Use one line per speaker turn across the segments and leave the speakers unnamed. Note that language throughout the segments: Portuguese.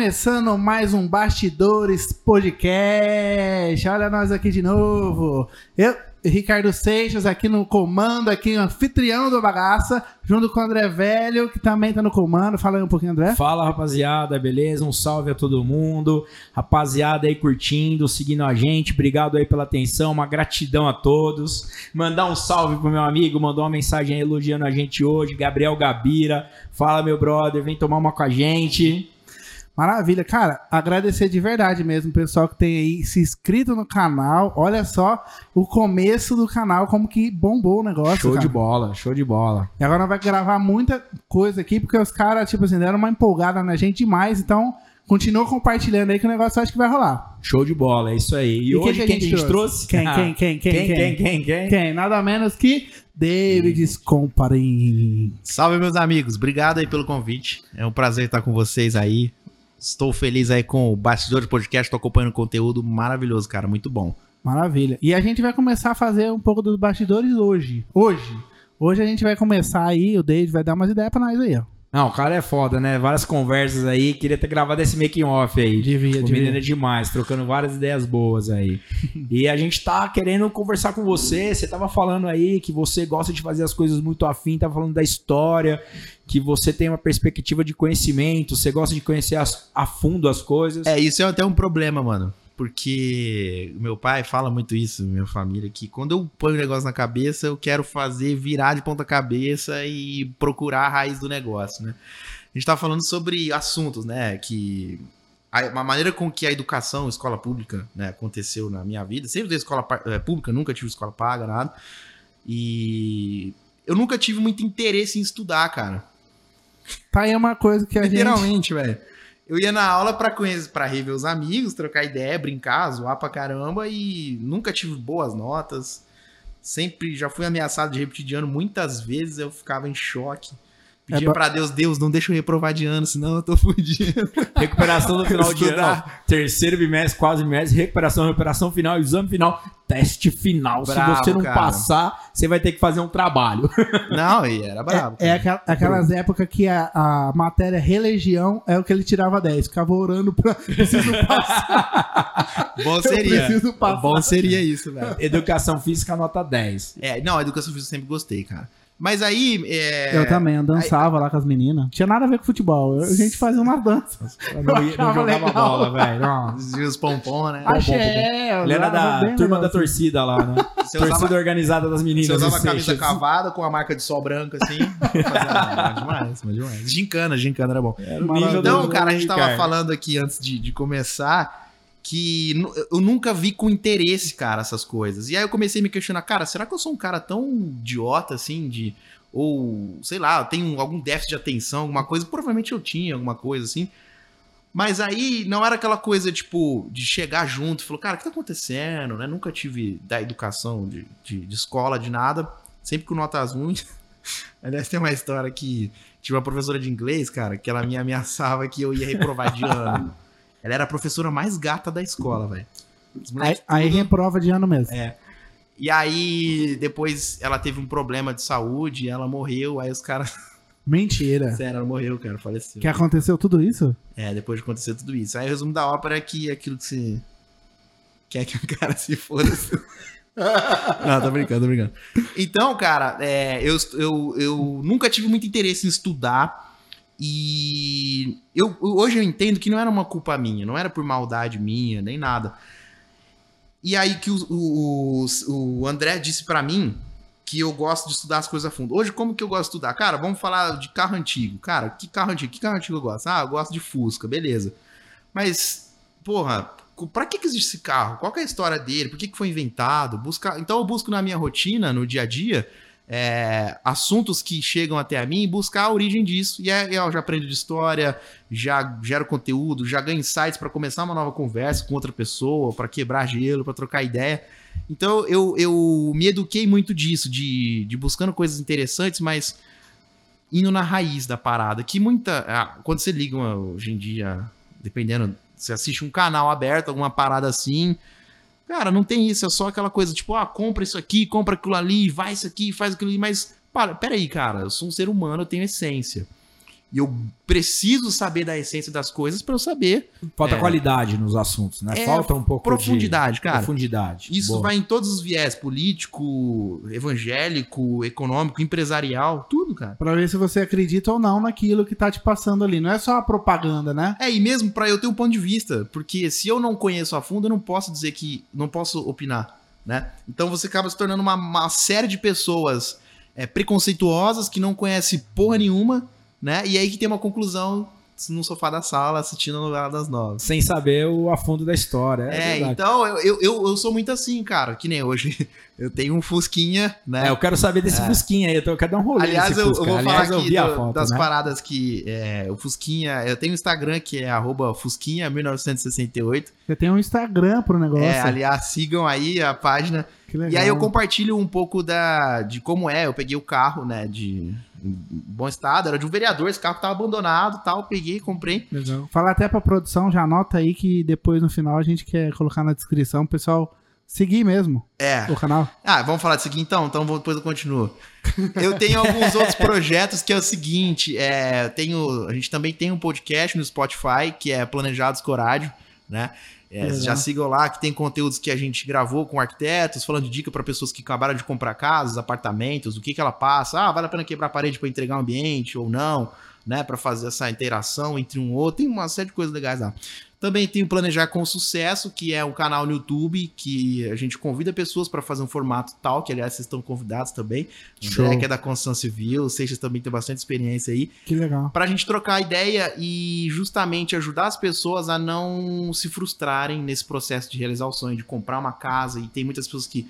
Começando mais um Bastidores Podcast. Olha nós aqui de novo. Eu, Ricardo Seixas, aqui no comando, aqui anfitrião do Bagaça, junto com o André Velho, que também tá no comando. Fala aí um pouquinho, André.
Fala rapaziada, beleza? Um salve a todo mundo. Rapaziada aí curtindo, seguindo a gente. Obrigado aí pela atenção, uma gratidão a todos. Mandar um salve pro meu amigo, mandou uma mensagem aí elogiando a gente hoje, Gabriel Gabira. Fala meu brother, vem tomar uma com a gente.
Maravilha, cara. Agradecer de verdade mesmo o pessoal que tem aí se inscrito no canal. Olha só o começo do canal, como que bombou o negócio.
Show
cara.
de bola, show de bola.
E agora vai gravar muita coisa aqui, porque os caras, tipo assim, deram uma empolgada na gente demais. Então, continua compartilhando aí que o negócio eu acho que vai rolar.
Show de bola, é isso aí. E,
E
hoje quem que a gente trouxe?
Quem, quem, quem, quem, quem,
Ah, quem,
quem,
quem, quem?
Nada menos que David Scomparin.
Salve, meus amigos. Obrigado aí pelo convite. É um prazer estar com vocês aí. Estou feliz aí com o Bastidor de Podcast. Estou acompanhando o conteúdo maravilhoso, cara. Muito bom.
Maravilha. E a gente vai começar a fazer um pouco dos bastidores hoje. Hoje. Hoje a gente vai começar aí, o David vai dar umas ideias pra nós aí, ó.
Não, o cara é foda, né? Várias conversas aí. Queria ter gravado esse making off aí.
Devia,
O
devia.
menino é demais, trocando várias ideias boas aí. e a gente tá querendo conversar com você. Você tava falando aí que você gosta de fazer as coisas muito afim, tava falando da história, que você tem uma perspectiva de conhecimento, você gosta de conhecer as- a fundo as coisas.
É, isso é até um problema, mano. Porque meu pai fala muito isso, minha família, que quando eu ponho o negócio na cabeça, eu quero fazer virar de ponta cabeça e procurar a raiz do negócio, né? A gente tá falando sobre assuntos, né? Que a, a maneira com que a educação, escola pública, né, aconteceu na minha vida. Sempre dei escola pa- eh, pública, nunca tive escola paga, nada. E eu nunca tive muito interesse em estudar, cara.
Tá aí uma coisa que a gente.
Literalmente, velho. Eu ia na aula pra conhecer, para rever os amigos, trocar ideia, brincar, zoar pra caramba e nunca tive boas notas. Sempre já fui ameaçado de repetir de ano muitas vezes, eu ficava em choque. Pedia
É ba-
pra Deus, Deus, não deixa eu reprovar de ano, senão eu tô fudido.
Recuperação no final de ano, ó.
Estudar.
terceiro bimestre, quase bimestre, recuperação, recuperação final, exame final, teste final. Se
Bravo,
você não
cara.
passar, você vai ter que fazer um trabalho.
Não, e era brabo.
É, é aquela- aquelas épocas que a, a matéria religião é o que ele tirava 10. Ficava orando pra. Preciso passar.
Bom
eu
seria.
preciso
É
passar.
Bom seria isso, velho.
Educação física nota 10.
É, não, a educação física eu sempre gostei, cara. Mas aí. é,
Eu também, eu
tá.
dançava lá com as meninas. Tinha nada a ver com futebol. eu- A gente fazia umas danças.
Eu não, ia- não
Ah,
achava
jogava
legal.
bola, velho. não.
os- Os pompom, né?
É
Ah,
bom,
Axé, eu
Ele era
dançava
da
bem
turma da
legal.
torcida lá, né?
Você
torcida
usava,
organizada das meninas.
você assim. usava
do
a camisa
Seixas.
cavada com a marca de sol branca, assim. Fazia- Ah, demais, demais. Gincana, gincana era bom.
Era
um
o nível
Então,
do-
cara, a gente tava
Ricardo.
falando aqui antes de, de começar que nu- eu nunca vi com interesse, cara, essas coisas. E aí eu comecei a me questionar, cara, será que eu sou um cara tão idiota assim de ou sei lá, eu tenho algum déficit de atenção, alguma coisa, provavelmente eu tinha alguma coisa assim. Mas aí não era aquela coisa, tipo, de chegar junto e falar, cara, o que tá acontecendo, né? Nunca tive da educação de, de, de escola, de nada. Sempre com notas ruins. Aliás, tem uma história que tinha uma professora de inglês, cara, que ela me ameaçava que eu ia reprovar de ano. Ela era a professora mais gata da escola, velho. Os moleques
Aí, aí reprova de ano mesmo.
e aí, depois ela teve um problema de saúde, ela morreu, aí os caras.
Mentira.
Sério, ela morreu, cara, faleceu.
Que aconteceu tudo isso?
É, depois de acontecer tudo isso. Aí o resumo da ópera é que aquilo que se. Quer que o cara se foda. Não, tô brincando, tô brincando. Então, cara, é, eu, eu, eu nunca tive muito interesse em estudar. E eu, eu- hoje eu entendo que não era uma culpa minha, não era por maldade minha, nem nada. E aí que o, o, o- o André disse pra mim que eu gosto de estudar as coisas a fundo. Hoje, como que eu gosto de estudar? Cara, vamos falar de carro antigo. Cara, que carro antigo? Que carro antigo eu gosto? Ah, eu gosto de Fusca, beleza. Mas, porra, co- pra que, que existe esse carro? Qual que é a história dele? Por que, que foi inventado? Busca... Então eu busco na minha rotina, no dia a dia, é, assuntos que chegam até a mim e buscar a origem disso. E aí eu já aprendo de história, já gero conteúdo, já ganho insights pra começar uma nova conversa com outra pessoa, pra quebrar gelo, pra trocar ideia. Então eu, eu me eduquei muito disso, de, de buscando coisas interessantes, mas indo na raiz da parada. Que muita. ah, quando você liga uma- hoje em dia, dependendo, você assiste um canal aberto, alguma parada assim. Cara, não tem isso, é só aquela coisa tipo, ah, compra isso aqui, compra aquilo ali, vai isso aqui, faz aquilo ali, mas para, peraí, cara, eu sou um ser humano, eu tenho essência. E eu preciso saber da essência das coisas para eu saber
Falta
É.
qualidade nos assuntos, né?
É,
Falta um pouco
profundidade,
de
cara.
profundidade.
Isso
Boa.
vai em todos os viés: político, evangélico, econômico, empresarial, tudo, cara.
Pra ver se você acredita ou não naquilo que tá te passando ali. Não é só a propaganda, né?
É, e mesmo pra eu ter um ponto de vista, porque se eu não conheço a fundo, eu não posso dizer que. não posso opinar, né? Então você acaba se tornando uma, uma série de pessoas é, preconceituosas que não conhece porra nenhuma, né? E aí que tem uma conclusão no sofá da sala assistindo a novela das nove.
Sem saber o a fundo da história. É,
É,
verdade.
então eu, eu, eu, eu sou muito assim, cara, que nem hoje. Eu tenho um Fusquinha, né?
É, eu quero saber desse Fusquinha aí, eu tô- eu quero dar um rolê.
Aliás,
nesse
eu, eu
Fusca.
vou falar
Aliás, eu
aqui
vi a
do-
foto,
das
né?
paradas que é, o Fusquinha. Eu tenho um Instagram que é arroba Fusquinha1968.
Você tem um Instagram pro negócio.
É, aliás, sigam aí a página.
que legal.
E aí eu compartilho um pouco da, de como é. Eu peguei o carro, né? De em bom estado, era de um vereador, esse carro tava abandonado e tal. Peguei, comprei.
Legal. Fala até pra produção, já anota aí que depois no final a gente quer colocar na descrição o pessoal seguir mesmo
É.
o canal.
Ah, vamos falar disso aqui então? Então vou- depois eu continuo. Eu tenho alguns outros projetos que é o seguinte: é, eu tenho, a gente também tem um podcast no Spotify que é Planejados Corádio, né? É,
Legal.
vocês já sigam lá, que tem conteúdos que a gente gravou com arquitetos, falando de dica para pessoas que acabaram de comprar casas, apartamentos, o que que ela passa. Ah, vale a pena quebrar a parede para entregar o ambiente ou não, né? Para fazer essa interação entre um outro. Tem uma série de coisas legais lá. Também tem o Planejar com Sucesso, que é um canal no YouTube que a gente convida pessoas para fazer um formato tal, que aliás vocês estão convidados também. O André,
Show.
que é da construção civil, o Seixas também tem bastante experiência aí.
Que legal.
Pra gente trocar ideia e justamente ajudar as pessoas a não se frustrarem nesse processo de realizar o sonho de comprar uma casa. E tem muitas pessoas que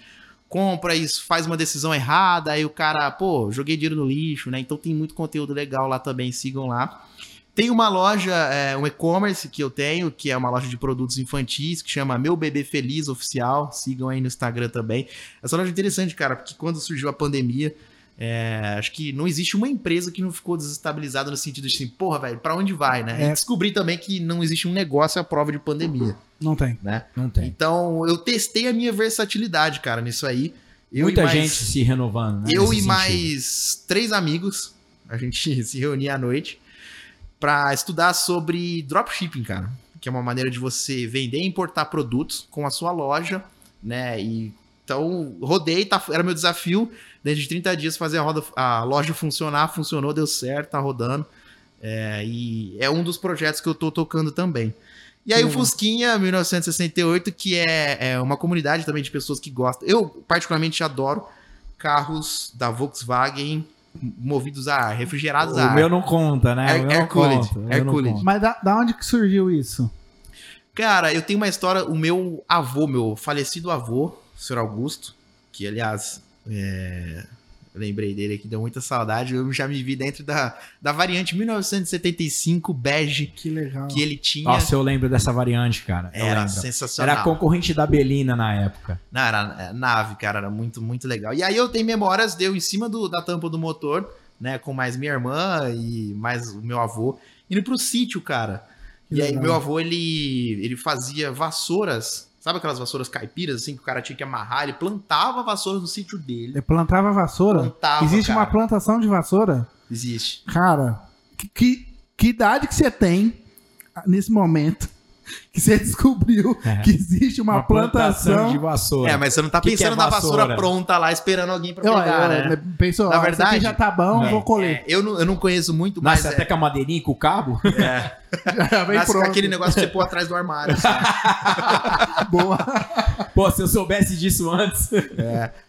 compra e faz uma decisão errada, aí o cara, pô, joguei dinheiro no lixo, né? Então tem muito conteúdo legal lá também, sigam lá. Tem uma loja, é, um e-commerce que eu tenho, que é uma loja de produtos infantis, que chama Meu Bebê Feliz Oficial. Sigam aí no Instagram também. Essa loja é interessante, cara, porque quando surgiu a pandemia, é, acho que não existe uma empresa que não ficou desestabilizada no sentido de assim, porra, velho, pra onde vai, né?
É.
E descobri também que não existe um negócio à prova de pandemia.
Não tem.
Não tem.
Então, eu testei a minha versatilidade, cara, nisso aí. Eu
Muita
e mais-
gente se renovando, né? nesse
eu e
sentido.
mais três amigos, a gente se reunia à noite pra estudar sobre dropshipping, cara, que é uma maneira de você vender e importar produtos com a sua loja, né? E então rodei, tá- era meu desafio dentro de 30 dias fazer a, roda- a loja funcionar, funcionou, deu certo, tá rodando. É, e é um dos projetos que eu tô tocando também. E aí
Que
Uhum.
o
legal.
Fusquinha 1968, que é, é uma comunidade também de pessoas que gostam. Eu particularmente adoro carros da Volkswagen movidos a ar, refrigerados a
O
ar.
meu não conta, né?
Air-
o meu não
air cooled,
conta. o meu
air
não
cooled.
conta.
Mas da, da onde que surgiu isso?
Cara, eu tenho uma história. O meu avô, meu falecido avô, o senhor Augusto, que aliás, é, eu lembrei dele aqui, deu muita saudade. Eu já me vi dentro da, da variante 1975 bege
Que legal.
que ele tinha.
Nossa, eu lembro dessa variante, cara. Eu
era
lembro.
sensacional.
Era a concorrente da Belina na época.
Não, era é, nave, cara, era muito, muito legal. E aí eu tenho memórias, deu em cima do, da tampa do motor, né, com mais minha irmã e mais o meu avô, indo pro sítio, cara.
Que
e aí
legal.
meu avô, ele, ele fazia vassouras, sabe aquelas vassouras caipiras, assim, que o cara tinha que amarrar, ele plantava vassouras no sítio dele.
Ele É, plantava vassoura?
Plantava,
Existe uma
cara.
plantação de vassoura?
Existe.
Cara, que, que, que idade que você tem ah, nesse momento que você descobriu
É.
que existe uma, plantação...
de vassoura.
É, mas você não tá
Que que é
pensando na vassoura
vassoura?
pronta lá, esperando alguém pra
Eu,
pegar,
eu-
né?
Pensou,
Na
ah, isso aqui
verdade-
já tá bom,
Não.
vou colher.
É, eu, não, eu não conheço muito, mas...
Nasce
é-
até com a madeirinha e com o cabo.
Já vem
Nasce com
pronto.
aquele negócio que você pôr atrás do armário. assim.
Boa.
Pô, se eu soubesse disso antes.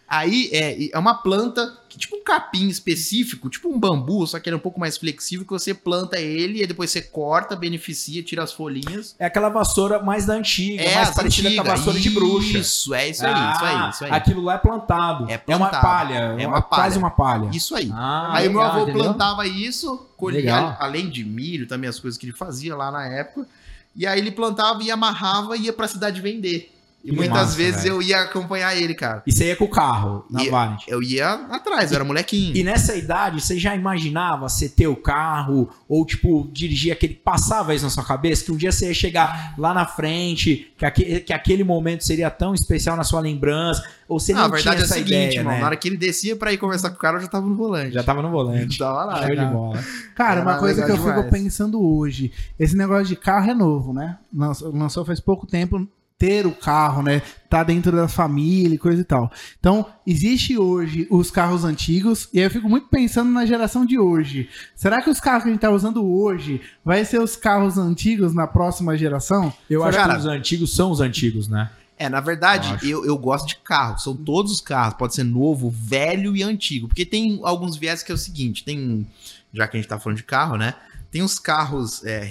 Aí é, e é uma planta, que, tipo um capim específico, tipo um bambu, só que ele é um pouco mais flexível, que você planta ele e depois você corta, beneficia, tira as folhinhas.
É aquela vassoura mais da antiga,
É,
mais
as
parecida com a
antigas.
vassoura de bruxa.
Isso, é isso aí, isso
Ah,
aí, isso aí.
Aquilo lá é plantado.
É
É, uma
plantado.
palha.
É uma palha.
Quase uma palha.
Isso aí.
Ah,
aí meu
legal,
avô
entendeu?
plantava isso, colhia,
Legal.
além de milho, também as coisas que ele fazia lá na época. E aí ele plantava e amarrava e ia pra cidade vender. E
Que
muitas
massa,
vezes
velho.
eu ia acompanhar ele, cara.
E você ia é com o carro na
E-
Valet.
Eu ia atrás, eu era molequinho.
E nessa idade, você já imaginava você ter o carro, ou tipo, dirigir aquele. Passava isso na sua cabeça, que um dia você ia chegar lá na frente, que aquele, que aquele momento seria tão especial na sua lembrança, ou você
Ah,
não
a verdade é
tinha
o
essa
seguinte,
ideia,
mano.
né?
Na hora que ele descia pra ir conversar com o cara, eu já tava no volante.
Já tava no volante.
tava lá.
Show de
cara.
bola.
Cara,
Era
uma coisa que eu
legal
fico
demais.
pensando hoje, esse negócio de carro é novo, né? Lançou, lançou faz pouco tempo ter o carro, né? Tá dentro da família e coisa e tal. Então, existe hoje os carros antigos, e aí eu fico muito pensando na geração de hoje. Será que os carros que a gente tá usando hoje vai ser os carros antigos na próxima geração?
Eu acho
Cara-
que os antigos são os antigos, né?
É, na
Eu
verdade,
acho.
eu, eu gosto de carro. São todos os carros. Pode ser novo, velho e antigo. Porque tem alguns viés que é o seguinte: tem. Já que a gente tá falando de carro, né? Tem os carros é,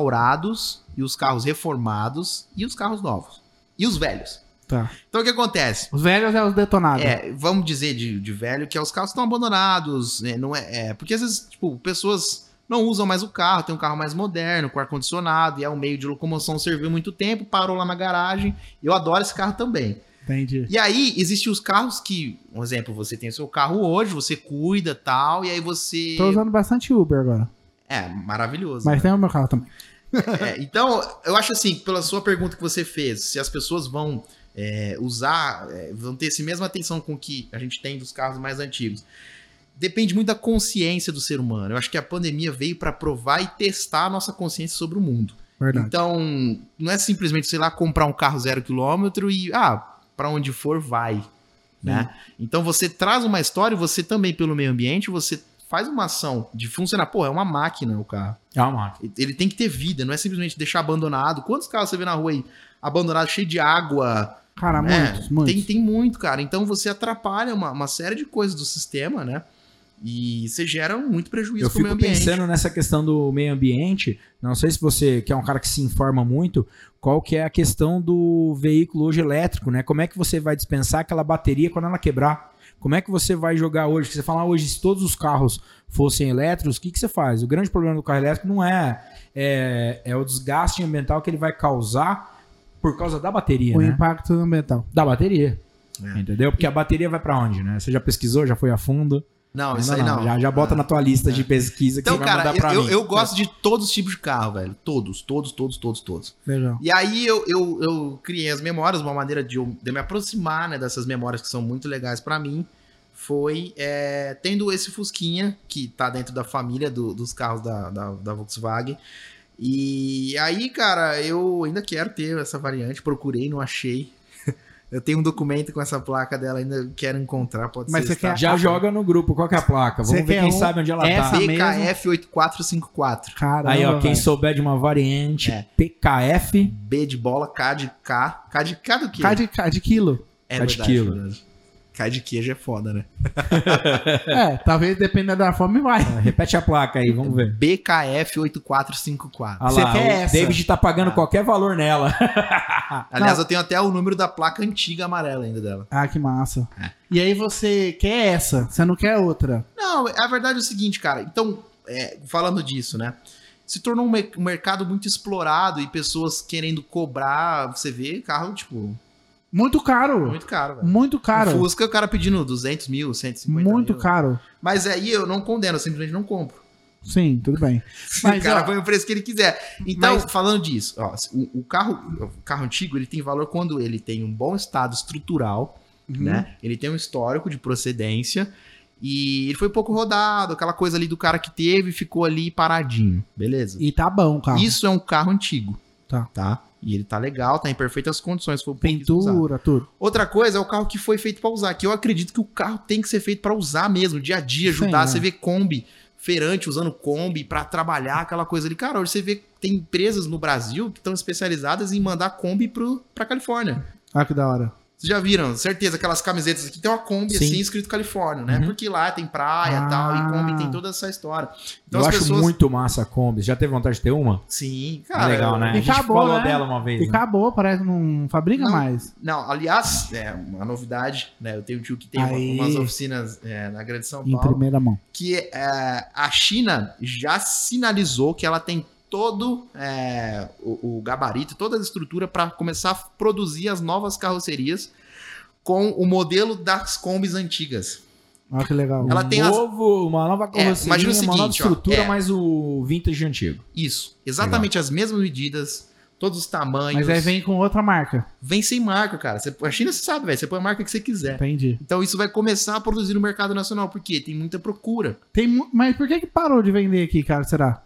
restaurados, e os carros reformados, e os carros novos. E os velhos.
Tá.
Então o que acontece?
Os velhos é os detonados.
É, vamos dizer de, de velho que é os carros estão abandonados, né, não é, é, porque às vezes, tipo, pessoas não usam mais o carro, tem um carro mais moderno, com ar-condicionado, e é um meio de locomoção, serviu muito tempo, parou lá na garagem, eu adoro esse carro também.
Entendi.
E aí, existem os carros que, um exemplo, você tem o seu carro hoje, você cuida tal, e aí você...
Tô usando bastante Uber agora,
É, maravilhoso.
mas tem o meu carro também.
É, então, eu acho assim, pela sua pergunta que você fez, se as pessoas vão é, usar, é, vão ter essa mesma atenção com que a gente tem dos carros mais antigos. Depende muito da consciência do ser humano. Eu acho que a pandemia veio para provar e testar a nossa consciência sobre o mundo.
Verdade.
Então, não é simplesmente, sei lá, comprar um carro zero quilômetro e, ah, para onde for, vai. Né? Então, você traz uma história, você também, pelo meio ambiente, você faz uma ação de funcionar. Pô, é uma máquina o carro.
É uma máquina.
Ele tem que ter vida, não é simplesmente deixar abandonado. Quantos carros você vê na rua aí abandonado, cheio de água?
Cara,
né?
muitos, muitos.
Tem, tem muito, cara. Então você atrapalha uma, uma série de coisas do sistema, né? E você gera muito prejuízo
Eu
pro meio
fico
ambiente.
pensando nessa questão do meio ambiente. Não sei se você, que é um cara que se informa muito, qual que é a questão do veículo hoje elétrico, né? Como é que você vai dispensar aquela bateria quando ela quebrar? Como é que você vai jogar hoje? Porque Você fala ah, hoje, se todos os carros fossem elétricos, o que, que você faz? O grande problema do carro elétrico não é, é, é o desgaste ambiental que ele vai causar por causa da bateria,
O
né?
impacto ambiental.
Da bateria.
É.
Entendeu? Porque a bateria vai pra onde, né? Você já pesquisou, já foi a fundo?
Não,
Ainda
isso aí não.
Já, já bota na tua lista de pesquisa
Então,
que você vai
cara,
mandar pra
eu,
mim.
eu, eu gosto de todos os tipos de carro, velho. Todos, todos, todos, todos, todos.
Legal.
E aí eu, eu, eu criei as memórias, uma maneira de eu de eu me aproximar né, dessas memórias que são muito legais pra mim foi é, tendo esse Fusquinha, que tá dentro da família do- dos carros da, da, da Volkswagen. E aí, cara, eu ainda quero ter essa variante, procurei, não achei. Eu tenho um documento com essa placa dela, ainda quero encontrar, pode
Mas
ser.
você quer
Já joga no grupo, qual que é a placa?
Você
Vamos ver
quer
quem
um
sabe onde ela
F?
tá.
PKF8454.
Caramba,
Aí, ó, quem
velho.
souber de uma variante
É.
PKF,
B de bola, K de K. K de K do quê?
Cai de, cai de quilo.
É
Cai de
verdade,
queijo.
verdade. Cai de queijo é foda, né?
É, talvez dependendo da fome vai.
É.
repete a placa aí, vamos ver.
BKF8454.
Ah
Você
lá,
quer
o
essa?
David tá pagando
Ah.
qualquer valor nela.
Aliás, eu tenho até o número da placa antiga amarela ainda dela.
Ah, que massa.
É.
E aí você quer essa, você não quer outra.
Não, a verdade é o seguinte, cara. Então, é, falando disso, né? Se tornou um mer- um mercado muito explorado e pessoas querendo cobrar. Você vê carro, tipo,
Muito caro.
muito caro, velho.
Muito
O
caro.
Fusca, o cara pedindo 200 mil, 150
Muito
mil.
caro.
Mas aí eu não condeno, eu simplesmente não compro.
Sim, tudo bem. Mas,
o cara
ó,
põe o preço que ele quiser. Então,
mas-
falando disso, ó, o, o carro, o carro antigo ele tem valor quando ele tem um bom estado estrutural,
Uhum.
né? Ele tem um histórico de procedência e ele foi pouco rodado, aquela coisa ali do cara que teve e ficou ali paradinho, beleza?
E tá bom, o carro.
Isso é um carro antigo,
Tá.
E ele tá legal, tá em perfeitas condições, foi pouquíssimo usado.
Pintura, tudo.
Outra coisa é o carro que foi feito pra usar, que eu acredito que o carro tem que ser feito pra usar mesmo, dia a dia,
Sim,
ajudar.
é.
Você vê Kombi, feirante usando Kombi pra trabalhar, aquela coisa ali. Cara, hoje você vê que tem empresas no Brasil que estão especializadas em mandar Kombi pro, pra Califórnia.
Olha que da hora.
Vocês já viram, certeza, aquelas camisetas aqui tem uma Kombi
Sim.
assim escrito Califórnia, né?
Uhum.
Porque lá tem praia
Ah.
e tal, e Kombi tem toda essa história. Então
eu
as
acho
pessoas.
muito massa a Kombi. Já teve vontade de ter uma?
Sim, cara.
Legal, né? A gente
acabou,
falou
né?
dela uma vez.
E
né?
acabou, parece que não fabrica
Não.
mais.
Não, aliás, é uma novidade, né? Eu tenho um tio que tem uma-
Aí.
umas oficinas é, na Grande São
Em
Paulo.
primeira mão.
que é, a China já sinalizou que ela tem todo é, o, o gabarito, toda a estrutura para começar a produzir as novas carrocerias com o modelo das combis antigas.
Olha que legal.
Ela tem as-
novo, uma nova
É,
carroceria,
imagina o
uma nova
seguinte, ó,
estrutura,
é.
mas o vintage antigo.
Isso, exatamente as mesmas medidas, todos os tamanhos.
Mas aí vem com outra marca.
Vem sem marca, cara. Você, a China você sabe, velho. Você põe a marca que você quiser.
Entendi.
Então isso vai começar a produzir no mercado nacional, porque tem muita procura.
Tem, mu- mas por que, que parou de vender aqui, cara? Será?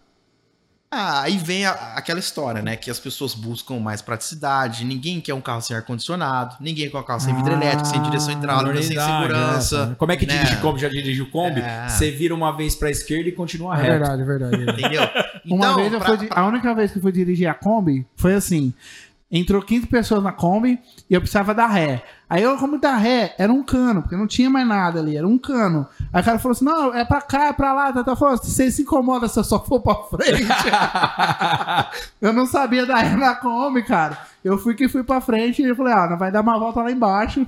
Ah, aí vem a- aquela história, né? Que as pessoas buscam mais praticidade, ninguém quer um carro sem ar-condicionado, ninguém quer um carro sem vidro
Ah,
elétrico, sem direção hidráulica, sem
Modernidade,
segurança.
essa. Como é que
né?
dirige Kombi? Já dirige o Kombi?
É.
Você vira uma vez pra esquerda e continua
Ah,
É
reto.
verdade, é verdade. é verdade.
Entendeu? Então,
Uma vez eu
pra-
fui di-
pra-
A única vez que eu fui dirigir a Kombi foi assim. Entrou 15 pessoas na Kombi e eu precisava dar ré. Aí eu, como dar ré, era um cano, porque não tinha mais nada ali, era um cano. Aí o cara falou assim: não, é pra cá, é pra lá, tá, tá. Falou, você se incomoda se eu só for pra frente. eu não sabia dar ré na Kombi, cara. Eu fui que fui pra frente e eu falei, ah, não vai dar uma volta lá embaixo,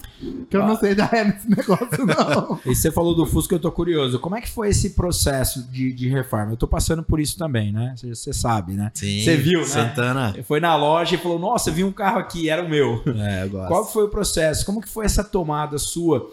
que eu não sei dar ré nesse negócio,
Então,
não.
E você falou do Fusca, eu tô curioso. Como é que foi esse processo de, de reforma? Eu tô passando por isso também, né? Você, você sabe, né?
Sim,
Você viu, né?
Santana.
Foi na loja e falou: Nossa, eu vi um carro aqui, era o meu.
É, eu gosto.
Qual que foi o processo? Como que foi essa tomada sua?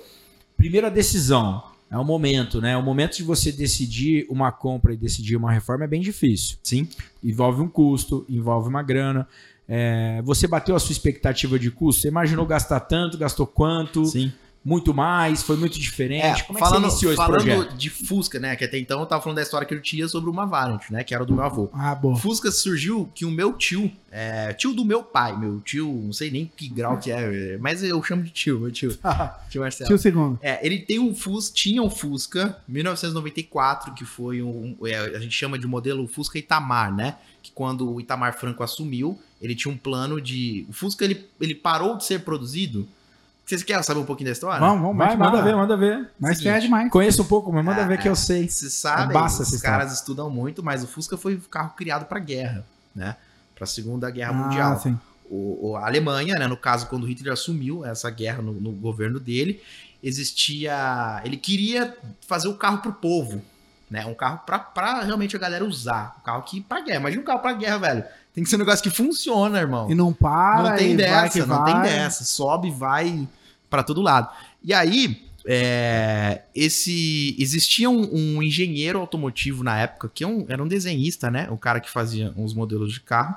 Primeira decisão. É o momento, né? O momento de você decidir uma compra e decidir uma reforma é bem difícil.
Sim.
Envolve um custo, envolve uma grana. É, você bateu a sua expectativa de custo? Você imaginou gastar tanto, gastou quanto?
Sim.
Muito mais? Foi muito diferente? Como é que
falando,
você iniciou esse
falando
projeto?
de Fusca, né? Que até então eu tava falando da história que eu tinha sobre uma Variant, né? Que era do meu avô.
Ah, bom.
Fusca surgiu que o meu tio, é, tio do meu pai, meu tio, não sei nem que grau que é, mas eu chamo de tio, meu tio, tio Marcelo.
Tio segundo.
É, ele tem um Fusca, tinha um Fusca 1994, que foi um, é, a gente chama de modelo Fusca Itamar, né? Que quando o Itamar Franco assumiu, ele tinha um plano de, o Fusca ele, ele parou de ser produzido. Vocês querem saber um pouquinho da história?
Vamos, vamos,
Vai, manda ver, manda ver.
Mas
um Seguinte.
quer demais.
Conheço um pouco, mas manda
Ah,
ver que eu sei.
Vocês sabem,
Abaixa
os
essa
caras estudam muito, mas o Fusca foi um carro criado para guerra, né? Para É a Segunda Guerra
Ah,
Mundial.
sim.
o, o- a Alemanha, né, no caso, quando Hitler assumiu essa guerra no, no governo dele, existia. Ele queria fazer o carro pro povo, né? Um carro pra, pra realmente a galera usar. Um carro que pra guerra. Imagina um carro pra guerra, velho. Tem que ser um negócio que funciona, irmão.
E não para,
não tem
e
dessa,
vai que
não
vai.
tem dessa. Sobe, vai pra todo lado. E aí, é, esse existia um, um engenheiro automotivo na época que é um- era um desenhista, né? O cara que fazia uns modelos de carro,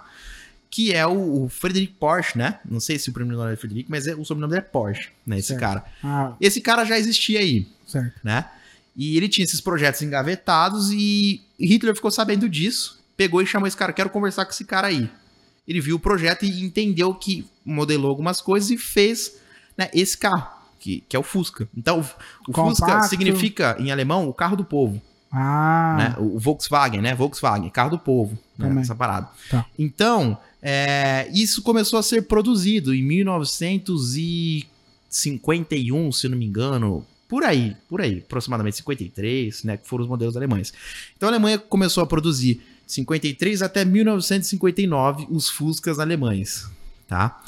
que é o, o Frederic Porsche, né? Não sei se o sobrenome é Frederic, mas é- o sobrenome dele é Porsche, né? Esse
Certo.
cara.
Ah,
Esse cara já existia aí
certo.
né? E ele tinha esses projetos engavetados e Hitler ficou sabendo disso, pegou e chamou esse cara, quero conversar com esse cara aí. Ele viu o projeto e entendeu que modelou algumas coisas e fez né, esse carro, que, que é o Fusca. Então, o, o Fusca
Compacto.
significa, em alemão, o carro do povo,
Ah,
né? O Volkswagen, né? Volkswagen, carro do povo, né?
Também.
essa parada.
Tá.
Então, é, isso começou a ser produzido em 1951, se não me engano, por aí, por aí, aproximadamente 53, né, que foram os modelos alemães. Então a Alemanha começou a produzir 53 até 1959 os Fuscas alemães, tá?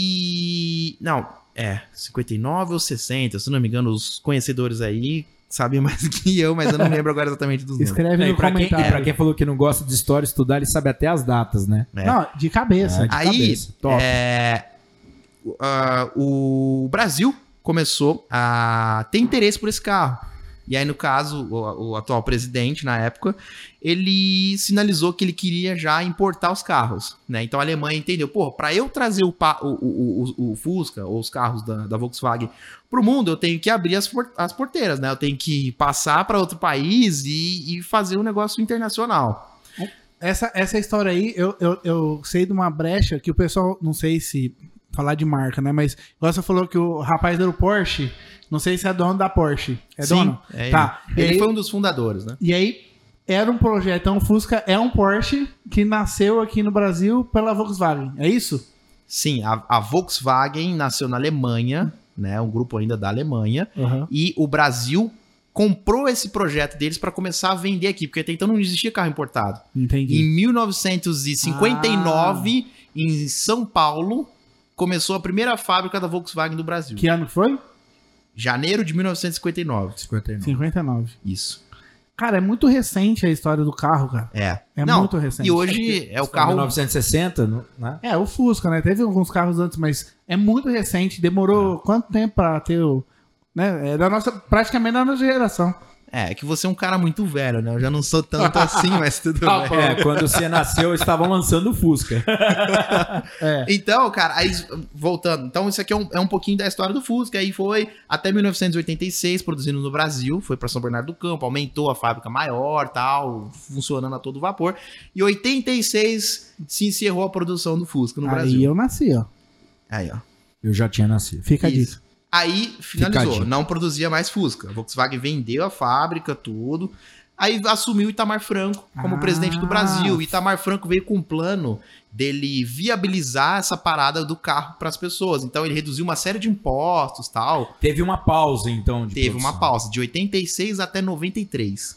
E não, é, 59 ou 60, se não me engano, os conhecedores aí sabem mais que eu, mas eu não lembro agora exatamente dos números.
escreve
É, e
no
pra, quem,
comentário.
pra quem falou que não gosta de história, estudar, ele sabe até as datas, né?
É.
Não, de cabeça.
É, de
Aí,
cabeça. Top.
É, o- ah, o Brasil começou a ter interesse por esse carro. E aí, no caso, o, o atual presidente, na época, ele sinalizou que ele queria já importar os carros, né? Então a Alemanha entendeu, pô, para eu trazer o, pa- o- o- o- o Fusca ou os carros da, da Volkswagen pro mundo, eu tenho que abrir as, por- as porteiras, né? Eu tenho que passar para outro país e, e fazer um negócio internacional.
Essa, essa história aí, eu, eu, eu sei de uma brecha que o pessoal, não sei se falar de marca, né? Mas igual você falou que o rapaz era o Porsche, não sei se é dono da Porsche. É
Sim,
dono?
é
tá.
ele.
E
Ele
aí-
foi um dos fundadores, né?
E aí, era um projeto, então o Fusca é um Porsche que nasceu aqui no Brasil pela Volkswagen. É isso?
Sim, a, a Volkswagen nasceu na Alemanha, né? Um grupo ainda da Alemanha. E o Brasil comprou esse projeto deles para começar a vender aqui, porque até então não existia carro importado. Em
Entendi. Ah.
1959, em São Paulo, começou a primeira fábrica da Volkswagen do Brasil.
Que ano que foi?
Janeiro de 1959.
59.
59.
Isso.
Cara, é muito recente a história do carro, cara.
É.
É
Não,
muito recente.
E hoje é o carro.
1960, no- né?
É, o Fusca, né? Teve alguns carros antes, mas é muito recente.
É.
Demorou quanto tempo pra ter o. Né? É da nossa, praticamente da nossa geração.
É, que você é um cara muito velho, né? Eu já não sou tanto assim, mas tudo
Tá
bem.
bom.
É, quando você nasceu, estavam lançando o Fusca.
Então, cara, aí, voltando. Então, isso aqui é um, é um pouquinho da história do Fusca. Aí foi até 1986, produzindo no Brasil. Foi pra São Bernardo do Campo, aumentou a fábrica maior, tal, funcionando a todo vapor. E 86 se encerrou a produção do Fusca no
Aí
Brasil.
eu nasci, ó.
Aí, ó.
Eu já tinha nascido.
Fica
Isso.
disso.
Aí finalizou,
Ficadinho.
não produzia mais Fusca. A Volkswagen vendeu a fábrica, tudo. Aí assumiu Itamar Franco como
Ah.
presidente do Brasil. Itamar Franco veio com um plano dele viabilizar essa parada do carro para as pessoas. Então ele reduziu uma série de impostos, tal.
Teve uma pausa, então. de
Teve
produção.
uma pausa de 86 até 93.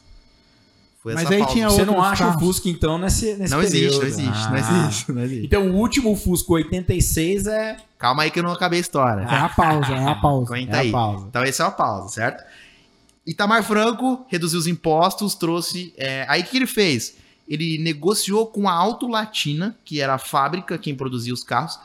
Foi
Mas aí tinha
Você não
Outros
acha o
carros.
Fusca, então, nesse, nesse
Não existe, não
período?
existe, não
Ah.
existe, não existe.
Então, o último Fusca 86 é,
Calma aí que eu não acabei a história.
É a pausa, é a pausa.
é
Aguenta
a
aí.
pausa.
Então essa é uma pausa, certo? Itamar Franco reduziu os impostos, trouxe. é, aí o que ele fez? Ele negociou com a Auto Latina, que era a fábrica quem produzia os carros,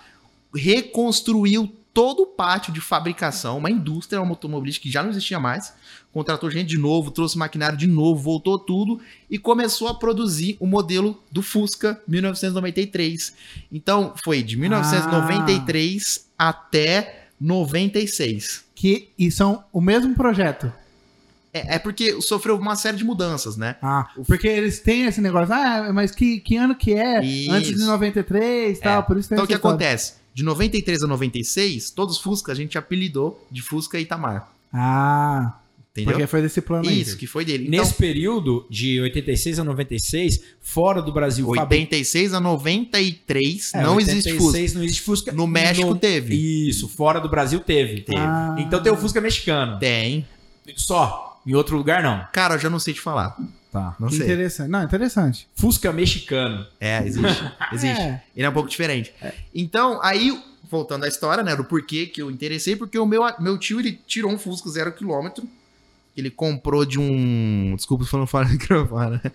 reconstruiu todo o pátio de fabricação, uma indústria uma automobilística que já não existia mais, contratou gente de novo, trouxe maquinário de novo, voltou tudo e começou a produzir o modelo do Fusca 1993. Então foi de 1993 até 96.
Que, e são o mesmo projeto.
É, é porque sofreu uma série de mudanças, né?
Ah, porque eles têm esse negócio. Ah, mas que, que ano que é?
Isso.
Antes de 93 e tal. Por isso tem
Então o que
essa história.
acontece? De 93 a 96, todos os Fusca a gente apelidou de Fusca Itamar.
Ah,
Entendeu?
porque é foi desse plano aí.
Isso, que foi dele. Então,
Nesse período, de 86 a 96, fora do Brasil, fabricava-
86 a 93,
É,
não
86
existe Fusca.
não existe Fusca.
No México
No-
teve.
Isso, fora do Brasil teve.
Teve.
Ah.
Então tem o Fusca mexicano.
Tem.
Só. Em outro lugar, não.
Cara, eu já não sei te falar.
Tá.
Não sei.
Interessante. Não, interessante.
Fusca mexicano.
É, existe. Existe.
É.
Ele é um pouco diferente. Então, aí, voltando à história, né? Do porquê que eu interessei, porque o meu, meu tio, ele tirou um Fusca zero quilômetro. que Ele comprou de um. Desculpa se falando fora do microfone. né?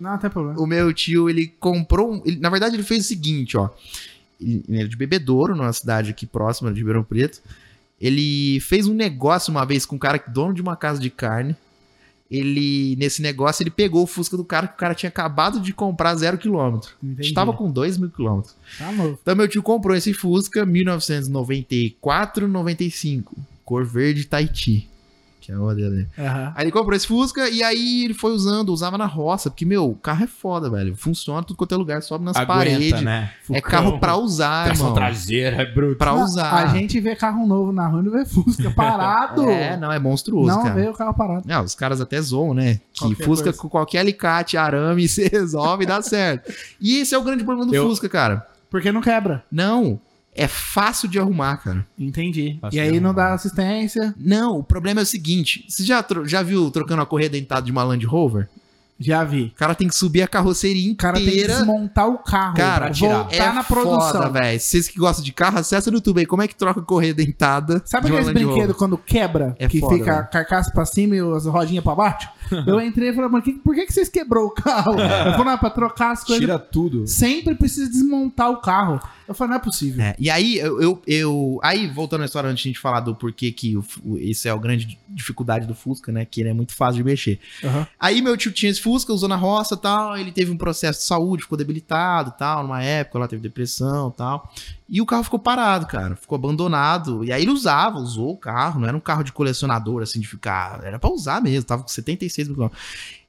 Não, não tem problema.
O meu tio, ele comprou. um- ele- na verdade, ele fez o seguinte, ó. Ele, ele era de bebedouro, numa cidade aqui próxima de Ribeirão Preto. Ele fez um negócio uma vez com um cara, que- dono de uma casa de carne. Ele, nesse negócio, ele pegou o Fusca do cara que o cara tinha acabado de comprar zero quilômetro.
Entendi.
Estava com dois mil quilômetros.
Tá novo.
Então meu tio comprou esse Fusca 1994, 95, cor verde Tahiti, que é o modelo dele.
Aham.
Aí ele comprou esse Fusca e aí ele foi usando, usava na roça, porque meu, o carro é foda, velho. Funciona tudo quanto é lugar, sobe nas paredes.
né?
É carro pra usar,
Tração
irmão.
traseira, é bruto.
Pra
Não,
usar.
A gente vê carro novo na rua e não vê Fusca parado.
É, não, é monstruoso,
não
cara.
vê o carro parado.
Não, os caras até zoam, né? Que
Qualquer
Fusca
coisa.
com qualquer alicate, arame, se resolve e dá certo. E esse é o grande problema do
Eu-
Fusca, cara.
Porque não quebra.
Não, é fácil de arrumar, cara.
Entendi.
Fácil
E aí
de
não
arrumar.
dá assistência.
Não, o problema é o seguinte: você já, tro- já viu trocando a correia dentada de uma Land Rover?
Já vi.
O cara tem que subir a carroceria
O cara tem que
inteira.
desmontar o carro.
Cara,
pra
tirar.
voltar na produção.
É foda, velho. Vocês que gostam de carro, acessa no YouTube aí. Como é que troca a correia dentada?
Sabe
de uma
aqueles
Land Rover?
brinquedos quando quebra?
É
que
foda,
fica a
velho.
carcaça pra cima e as rodinhas pra baixo? Eu entrei e falei, mano, que- por que, que vocês quebrou o carro?
É.
Eu falei, não, é pra trocar as coisas.
Tira tudo.
Sempre precisa desmontar o carro. Eu falei, não é possível.
É, e aí, eu, eu, eu- Aí, voltando à história, antes de a gente falar do porquê que o Fu- o- esse é a grande dificuldade do Fusca, né? Que ele é muito fácil de mexer.
Aham.
Aí meu tio tinha esse Fusca, usou na roça e tal. Ele teve um processo de saúde, ficou debilitado e tal. Numa época lá teve depressão e tal. E o carro ficou parado, cara. Ficou abandonado. E aí ele usava, usou o carro. Não era um carro de colecionador, assim, de ficar. Era pra usar mesmo. Tava com 76 mil quilômetros.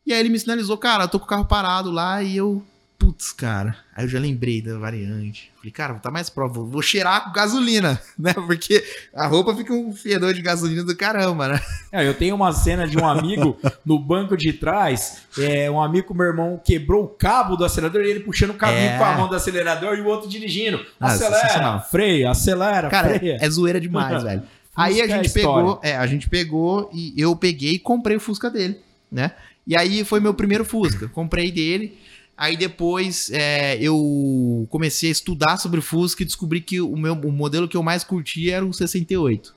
E aí ele me sinalizou, cara, eu tô com o carro parado lá. E eu, putz, cara. Aí eu já lembrei da variante. Falei, cara, vou tá mais prova. Vou, vou cheirar com gasolina, né? Porque a roupa fica um fedor de gasolina do caramba, né?
É, eu tenho uma cena de um amigo no banco de trás. É, um amigo, meu irmão, quebrou o cabo do acelerador e ele puxando o cabinho
É.
com a mão do acelerador e o outro dirigindo.
Ah,
Acelera,
sensacional.
freia, acelera,
Cara,
freia.
é zoeira demais, velho. Aí a
Fusca é
gente
história.
pegou, é, a gente pegou e eu peguei e comprei o Fusca dele, né? E aí foi meu primeiro Fusca, comprei dele. Aí depois é, eu comecei a estudar sobre Fusca e descobri que o meu o modelo que eu mais curti era o 68,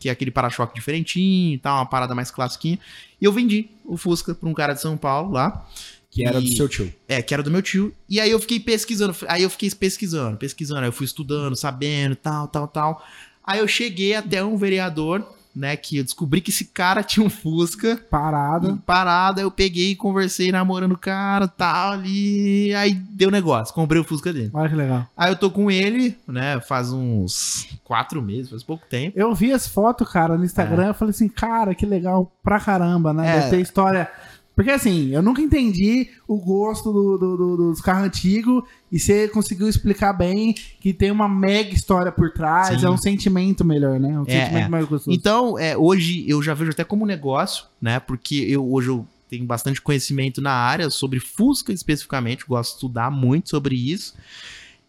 que é aquele para-choque diferentinho e tal, uma parada mais classiquinha. E eu vendi o Fusca pra um cara de São Paulo lá.
Que era do
E-
seu tio.
É, que era do meu tio. E aí eu fiquei pesquisando, aí eu fiquei pesquisando, pesquisando, aí eu fui estudando, sabendo, tal, tal, tal. Aí eu cheguei até um vereador, né, que eu descobri que esse cara tinha um Fusca
Parado.
e parado, aí eu peguei, conversei, namorando o cara, tal, ali, aí deu negócio, comprei o Fusca dele.
Olha que legal.
Aí eu tô com ele, né, faz uns quatro meses, faz pouco tempo.
Eu vi as fotos, cara, no Instagram. Eu falei assim, cara, que legal pra caramba, né?
É.
Deve ter história. Porque assim, eu nunca entendi o gosto do- do- do- dos carros antigos e você conseguiu explicar bem que tem uma mega história por trás,
Sim.
é um sentimento melhor, né? Um
É,
sentimento
é.
mais gostoso.
Então, é, hoje eu já vejo até como negócio, né? Porque eu hoje eu tenho bastante conhecimento na área sobre Fusca especificamente, gosto de estudar muito sobre isso.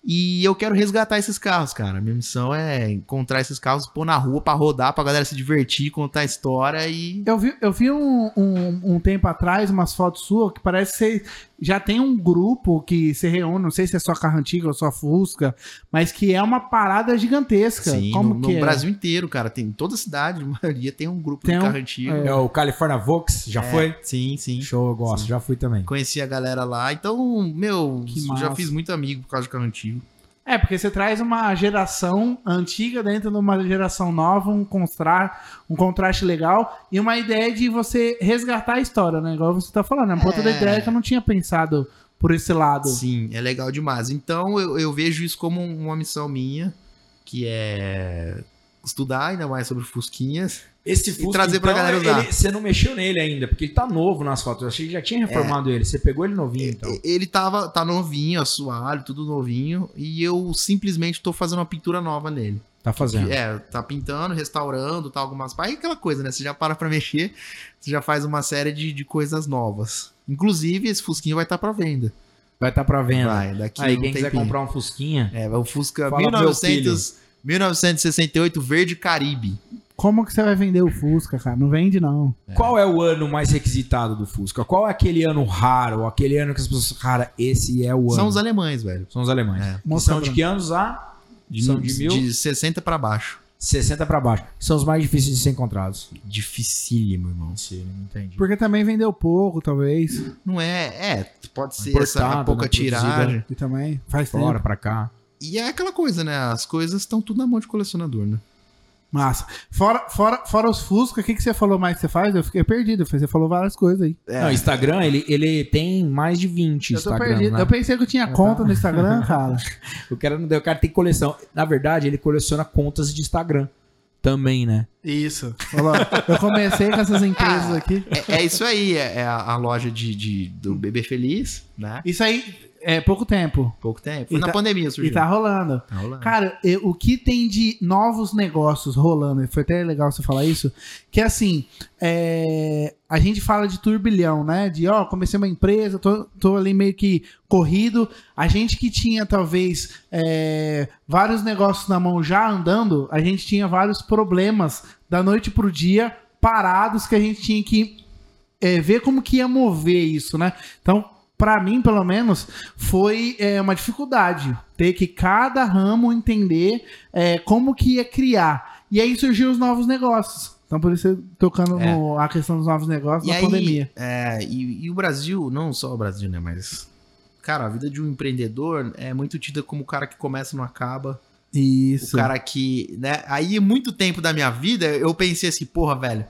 E eu quero resgatar esses carros, cara. Minha missão é encontrar esses carros, pôr na rua pra rodar, pra galera se divertir, contar a história e
Eu vi, eu vi um, um, um tempo atrás umas fotos suas que parece que você já tem um grupo que se reúne, não sei se é só carro antigo ou só Fusca, mas que é uma parada gigantesca.
Sim,
Como
assim, no,
que
no
é?
Brasil inteiro, cara. Tem em toda cidade, a maioria tem um grupo
Tem
de
um-
carro antigo.
É o California Vox, já foi?
Sim, É, sim.
Show, eu gosto, já fui também.
Conheci a galera lá. Então, meu,
Que
já
massa.
fiz muito amigo por causa de carro antigo.
É, porque você traz uma geração antiga dentro de uma geração nova, um, constra... um contraste legal e uma ideia de você resgatar a história, né? Igual você tá falando, é uma outra
É.
ideia que eu não tinha pensado por esse lado.
Sim, é legal demais. Então eu, eu vejo isso como um, uma missão minha, que é estudar ainda mais sobre Fusquinhas.
Esse Fusca, então,
trazer pra galera usar. É.
ele- você não mexeu nele ainda, porque ele tá novo nas fotos. Eu achei que já tinha reformado ele. Você pegou ele novinho, então.
E- Ele tava, tá novinho, assoalho, tudo novinho, e eu simplesmente tô fazendo uma pintura nova nele.
Tá fazendo.
É, tá pintando, restaurando, tá algumas partes, aquela coisa, né? Você já para pra mexer, você já faz uma série de, de coisas novas. Inclusive, esse Fusquinho vai estar tá pra venda.
Vai estar tá pra venda.
Vai, daqui a
Aí
um
quem quiser
tempinho.
comprar um Fusquinha,
É, vai o Fusca
Fala pro meu
1900, 1968 Verde Caribe.
Como que você vai vender o Fusca, cara? Não vende, não.
Qual é o ano mais requisitado do Fusca? Qual é aquele ano raro? Aquele ano que as pessoas. Cara, esse é o ano.
São os alemães, velho.
São os alemães.
É.
E
Mostra
São de
pra-
que anos há? São de mil?
60 pra baixo.
60 pra baixo. São os mais difíceis de ser encontrados.
Dificílimo, irmão.
não entendi.
Porque também vendeu pouco, talvez.
Não é, é, pode ser essa
Importado,
pouca
né, produzido,
tiragem.
né?
E também faz
Fora,
tempo.
pra cá.
E é aquela coisa, né? As coisas estão tudo na mão de colecionador, né?
Massa. Fora, fora, fora os Fusca, o que, que você falou mais que você faz? Eu fiquei perdido. Você falou várias coisas aí.
Não, Instagram, ele, ele tem mais de 20
Eu tô
Instagram,
perdido.
né?
Eu pensei que eu tinha conta no Instagram, cara.
O cara não deu, o cara tem coleção. Na verdade, ele coleciona contas de Instagram também, né?
Isso. Olha lá. Eu comecei com essas empresas aqui.
É, é isso aí, é, é a, a loja de, de- do Bebê Feliz, né?
Isso aí é pouco tempo.
Pouco tempo. Foi
E
na
tá-
pandemia
E
surgiu.
tá rolando.
Tá rolando.
Cara, eu- o que tem de novos negócios rolando, foi até legal você falar isso, que assim, é, a gente fala de turbilhão, né? De, ó, comecei uma empresa, tô, tô ali meio que corrido. A gente que tinha, talvez, é, vários negócios na mão já andando, a gente tinha vários problemas da noite pro dia, parados, que a gente tinha que é, ver como que ia mover isso, né? Então, pra mim, pelo menos, foi é, uma dificuldade ter que cada ramo entender é, como que ia criar. E aí surgiu os novos negócios. Então, por isso, tocando
É.
no- a questão dos novos negócios
E
na
aí,
pandemia.
É, e, e o Brasil, não só o Brasil, né? Mas, cara, a vida de um empreendedor é muito tida como o cara que começa e não acaba.
Isso.
O cara que, né? Aí, muito tempo da minha vida, eu pensei assim, porra, velho,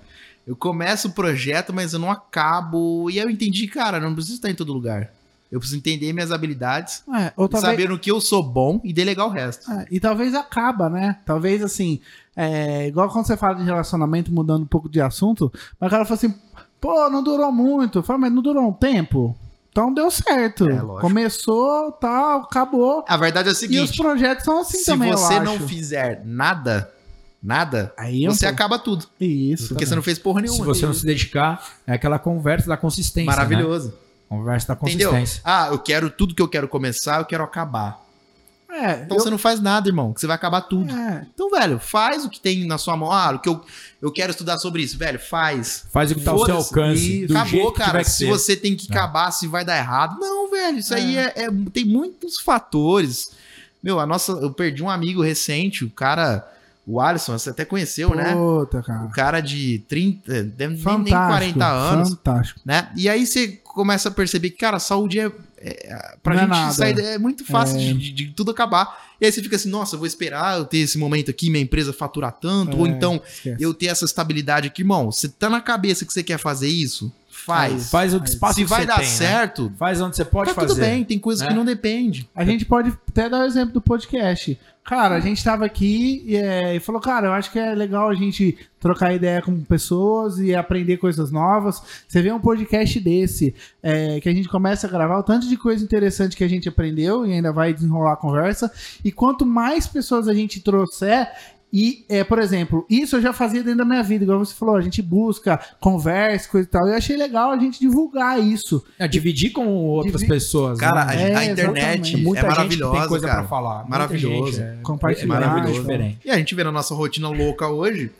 eu começo o projeto, mas eu não acabo. E aí eu entendi, cara, eu não preciso estar em todo lugar. Eu preciso entender minhas habilidades,
É, ou talvez,
saber no que eu sou bom e delegar o resto.
É, e talvez acaba, né? Talvez assim, é, igual quando você fala de relacionamento, mudando um pouco de assunto, mas o cara fala assim, pô, não durou muito. Fala, mas não durou um tempo? Então deu certo.
É, lógico.
Começou, tal, acabou.
A verdade é
e
o
os
seguinte:
projetos são assim
se
também,
você
eu
não
acho.
fizer nada, nada,
Aí é um
você
pouco-
acaba tudo.
Isso.
Porque você não fez porra nenhuma.
Se você não se dedicar, é aquela conversa da consistência. né?
Maravilhoso.
Conversa da
Entendeu?
consistência.
Ah, eu quero tudo que eu quero começar, eu quero acabar.
É,
Então
eu-
você não faz nada, irmão, que você vai acabar tudo.
é,
Então, velho, faz o que tem na sua mão. Ah, o que eu, eu quero estudar sobre isso, velho, faz.
Faz o que tá ao seu
Foda-se.
alcance. Do jeito
Acabou,
que tiver
cara.
que
Se
ser.
você tem que
É.
acabar, se vai dar errado. Não, velho, isso aí é, é- tem muitos fatores. Meu, a nossa. Eu perdi um amigo recente, o cara. O Alisson, você até conheceu, né?
Puta,
O
cara.
cara de 30, deve nem, nem
Fantástico.
40 anos,
Fantástico.
né? E aí você começa a perceber que, cara, saúde é. é pra
Não é
gente
nada.
sair. É muito fácil de- De, de tudo acabar. E aí você fica assim, nossa, eu vou esperar eu ter esse momento aqui, minha empresa faturar tanto, ou
É,
então
esquece.
eu ter essa estabilidade aqui, irmão. Você tá na cabeça que você quer fazer isso? Faz.
É, Faz o que espaço
Se
que
vai
você
dar
tem, né?
certo,
Faz onde você pode
tá
fazer.
tudo bem. Tem coisas
né?
que não depende.
A gente pode até dar o exemplo do podcast. Cara, a gente tava aqui e, é, e falou, cara, eu acho que é legal a gente trocar ideia com pessoas e aprender coisas novas. Você vê um podcast desse, é, que a gente começa a gravar, o tanto de coisa interessante que a gente aprendeu e ainda vai desenrolar a conversa. E quanto mais pessoas a gente trouxer, e, é, por exemplo, isso eu já fazia dentro da minha vida, igual você falou, a gente busca, conversa, coisa e tal. Eu achei legal a gente divulgar isso.
É, dividir com outras
Divi-
pessoas.
Cara, a,
né?
É,
a internet
exatamente.
muita
é
gente que
maravilhosa,
tem coisa
cara.
pra falar. Muita
Maravilhoso.
gente, é-
Compartilhar,
É muito
então.
diferente.
E a gente vê na nossa rotina louca hoje,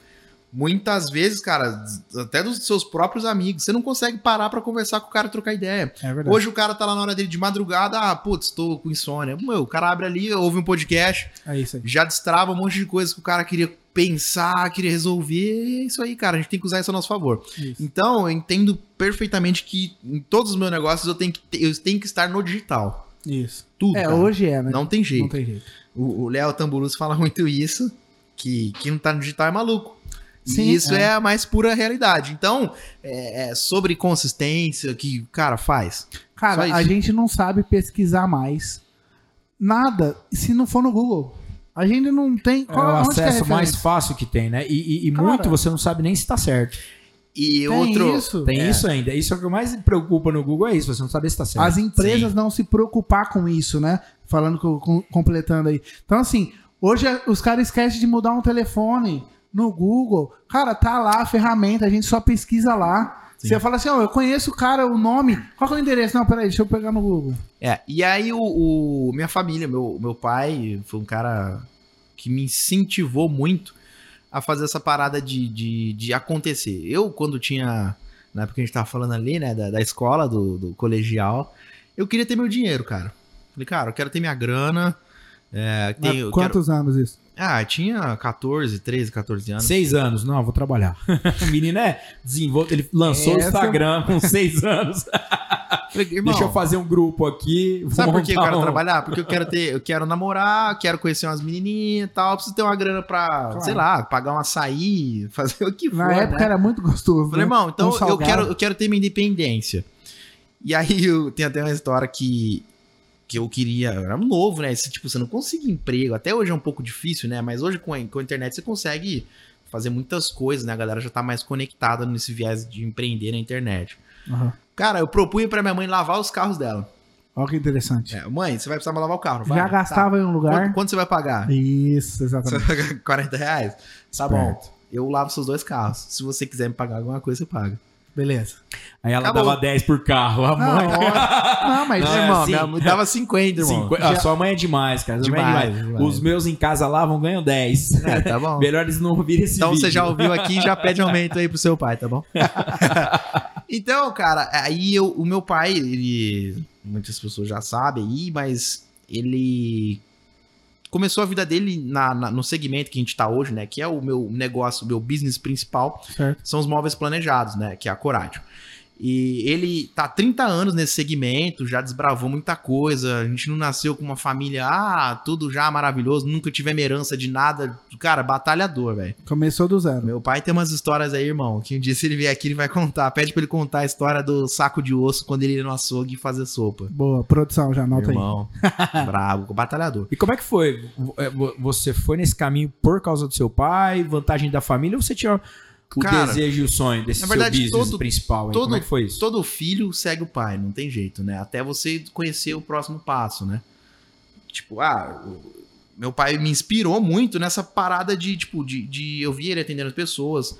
muitas vezes, cara, até dos seus próprios amigos, você não consegue parar pra conversar com o cara e trocar ideia.
É verdade.
Hoje o cara tá lá na hora dele de madrugada, ah, putz, tô com insônia. Meu, o cara abre ali, ouve um podcast,
É isso aí.
já destrava um monte de coisa que o cara queria pensar, queria resolver. E é isso aí, cara, a gente tem que usar isso a nosso favor.
Isso.
Então, eu entendo perfeitamente que em todos os meus negócios eu tenho que, ter- eu tenho que estar no digital.
Isso.
Tudo.
É,
cara.
hoje é, né?
Não tem jeito.
Não tem jeito.
O o Léo Tamburus fala muito isso, que quem não tá no digital é maluco.
Sim,
e isso
é.
é. a mais pura realidade. Então, é, é sobre consistência que o cara faz. Só
Cara,
isso.
a gente não sabe pesquisar mais nada se não for no Google. A gente não tem.
É o
onde que é a
acesso mais
referência?
fácil que tem, né? E, e- e
Cara.
muito você não sabe nem se tá certo.
E
Tem
outro.
isso.
Tem isso ainda. Isso é o que mais preocupa no Google, é isso. Você não sabe se tá certo.
As empresas não se preocupar com isso, né? Falando, co- com- completando aí. Então, assim, hoje a- os caras esquecem de mudar um telefone no Google. Cara, tá lá a ferramenta, a gente só pesquisa lá.
Sim.
Você fala assim, ó, eu conheço o cara, o nome. Qual que é o endereço? Não, peraí, deixa eu pegar no Google.
É, e aí, o, o- minha família, meu, meu pai, foi um cara que me incentivou muito a fazer essa parada de, de, de acontecer. Eu, quando tinha. Na época que a gente tava falando ali, né, da, da escola, do, do colegial, eu queria ter meu dinheiro, cara. Falei, cara, eu quero ter minha grana. É,
Mas
tenho, eu quero-
quantos anos isso?
Ah, eu tinha 14, 13, 14 anos.
Seis anos, não, eu vou trabalhar. O menino é desenvolto, ele lançou
Essa-
o Instagram com seis anos.
Falei, é irmão,
Deixa eu fazer um grupo aqui. vou
sabe por que eu
montar
quero
um-
trabalhar? Porque eu quero ter, eu quero namorar, quero conhecer umas menininhas e tal, preciso ter uma grana pra,
Claro.
sei lá, pagar um açaí, fazer o que for,
Na época
né?
era muito gostoso.
Falei,
né?
irmão, então
Um
eu,
salgado.
quero, eu quero ter minha independência. E aí eu, tem até uma história que, que eu queria. Eu era novo, né? Esse, tipo, você não consegue emprego. Até hoje é um pouco difícil, né? Mas hoje com a, com a internet você consegue fazer muitas coisas, né? A galera já tá mais conectada nesse viés de empreender na internet.
Aham.
Cara, eu propunha pra minha mãe lavar os carros dela.
Olha que interessante.
É, mãe, você vai precisar lavar o carro, vai.
Já gastava em um
Tá.
lugar.
Quanto, quanto você vai pagar?
Isso,
Você
exatamente.
vai pagar 40 reais? Tá bom. Eu lavo seus dois carros. Se você quiser me pagar alguma coisa, você paga.
Beleza.
Aí ela
Acabou.
dava 10 por carro. A
Não,
mãe.
ó- não, mas
Não, é
irmão,
assim.
minha-
Minha mãe dava 50, irmão.
Cinqu- Ah, sua mãe é demais, cara. Sua mãe é
Demais,
demais.
demais.
Os meus em casa lavam, ganham 10.
É, tá bom.
Melhor eles não ouvirem esse
Então
vídeo.
você já ouviu aqui, já pede aumento aí pro seu pai, tá bom? então, cara, aí eu- o meu pai, ele. Muitas pessoas já sabem aí, mas ele. Começou a vida dele na, na- no segmento que a gente tá hoje, né? Que é o meu negócio, o meu business principal,
certo.
são os móveis planejados, né? Que é a Corádio. E ele tá há 30 anos nesse segmento, já desbravou muita coisa. A gente não nasceu com uma família, ah, tudo já maravilhoso, nunca tivemos herança de nada. Cara, batalhador, velho.
Começou do zero.
Meu pai tem umas histórias aí, irmão, que um dia se ele vier aqui ele vai contar. Pede pra ele contar a história do saco de osso quando ele ia no açougue fazer sopa.
Boa, produção, já anota aí.
Irmão, brabo, batalhador.
E como é que foi? Vo- é, vo- Você foi nesse caminho por causa do seu pai, vantagem da família, ou você tinha o
Cara,
desejo e o sonho desse
na verdade,
seu business
todo-
principal? Aí?
todo-
como é que foi isso?
Todo filho segue o pai, não tem jeito, né? Até você conhecer o próximo passo, né? Tipo, ah, o- meu pai me inspirou muito nessa parada de, tipo, de, de eu vi ele atendendo as pessoas,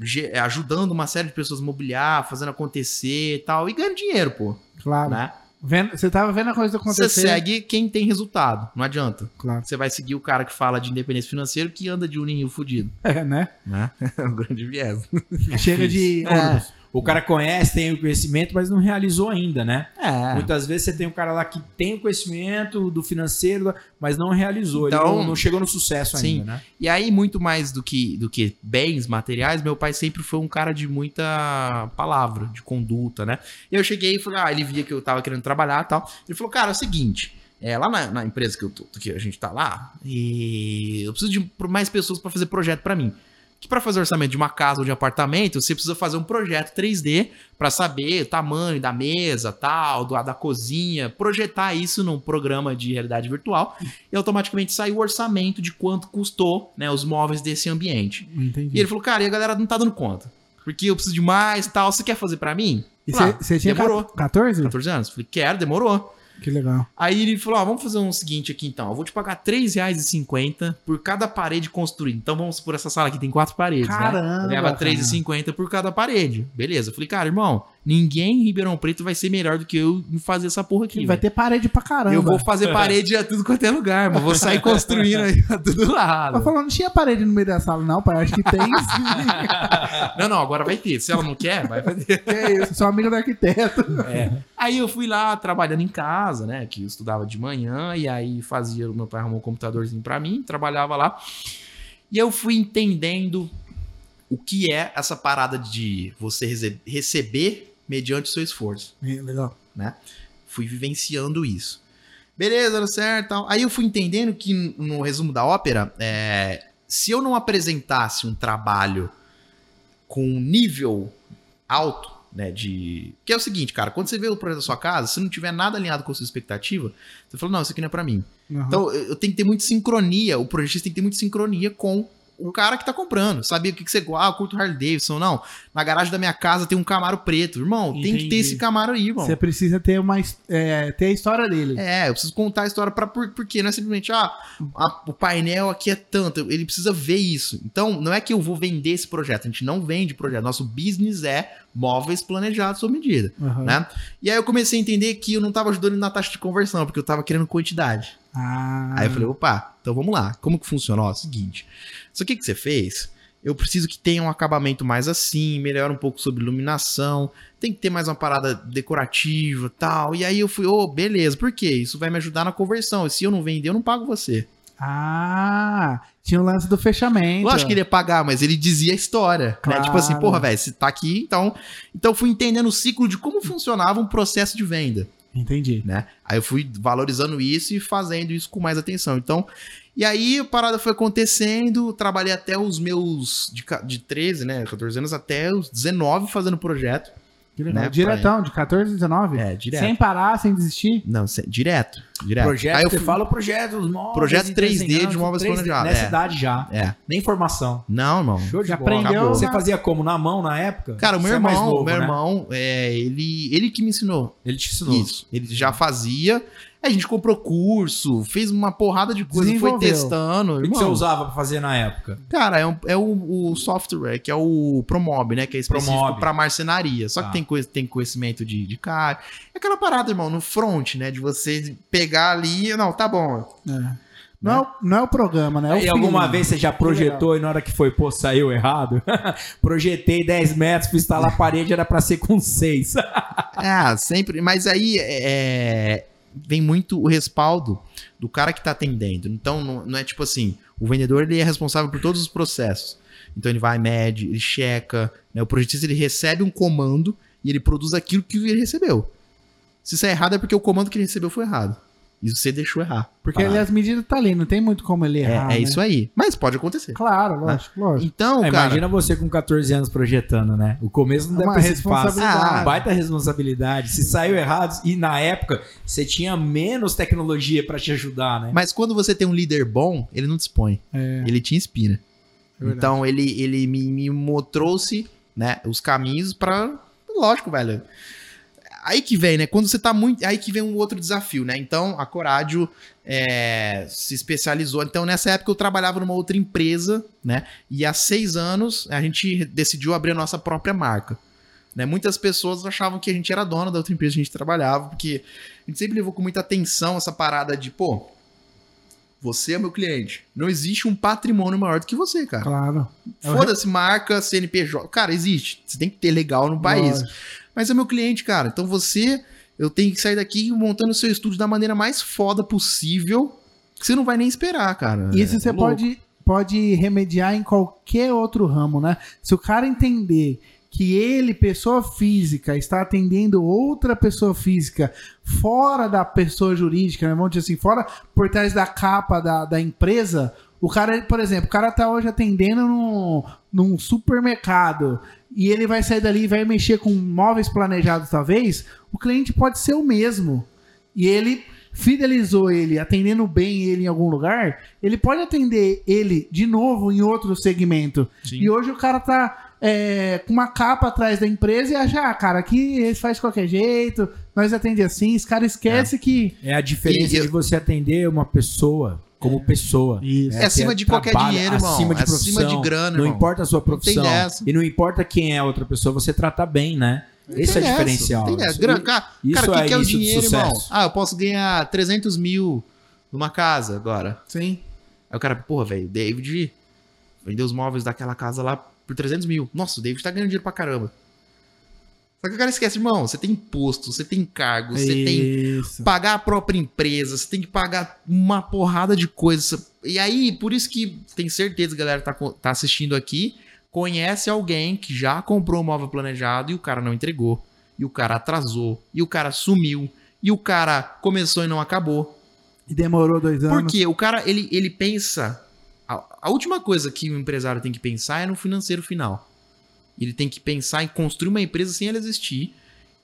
ge- ajudando uma série de pessoas a mobiliar, fazendo acontecer e tal, e ganhando dinheiro, pô,
Claro.
né?
Vendo- você tava vendo a coisa
Você
acontecer.
segue quem tem resultado, não adianta.
Claro.
Você vai seguir o cara que fala de independência financeira que anda de uninho um fudido.
É, né?
Né? É um grande viés.
Chega de ônibus.
O cara conhece, tem o conhecimento, mas não realizou ainda, né?
É.
Muitas vezes você tem um cara lá que tem o conhecimento do financeiro, mas não realizou. ele
Então-
não, não chegou no sucesso
Sim.
ainda, né?
E aí, muito mais do que, do que bens materiais, meu pai sempre foi um cara de muita palavra, de conduta, né? E eu cheguei e falei, ah, ele via que eu tava querendo trabalhar e tal. Ele falou, cara, é o seguinte, é, lá na, na empresa que, eu tô, que a gente tá lá, e eu preciso de pro- mais pessoas pra fazer projeto pra mim. Que pra fazer orçamento de uma casa ou de um apartamento, você precisa fazer um projeto 3D pra saber o tamanho da mesa, tal, do, da cozinha, projetar isso num programa de realidade virtual e automaticamente sai o orçamento de quanto custou né, os móveis desse ambiente. E
Entendi.
ele falou, cara, é. e a galera não tá dando conta. Porque eu preciso de mais tal. Você quer fazer pra mim?
E
Lá,
você tinha
demorou.
14?
14 anos? Falei, quero, demorou.
Que legal.
Aí ele falou: ó, vamos fazer um seguinte aqui então. Eu vou te pagar R$3,50 por cada parede construída. Então vamos supor essa sala aqui tem quatro paredes. né?
Caramba.
Eu ganhava
cara.
R$3,50 por cada parede. Beleza. Eu falei, cara, irmão, ninguém em Ribeirão Preto vai ser melhor do que eu em fazer essa porra aqui.
Vai
velho.
ter parede pra caramba.
Eu vou fazer parede a tudo quanto é lugar, mano. Vou sair construindo aí a todo lado.
Ela falou, não tinha parede no meio da sala, não, pai. Acho que tem sim.
Não, não, agora vai ter. Se ela não quer, vai fazer.
que é isso, sou amigo do arquiteto.
Aí eu fui lá trabalhando em casa, né? Que eu estudava de manhã e aí fazia. Meu pai arrumou um computadorzinho pra mim, trabalhava lá. E eu fui entendendo o que é essa parada de você rece- receber mediante o seu esforço.
Legal.
Fui vivenciando isso. Beleza, deu certo. tal. Aí eu fui entendendo que, no resumo da ópera, é, se eu não apresentasse um trabalho com um nível alto, né, de... Que é o seguinte, cara, quando você vê o projeto da sua casa, se não tiver nada alinhado com a sua expectativa, você fala, não, isso aqui não é pra mim. Então, eu eu tenho que ter muita sincronia, o projetista tem que ter muita sincronia com o cara que tá comprando. Sabia o que, que você gosta? Ah, eu curto Harley Davidson. Não, na garagem da minha casa tem um Camaro preto. Irmão, tem que ter
Entendi.
esse Camaro aí, irmão.
Você precisa ter uma his- é, ter a história dele.
É, eu preciso contar a história para por, porque não é simplesmente ah, a- o painel aqui é tanto, ele precisa ver isso. Então, não é que eu vou vender esse projeto, a gente não vende projeto, nosso business é móveis planejados sob medida,
Aham.
né? E aí eu comecei a entender que eu não tava ajudando na taxa de conversão, porque eu tava querendo quantidade.
Ah,
Aí eu falei, opa, então vamos lá. Como que funciona? Ó, é seguinte. Isso aqui que você fez, eu preciso que tenha um acabamento mais assim, melhora um pouco sobre iluminação, tem que ter mais uma parada decorativa tal. E aí eu fui, ô, beleza, por quê? Isso vai me ajudar na conversão. E se eu não vender, eu não pago você.
ah, tinha o lance do fechamento.
Lógico que ele ia pagar, mas ele dizia a história. né?
Então. Claro.
Tipo assim, porra, velho, você tá aqui, então. Então eu fui entendendo o ciclo de como funcionava um processo de venda.
Entendi.
né? Aí eu fui valorizando isso e fazendo isso com mais atenção. Então, e aí a parada foi acontecendo, trabalhei até os meus de, ca- de 13, né, 14 anos até os 19 fazendo projeto.
Que legal.
Né,
Diretão, de 14 a 19?
É, direto.
Sem parar, sem desistir?
Não, se- direto, direto.
Projeto,
É. aí eu
você
fui-
fala projetos, móveis. então, assim,
Projeto
e
3D de
desenhando,
móveis
3D,
planejados,
Nessa
é.
idade né, já.
É.
Nem formação.
Não, irmão.
Show de
Já
bola.
aprendeu,
Acabou.
né?
Você fazia como? Na mão, na época?
Cara, o meu
Você é mais
irmão,
novo,
meu
né?
irmão, é, ele, ele que me ensinou
Ele te ensinou.
isso. Ele já fazia. A gente comprou curso, fez uma porrada de coisa, foi
Desenvolveu.
O
testando.
que que você
irmão.
usava pra fazer na época?
Cara, é, um- é o, o software, que é o Promob, né? Que é específico
Promob.
pra marcenaria. Só
Tá.
que tem, coisa, tem conhecimento de, de cara. É aquela parada, irmão, no front, né? De você pegar ali. Não, tá bom.
Não, é, o- não é o programa, né? É o
e alguma
feeling.
vez você já projetou e na hora que foi, pô, saiu errado? Projetei 10 metros pra instalar a parede, era pra ser com 6.
Ah, sempre. Mas aí é, vem muito o respaldo do cara que tá atendendo. Então, não, não é tipo assim, o vendedor ele é responsável por todos os processos. Então ele vai, mede, ele checa, né? O projetista ele recebe um comando e ele produz aquilo que ele recebeu. Se isso é errado, é porque o comando que ele recebeu foi errado. Isso você deixou errar.
Porque ele, as medidas tá ali, não tem muito como ele
É,
errar.
é
né?
isso aí. Mas pode acontecer.
Claro, lógico, lógico.
Então,
É,
cara.
Imagina você com 14 anos projetando, né? O começo não
É
deve
uma
ter sido fácil.
responsabilidade.
Ah, baita responsabilidade. Se saiu errado, e na época você tinha menos tecnologia pra te ajudar, né?
Mas quando você tem um líder bom, ele não dispõe.
É,
Ele te inspira.
é verdade.
Então ele, ele me, me mostrou-se, né, os caminhos pra. Lógico, velho. Aí que vem, né? Quando você tá muito. Aí que vem um outro desafio, né? Então, a Corádio é, se especializou. Então, nessa época eu trabalhava numa outra empresa, né? E há seis anos a gente decidiu abrir a nossa própria marca. Né? Muitas pessoas achavam que a gente era dona da outra empresa que a gente trabalhava, porque a gente sempre levou com muita atenção essa parada de, pô, Você é meu cliente. Não existe um patrimônio maior do que você, cara.
Claro. É o re-
Foda-se, marca, CNPJ. Cara, existe. Você tem que ter legal no país.
Lógico.
Mas é meu cliente, cara. Então você, eu tenho que sair daqui montando o seu estúdio da maneira mais foda possível. Que você não vai nem esperar, cara.
E isso
É
você
louco.
pode, pode remediar em qualquer outro ramo, né? Se o cara entender que ele, pessoa física, está atendendo outra pessoa física fora da pessoa jurídica, né? Vamos dizer assim, fora por trás da capa da, da empresa. O cara, por exemplo, o cara tá hoje atendendo num, num supermercado e ele vai sair dali e vai mexer com móveis planejados, talvez. O cliente pode ser o mesmo. E ele fidelizou ele, atendendo bem ele em algum lugar, ele pode atender ele de novo em outro segmento.
Sim.
E hoje o cara tá é, com uma capa atrás da empresa e acha, ah, cara, aqui eles faz de qualquer jeito, nós atende assim, esse cara esquece que.
É a diferença
E eu-
de você atender uma pessoa como pessoa.
Isso.
É acima
que
de qualquer
trabalha,
dinheiro, irmão. É
Acima de,
Acima
profissão,
de grana,
Não
irmão.
importa a sua profissão.
dessa.
e não importa quem é a outra pessoa, você tratar bem, né? Esse é
Tem dessa,
diferencial.
Tem dessa.
Isso-
Gran- Cara,
isso
cara, o que,
é
que é o
início de
dinheiro, irmão?
sucesso.
Ah, eu posso ganhar 300 mil numa casa agora.
Sim.
Aí o cara, porra, velho, o David vendeu os móveis daquela casa lá por 300 mil. Nossa, o David tá ganhando dinheiro pra caramba. Só que o cara esquece, irmão, você tem imposto, você tem cargo,
É
você tem
Isso.
pagar a própria empresa, você tem que pagar uma porrada de coisas. E aí, por isso que tenho certeza que a galera tá, co- tá assistindo aqui, conhece alguém que já comprou um móvel planejado e o cara não entregou, e o cara atrasou, e o cara sumiu, e o cara começou e não acabou.
E demorou dois anos.
Porque o cara, ele, ele pensa. A, a última coisa que o empresário tem que pensar é no financeiro final. Ele tem que pensar em construir uma empresa sem ela existir.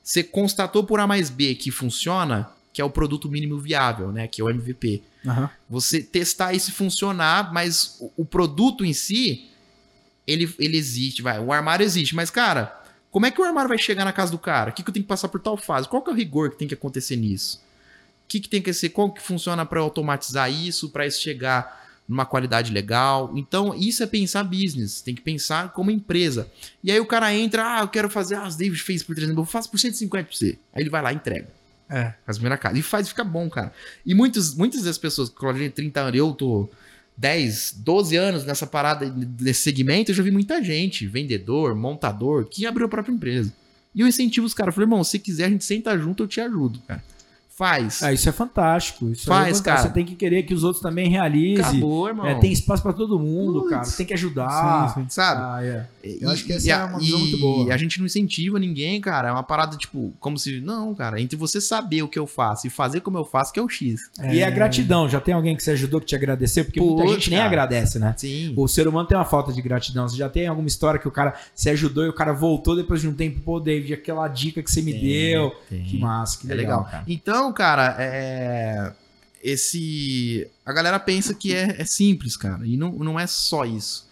Você constatou por A mais B que funciona, que é o produto mínimo viável, né? Que é o MVP.
Aham.
Você testar isso e funcionar, mas o, o produto em si, ele, ele existe, vai. O armário existe, mas, cara, como é que o armário vai chegar na casa do cara? O que, que eu tenho que passar por tal fase? Qual que é o rigor que tem que acontecer nisso? O que, que tem que ser? Como que funciona para automatizar isso, para isso chegar numa qualidade legal? Então, isso é pensar business, tem que pensar como empresa. E aí o cara entra, ah, eu quero fazer, ah, os David fez por 300, eu faço por 150 pra você. Aí ele vai lá e entrega.
É.
Faz a primeira casa. E faz, fica bom, cara. E muitos, muitas das pessoas que colocam 30 anos, eu tô 10, 12 anos nessa parada, nesse segmento, eu já vi muita gente, vendedor, montador, que abriu a própria empresa. E eu incentivo os caras. Eu Falei, irmão, se quiser, a gente senta junto, eu te ajudo, cara. Faz.
Ah, isso é fantástico. Isso aí é
Faz,
fantástico.
cara.
Você tem que querer que os outros também realizem.
Acabou, irmão.
É, tem espaço pra todo mundo,
Putz.
cara. Tem que ajudar.
Sim, sim.
Sabe?
Ah, é.
Eu
Eu acho que essa é uma visão muito
E
boa.
a gente não incentiva ninguém, cara. É uma parada, tipo, como se. Não, cara. Entre você saber o que eu faço e fazer como eu faço, que é o X.
E é gratidão. Já tem alguém que você ajudou, que te agradeceu? Porque muita
Putz,
gente nem
cara.
agradece, né?
Sim.
O ser humano tem uma falta de gratidão. Você já tem alguma história que o cara se ajudou e o cara voltou depois de um tempo? Pô, David, aquela dica que você me
Tem,
deu.
tem.
Que massa, que
É
legal,
legal.
cara.
Então, cara, é. Esse. A galera pensa que é, é simples, cara. E não, não é só isso.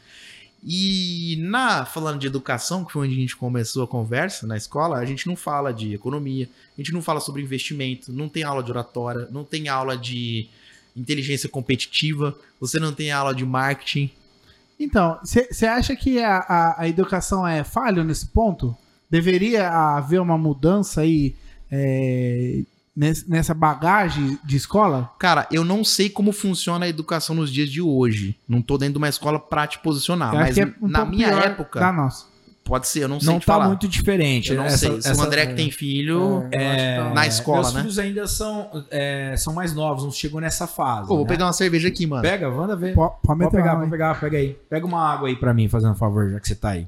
E na falando de educação, que foi onde a gente começou a conversa na escola, a gente não fala de economia, a gente não fala sobre investimento, não tem aula de oratória, não tem aula de inteligência competitiva, você não tem aula de marketing.
Então, você acha que a, a, a educação é falho nesse ponto? Deveria haver uma mudança aí é, nes- nessa bagagem de escola?
Cara, eu não sei como funciona a educação nos dias de hoje. Não tô dentro de uma escola pra te posicionar,
Eu acho
Ah, mas
que é um
na
pouco
minha
pior
época,
Da nossa.
pode ser, eu não sei
Não
te
tá
falar.
muito diferente. né?
Eu não
Essa-
sei. Se o
essa-
André que tem filho.
É,
na escola,
meus
né?
filhos ainda são, é, são mais novos, não chegou nessa fase.
É, Pô, vou
né?
pegar uma cerveja aqui, mano.
Pega, Wanda, vê.
po- pode
Pode
meter
pegar,
lá,
pode
hein?
pegar, pega aí. Pega uma água aí pra mim, fazendo um favor, já que você tá aí.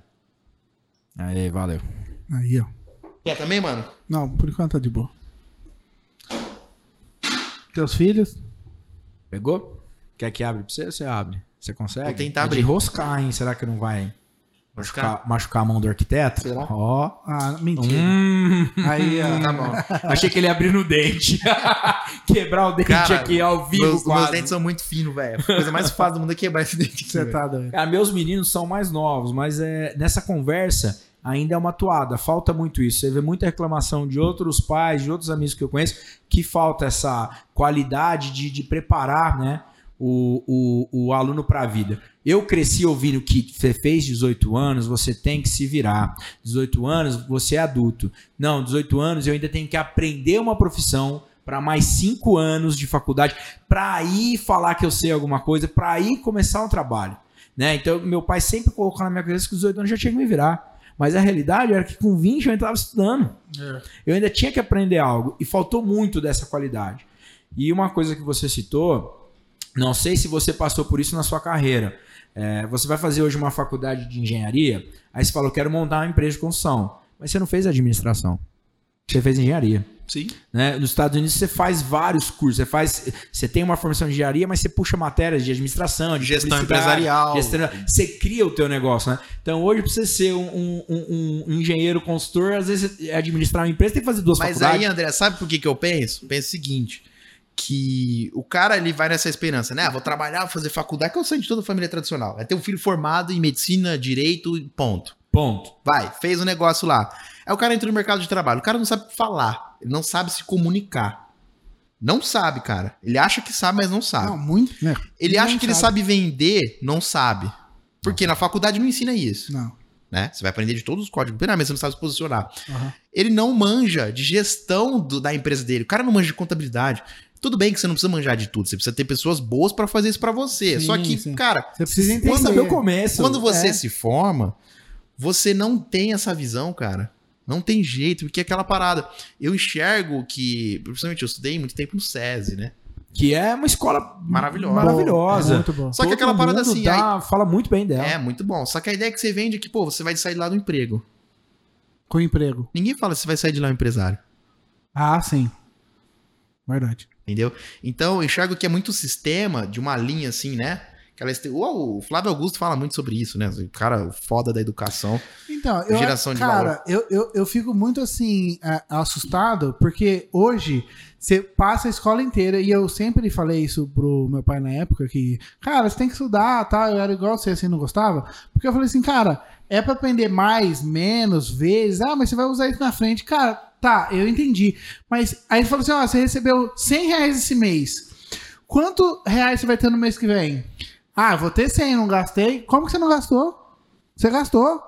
Aí, valeu.
Aí, ó.
Quer também, mano?
Não, por enquanto tá de boa. Teus filhos?
Pegou? Quer que abre pra você? Você abre. Você consegue?
Vou tentar
É de
abrir.
roscar, hein? Será que não vai
Vai ficar.
machucar, machucar a mão do arquiteto?
Será?
Ó.
Ah, mentira.
Hum,
Aí,
Tá
ó.
bom.
achei que ele ia abrir no dente. Quebrar o dente
Cara,
aqui ao vivo
meus,
quase.
meus dentes são muito finos, velho. A coisa mais fácil do mundo é quebrar esse dente aqui.
Você
velho.
tá doido.
Cara, Ah, meus meninos são mais novos, mas é, nessa conversa ainda é uma toada, falta muito isso. Você vê muita reclamação de outros pais, de outros amigos que eu conheço, que falta essa qualidade de, de preparar né, o, o, o aluno para a vida. Eu cresci ouvindo que você fez 18 anos, você tem que se virar. 18 anos, você é adulto. Não, 18 anos eu ainda tenho que aprender uma profissão para mais cinco anos de faculdade, para aí falar que eu sei alguma coisa, para aí começar um trabalho. Né? Então, meu pai sempre colocou na minha cabeça que os 18 anos eu já tinha que me virar. Mas a realidade era que com 20 eu ainda estava estudando. Eu ainda tinha que aprender algo. E faltou muito dessa qualidade. E uma coisa que você citou, não sei se você passou por isso na sua carreira. É, você vai fazer hoje uma faculdade de engenharia, aí você fala, eu quero montar uma empresa de construção. Mas você não fez administração. Você fez engenharia
Sim.
né? Nos Estados Unidos você faz vários cursos, você faz, você tem uma formação de engenharia, mas você puxa matérias de administração, de
Gestão
publicidade,
empresarial.
gestão- você cria o teu negócio, né? Então hoje para você ser um, um- um- um engenheiro consultor, às vezes é administrar uma empresa tem que fazer duas
Mas aí, é
faculdades.
André, sabe por que, que eu penso? Penso o seguinte: que o cara ele vai nessa esperança, né? Ah, vou trabalhar, vou fazer faculdade, que é o sonho de toda família tradicional. É ter um filho formado em medicina, direito, e ponto.
Ponto.
Vai, fez um negócio lá. Aí o cara entra no mercado de trabalho. O cara não sabe falar, ele não sabe se comunicar. Não sabe, cara. Ele acha que sabe, mas não
Ah.
sabe.
Não, muito. né?
ele
não
acha que ele sabe vender, não sabe. Porque na faculdade não ensina isso,
Não.
né? Você vai aprender de todos os códigos penais, mas você não sabe se posicionar
Aham.
ele não manja de gestão do- da empresa dele. O cara não manja de contabilidade. Tudo bem que você não precisa manjar de tudo, você precisa ter pessoas boas pra fazer isso pra você.
Sim,
Só que,
sim.
cara,
Você precisa
Tem que
entender.
saber o começo.
quando você
É.
se forma, você não tem essa visão, cara. Não tem jeito, porque é aquela parada. Eu enxergo que, principalmente eu estudei muito tempo no SESI, né?
que é uma escola
Maravilhosa.
Bom, é
maravilhosa.
muito bom.
Só que
Todo
aquela parada
mundo
assim,
dá- fala muito bem dela.
É, muito bom. Só que a ideia que você vende é que, pô, você vai sair lá do emprego.
Com emprego.
Ninguém fala que você vai sair de lá um empresário.
Ah, sim. Verdade.
Entendeu? Então, eu enxergo que é muito sistema de uma linha assim, né? Que ela este... Uou, o Flávio Augusto fala muito sobre isso, né? O cara foda da educação.
Então, eu,
Geração de
cara, eu, eu, eu fico muito assim, a- assustado, porque hoje você passa a escola inteira, e eu sempre falei isso pro meu pai na época, que, cara, você tem que estudar, tá? Eu era igual você, assim, não gostava. Porque eu falei assim, cara, é pra aprender mais, menos, vezes, ah, mas você vai usar isso na frente. Cara, tá, eu entendi. Mas aí ele falou assim, ó, você recebeu 100 reais esse mês. Quanto reais você vai ter no mês que vem? Ah, vou ter 100, não gastei. Como que você não gastou? Você gastou.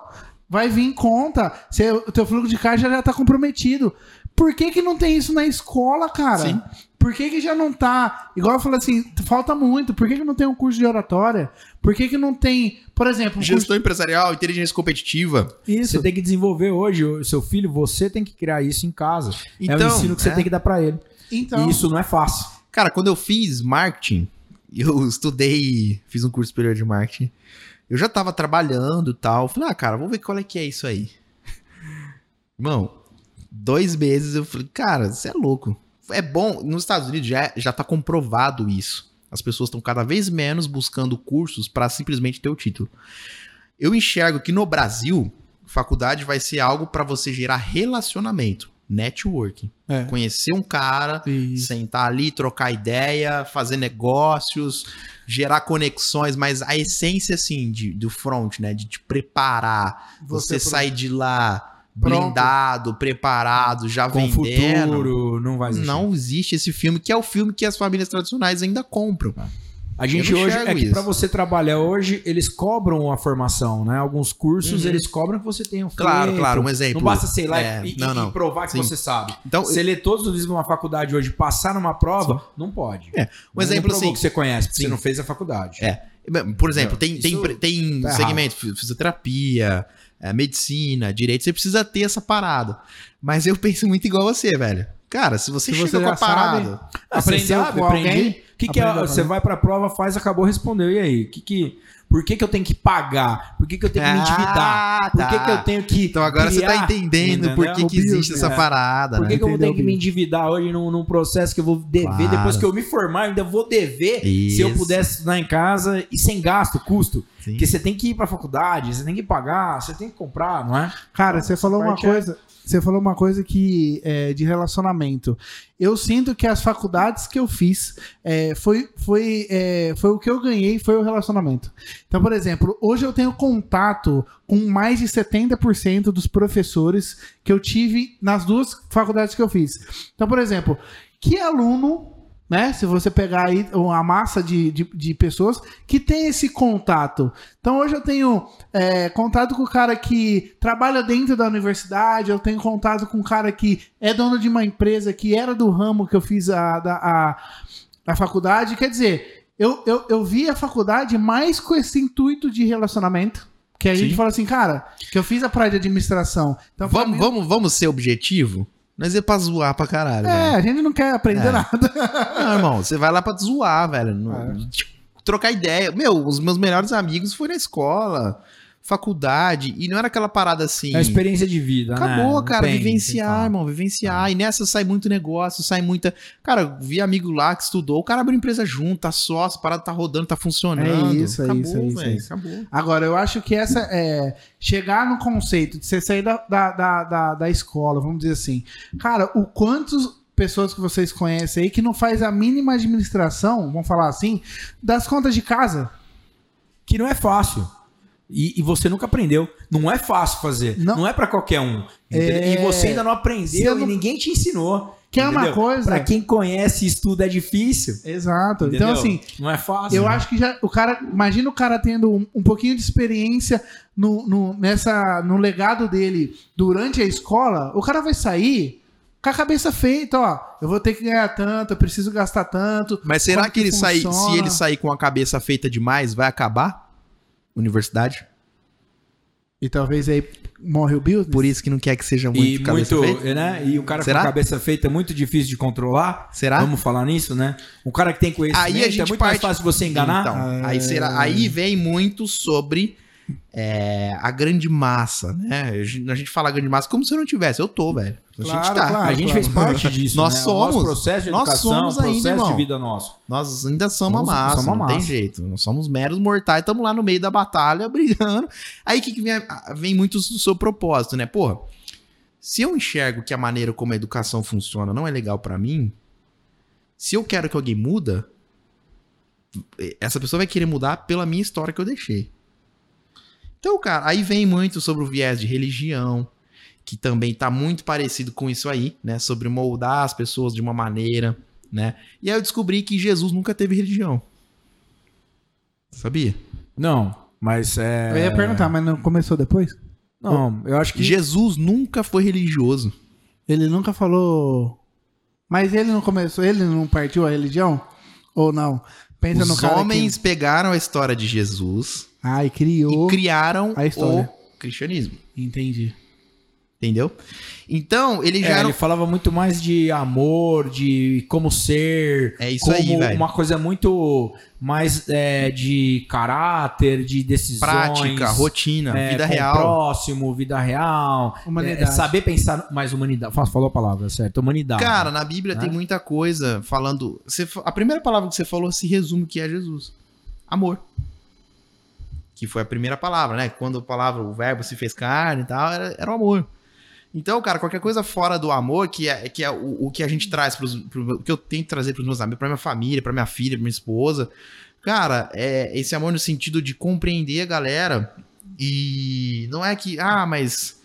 Vai vir em conta. Você- o teu fluxo de caixa já tá comprometido. Por que que não tem isso na escola, cara?
Sim.
Por que que já não tá... Igual eu falei assim, falta muito. Por que que não tem um curso de oratória? Por que que não tem, por exemplo... Um curso...
Gestão empresarial, inteligência competitiva.
Você
Isso.
tem que desenvolver hoje o seu filho, você tem que criar isso em casa. é
Então,
o ensino que você
né?
tem que dar pra ele.
Então,
E isso não é fácil.
Cara, quando eu fiz marketing, eu estudei, fiz um curso superior de marketing. Eu já tava trabalhando e tal. Falei, ah, cara, vamos ver qual é que é isso aí. Irmão, dois meses eu falei, cara, você é louco. É bom, nos Estados Unidos já, já tá comprovado isso. As pessoas estão cada vez menos buscando cursos para simplesmente ter o título. Eu enxergo que no Brasil, faculdade vai ser algo para você gerar relacionamento, networking.
É.
Conhecer um cara,
e-
sentar ali, trocar ideia, fazer negócios, gerar conexões, mas a essência, assim, de, do front, né? De te preparar, você,
pro-
sair de lá
Pronto.
blindado, preparado, já
com
tá vendendo.
futuro, assim. não vai existir.
Não existe esse filme, que é o filme que as famílias tradicionais ainda compram.
Ah. A gente
Eu não
hoje
enxergo
é que
isso.
para você trabalhar hoje, eles cobram a formação, né? Alguns cursos
Uhum.
eles cobram que você tenha um
Claro,
feito.
claro, um exemplo.
Não basta, sei lá,
É,
e, e-
não, não.
e provar
Sim.
que você sabe.
Então,
Você lê todos os livros de uma faculdade hoje, passar numa prova, não pode.
É, um
Não
exemplo
provou
assim-
que você conhece, porque
Sim.
você não fez a faculdade.
É. Por exemplo,
Não,
tem, tem,
isso
pre- tem
tá errado.
segmento, fi- fisioterapia, eh, medicina, direito, você precisa ter essa parada. Mas eu penso muito igual você, velho. Cara, se você
Se
chega
você
com a
já sabe,
parada.
Ah, você
Aprendeu
sabe,
com
aprendi.
alguém?
O que, que é-
Aprendeu com
você
alguém?
vai pra prova, faz, acabou, respondeu. E aí? Que que, por que, que eu tenho que pagar? Por que, que eu tenho que me endividar?
Ah,
Por que,
tá.
que eu tenho que.
Então agora você tá
criar?
entendendo por que,
Entendeu?
que existe essa
É.
parada,
Por que,
né?
que eu vou ter
Entendeu,
que me
Bi?
endividar hoje num, num processo que eu vou dever?
Claro.
Depois que eu me formar, eu ainda vou dever se eu
Isso.
pudesse estudar em casa e sem gasto, custo.
Sim.
Porque você tem que ir pra faculdade, você tem que pagar, você tem que comprar, não é?
Cara, você falou uma
parte é-
coisa. Você falou uma coisa que é, de relacionamento. Eu sinto que as faculdades que eu fiz é, foi, foi, é, foi o que eu ganhei, foi o relacionamento. Então, por exemplo, hoje eu tenho contato com mais de 70% dos professores que eu tive nas duas faculdades que eu fiz. Então, por exemplo, que é aluno né? Se você pegar aí uma massa de, de, de pessoas que tem esse contato. Então hoje eu tenho é, contato com o cara que trabalha dentro da universidade, eu tenho contato com o cara que é dono de uma empresa que era do ramo que eu fiz a, da- a, a faculdade. Quer dizer, eu, eu, eu vi a faculdade mais com esse intuito de relacionamento. Que a gente
Sim.
fala assim, cara, que eu fiz a praia de administração. Então, pra
Vamos,
mim-
vamos, vamos ser objetivo? Nós é pra zoar pra caralho.
É,
velho.
a gente não quer aprender
É.
nada.
Não, irmão, você vai lá pra zoar, velho. Não-
É.
tipo, trocar ideia. Meu, os meus melhores amigos foram na escola, faculdade, e não era aquela parada assim.
É uma experiência de vida, né?
Acabou,
Não
cara,
tem o que
vivenciar,
falar.
irmão, vivenciar. E nessa sai muito negócio, sai muita. Cara, eu vi amigo lá que estudou, o cara abriu empresa junto, tá sócio, a parada tá rodando, tá funcionando.
É isso, é
acabou,
isso, é isso, é
velho,
isso.
Acabou.
Agora, eu acho que essa é. Chegar no conceito de você sair da, da, da, da, da escola, vamos dizer assim. Cara, o quantos pessoas que vocês conhecem aí que não faz a mínima administração, vamos falar assim, das contas de casa?
que não é fácil. E, e você nunca aprendeu. Não é fácil fazer.
Não.
Não, é pra qualquer um. entendeu?
É.
E você ainda não
Você
aprendeu
não-
e ninguém te ensinou.
Que é uma
entendeu?
coisa.
Pra quem conhece e estuda é difícil.
Exato.
entendeu?
Então, assim,
Não é fácil.
eu acho que já. O cara. Imagina o cara tendo um, um pouquinho de experiência no, no, nessa, no legado dele durante a escola, o cara vai sair. Com a cabeça feita, ó. Eu vou ter que ganhar tanto, eu preciso gastar tanto.
Mas será
Como
que ele
que
sair,
funciona?
se ele sair com a cabeça feita demais, vai acabar? Universidade?
E talvez aí morre o business.
Por isso que não quer que seja muito
e
cabeça
muito,
feita?
né? E o cara
Será?
com a cabeça feita é muito difícil de controlar.
Será?
Vamos falar nisso, né? Um cara que tem conhecimento
Aí a gente
é muito mais
parte-
fácil você enganar. Ah,
Então, aí, será, aí vem muito sobre é, a grande massa, né? A gente a gente fala grande massa como se eu não tivesse. Eu tô, velho. A
Claro,
gente tá.
claro.
a gente fez parte disso.
Nós
né? O
somos.
nosso processo de
Nós
educação,
somos
o processo
ainda, irmão.
de vida nosso.
Nós ainda somos
Somos-
a massa,
somos a
não tem
massa.
jeito. Nós somos meros mortais, estamos lá no meio da batalha, brigando. Aí o que, que vem, a- vem muito do seu propósito, né? Porra, se eu enxergo que a maneira como a educação funciona não é legal pra mim, se eu quero que alguém muda, essa pessoa vai querer mudar pela minha história que eu deixei. Então, cara, aí vem muito sobre o viés de religião, que também tá muito parecido com isso aí, né? Sobre moldar as pessoas de uma maneira, né? E aí eu descobri que Jesus nunca teve religião. Sabia?
Não, mas é.
Eu ia perguntar, mas não começou depois?
Não, eu acho que.
Jesus nunca foi religioso.
Ele nunca falou. Mas ele não começou, ele não partiu a religião? Ou não?
é
Pensa no
Os
cara. que-
homens pegaram a história de Jesus
Ai, criou.
e criaram
a história.
o cristianismo.
Entendi.
Entendeu? Então, ele já
É,
era.
ele falava muito mais de amor, de como ser.
É isso
como
aí, velho.
Uma coisa muito mais é, de caráter, de decisões.
Prática, rotina,
é,
vida
com o
real.
Próximo, vida real.
Humanidade.
É, saber pensar mais humanidade. Fa- Falou a palavra, certo? Humanidade.
Cara, na Bíblia
Né?
tem muita coisa falando. Você, fa- a primeira palavra que você falou se resume que é Jesus. Amor. Que foi a primeira palavra, né? Quando a palavra, o verbo se fez carne e tal, era, era o amor. Então, cara, qualquer coisa fora do amor, que é, que é o, o que a gente traz, pros, pro, o que eu tento trazer pros meus amigos, pra minha família, pra minha filha, pra minha esposa. Cara, é esse amor no sentido de compreender a galera. E não é que, ah, mas.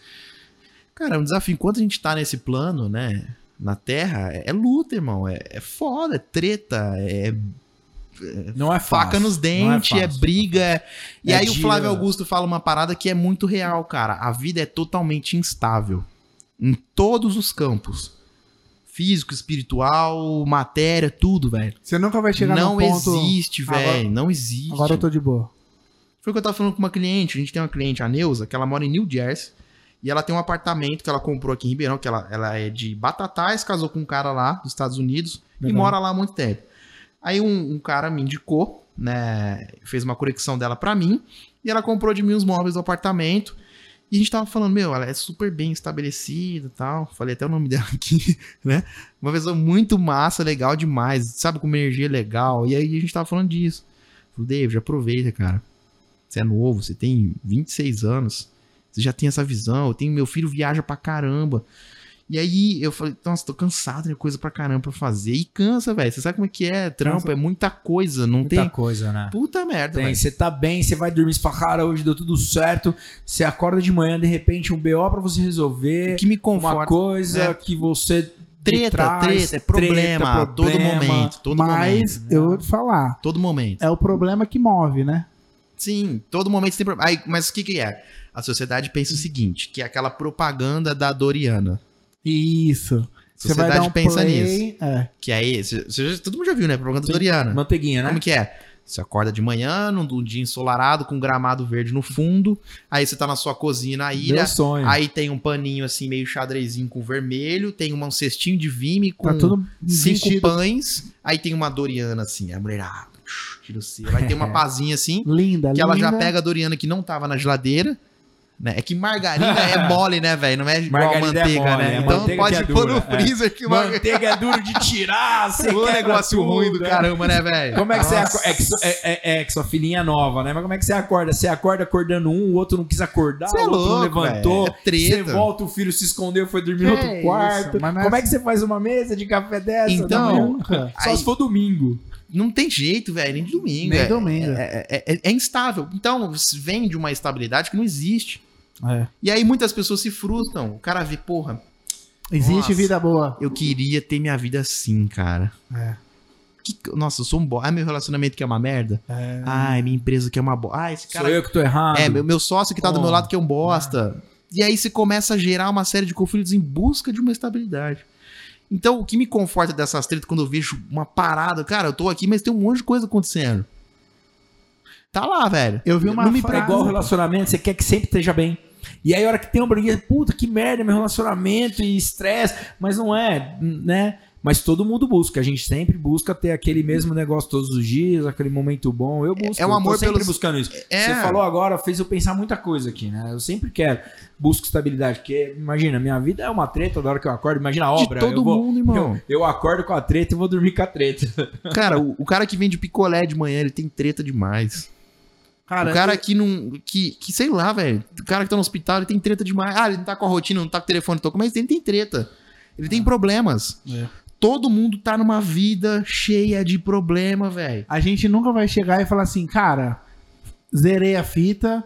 Cara, é um desafio. Enquanto a gente tá nesse plano, né? na Terra é, é luta, irmão. É, é foda, é treta, é
não é
faca
fácil.
nos
Não
dentes, é,
fácil.
briga. é- E
É
aí o
dia.
Flávio Augusto fala uma parada que é muito real, cara. A vida é totalmente instável. Em todos os campos. Físico, espiritual, matéria, tudo, velho.
Você nunca vai chegar
Não
no ponto.
existe,
Agora-
velho. Não existe.
Agora eu tô de boa.
Foi o que eu tava falando com uma cliente. A gente tem uma cliente, a Neuza, que ela mora em New Jersey. E ela tem um apartamento que ela comprou aqui em Ribeirão, que ela, ela é de Batatais, casou com um cara lá dos Estados Unidos e
Legal.
mora lá há muito tempo. Aí um, um cara me indicou, né? Fez uma conexão dela pra mim. E ela comprou de mim os móveis do apartamento. E a gente tava falando, meu, ela é super bem estabelecida e tal. Falei até o nome dela aqui, né? Uma pessoa muito massa, legal demais. Sabe, com uma energia legal. E aí a gente tava falando disso. Falei, David, aproveita, cara. Você é novo, você tem 26 anos, você já tem essa visão, eu tenho meu filho viaja pra caramba. E aí eu falei, nossa, tô cansado, tem coisa pra caramba pra fazer. E cansa, velho. Você sabe como é que é? Trampo
Cansa.
é muita coisa, não
Muita
tem.
coisa, né?
Puta merda,
Tem,
velho.
você tá bem, você vai dormir, você fala, cara, hoje deu tudo certo. Você acorda de manhã, de repente, um BO pra você resolver.
O que me
uma
conforta.
coisa
É.
que você
Treta,
trás,
treta, é
treta,
problema, a todo
problema.
momento, né? todo
Mas
momento,
eu vou te falar,
todo momento.
é o problema que move, né?
Sim, todo momento tem problema. Aí, mas o que que é? A sociedade pensa o seguinte, que é aquela propaganda da Doriana.
Isso. Você vai
Sociedade
dar um
pensa
play,
nisso.
É.
Que aí, cê- cê já- todo mundo já viu, né? Propaganda
Sim.
da Doriana.
Manteiguinha, né?
Como que é? Você acorda de manhã, num num dia ensolarado, com um gramado verde no fundo. Aí você tá na sua cozinha na ilha.
Meu sonho.
Aí tem um paninho assim, meio xadrezinho com vermelho. Tem uma- um cestinho de vime com
Tá tudo
um cinco
vestido
pães. Aí tem uma Doriana assim, a mulherada. Tira o seu. Vai ter uma pazinha assim,
linda,
que
linda.
ela já pega a Doriana que não tava na geladeira. Né? É que margarina é mole, né, velho? Não é igual
Margarina é
manteiga,
mole,
né?
é
Então
manteiga
pode
que é
pôr
dura,
no
é.
freezer que margarina.
Manteiga é duro de tirar, você
Que
quebra
Um negócio
tudo,
ruim do
né?
caramba, né, velho?
Como é que você
Nossa.
acorda? É que, so- é- é- é que sua filhinha é nova, né? Mas como é que você acorda? Você acorda acordando um, o outro não quis acordar,
Você é
o outro não
louco,
levantou.
velho. É treta.
Você volta, o filho se escondeu, foi dormir no
Que
outro
isso,
quarto.
mas não é
Como é
assim.
que você faz uma mesa de café dessa?
Então,
da manhã?
Porra,
só
aí-
se for domingo.
Não tem jeito, velho, nem de domingo.
Nem
é,
domingo.
É, é- é- é instável. Então, vem de uma estabilidade que não existe.
É.
E aí muitas pessoas se frustram. O cara vê, porra,
Existe
Nossa.
vida boa.
eu queria ter minha vida assim, cara.
É.
Que que- nossa, eu sou um bosta. Ah, meu relacionamento que é uma merda.
É.
Ai, minha empresa que é uma bosta. Ah, esse cara.
Sou eu que tô errado.
É, meu, meu sócio que tá do meu
Porra.
lado que é um bosta. E aí você começa a gerar uma série de conflitos em busca de uma estabilidade. Então, o que me conforta dessas tretas quando eu vejo uma parada, cara, eu tô aqui, mas tem um monte de coisa acontecendo. Tá lá, velho.
Eu vi uma
não me
frase-
é igual relacionamento, você quer que sempre esteja bem. E aí, a hora que tem uma briguinha, puta que merda, meu relacionamento e estresse, mas não é, né? Mas todo mundo busca, a gente sempre busca ter aquele mesmo negócio todos os dias, aquele momento bom. Eu busco,
é um
eu tô
amor
sempre
pelos-
buscando isso.
É.
Você falou agora, fez eu pensar muita coisa aqui, né? Eu sempre quero, busco estabilidade, porque imagina, minha vida é uma treta da hora que eu acordo, imagina a obra.
de todo
eu vou-
mundo, irmão.
Eu, eu acordo com a treta e vou dormir com a treta.
Cara, o, o cara que vende picolé de manhã, ele tem treta demais. o cara que não. Que, que sei lá, velho. O cara que tá no hospital, ele tem treta demais. Ah, ele não tá com a rotina, não tá com o telefone, tocou, mas ele tem treta. Ele tem problemas.
É.
Todo mundo tá numa vida cheia de problema, velho.
A gente nunca vai chegar e falar assim, cara, zerei a fita,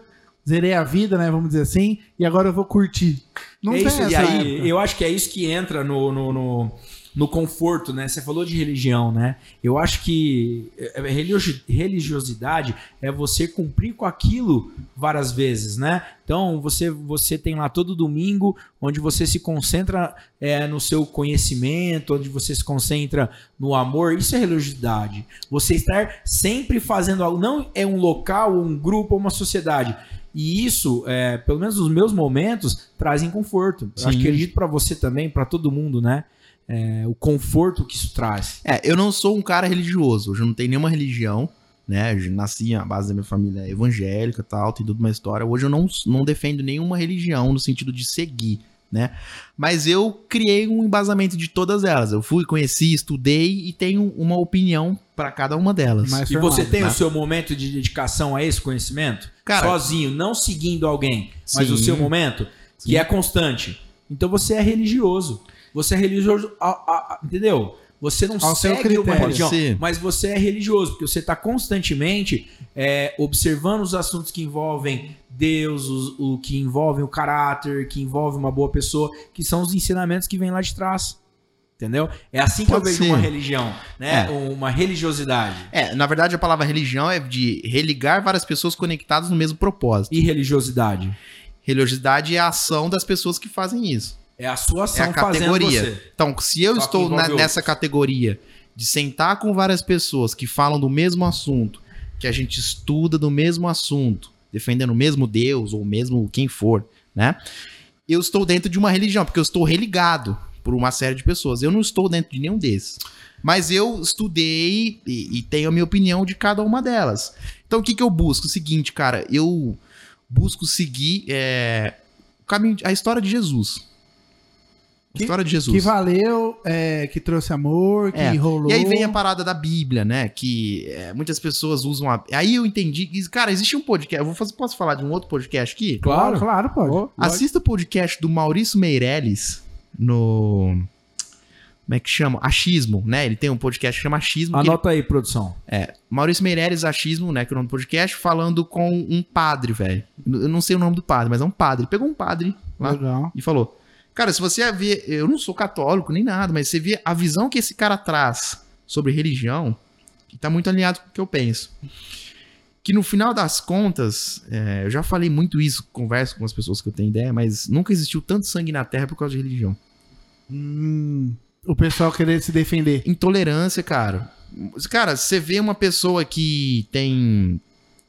zerei a vida, né? Vamos dizer assim, e agora eu vou curtir. Não
é
tem
isso,
essa
e aí,
época.
eu acho que é isso que entra no, no, no, no conforto, né? Você falou de religião, né? Eu acho que é, é, religio- religiosidade é você cumprir com aquilo várias vezes, né? Então, você, você tem lá todo domingo, onde você se concentra é, no seu conhecimento, onde você se concentra no amor. Isso é religiosidade. Você estar sempre fazendo algo. Não é um local, ou um grupo, ou uma sociedade. E isso, é, pelo menos nos meus momentos, trazem conforto. Eu
Sim.
acho que acredito pra você também, pra todo mundo, né? É, o conforto que isso traz.
É, eu não sou um cara religioso, hoje eu não tenho nenhuma religião, né? Eu nasci, a base da minha família é evangélica e tal, tem toda uma história. Hoje eu não, não defendo nenhuma religião no sentido de seguir, né? Mas eu criei um embasamento de todas elas. Eu fui, conheci, estudei e tenho uma opinião pra cada uma delas.
Mas- É
e você
formado,
tem
né?
o seu momento de dedicação a esse conhecimento?
Cara-
Sozinho, não seguindo alguém, mas o
Sim.
seu momento,
Sim.
que é constante. Então você é religioso. Você é religioso, a- a- a- entendeu? Você não
Ao seu
segue uma
critério.
religião,
Pode ser.
mas você é religioso, porque você está constantemente é, observando os assuntos que envolvem Deus, os- o que envolvem o caráter, que envolve uma boa pessoa, que são os ensinamentos que vêm lá de trás. Entendeu? É assim que eu
Pode
vejo
ser.
uma religião, né?
É.
Uma religiosidade.
É, na verdade a palavra religião é de religar várias pessoas conectadas no mesmo propósito.
E religiosidade.
Religiosidade é a ação das pessoas que fazem isso.
É a sua ação
É a categoria.
fazendo você.
Então, se eu
Só que
estou
envolve
na-
outros.
nessa categoria de sentar com várias pessoas que falam do mesmo assunto, que a gente estuda do mesmo assunto, defendendo o mesmo Deus ou mesmo quem for, né? Eu estou dentro de uma religião, porque eu estou religado por uma série de pessoas. Eu não estou dentro de nenhum desses. Mas eu estudei e, e tenho a minha opinião de cada uma delas. Então, o que, que eu busco? O seguinte, cara, eu busco seguir é, o caminho, a história de Jesus. A
Que-
história de Jesus.
Que valeu, é, que trouxe amor, que
É,
enrolou.
E aí vem a parada da Bíblia, né? Que é, muitas pessoas usam a. Aí eu entendi. que, Cara, existe um podcast. Eu vou fazer, posso falar de um outro podcast aqui?
Claro, claro, pode.
assim,
Assista o podcast do Maurício Meirelles no. Como é que chama? Achismo, né? Ele tem um podcast que chama Achismo. Que ele-
Anota aí, produção.
Maurício Meirelles, Achismo, né? Que é o nome do podcast, falando com um padre, velho. Eu não sei o nome do padre, mas é um padre. Ele pegou um padre lá
Legal.
e falou: Cara, se você vê, eu não sou católico nem nada, mas você vê a visão que esse cara traz sobre religião, que tá muito alinhado com o que eu penso. Que no final das contas, é, eu já falei muito isso, converso com as pessoas que eu tenho ideia, mas nunca existiu tanto sangue na Terra por causa de religião.
Hum, o pessoal querendo se defender.
Intolerância, cara. Cara, você vê uma pessoa que tem.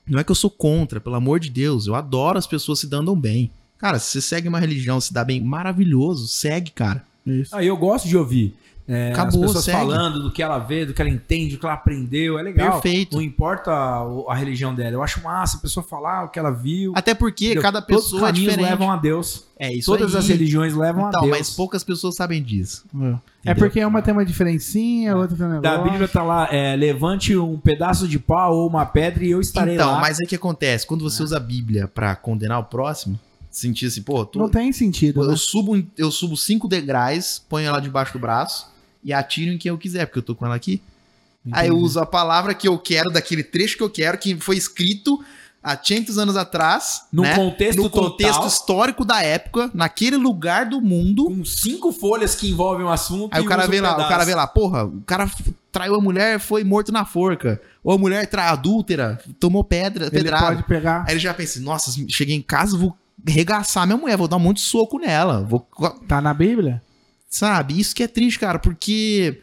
Não é que eu sou contra, pelo amor de Deus. Eu adoro as pessoas se dando bem. Cara, se você segue uma religião, se dá bem, maravilhoso, segue, cara.
Isso.
Aí Ah, eu gosto de ouvir. é,
Acabou,
as pessoas
segue.
falando do que ela vê, do que ela entende, do que ela aprendeu. É legal.
Perfeito.
Não importa a, a religião dela. Eu acho massa a pessoa falar o que ela viu.
Até porque
Entendeu?
cada
Todos os
pessoa é
caminhos
diferente.
levam a Deus.
É isso
Todas
aí.
as religiões levam a
Então,
Deus.
mas poucas pessoas sabem disso.
É porque uma tem uma diferencinha, a outra tem um
É. Da
negócio.
Bíblia tá lá, é, levante um pedaço de pau ou uma pedra e eu estarei
então,
lá.
mas é que acontece, quando você usa a Bíblia pra condenar o próximo, sentir assim, pô, tô-
Não tem sentido. né?
eu subo eu subo cinco degraus, ponho ela debaixo do braço e atiro em quem eu quiser, porque eu tô com ela aqui. Aí eu uso a palavra que eu quero, daquele trecho que eu quero, que foi escrito há 500 anos atrás,
No
né?
contexto
no contexto
total,
histórico da época, naquele lugar do mundo.
com cinco folhas que envolvem o assunto.
Aí
e
o cara
usa um
vê lá, o
pedaço.
cara vê lá, porra, o cara f- traiu a mulher, foi morto na forca. Ou a mulher tra adúltera, tomou pedra,
Ele
pedrada.
pode pegar.
Aí ele já pensa, nossa, cheguei em casa, vou regaçar minha mulher, vou dar um monte de soco nela. Vou... co-"
Tá na Bíblia?
Sabe? Isso que é triste, cara, porque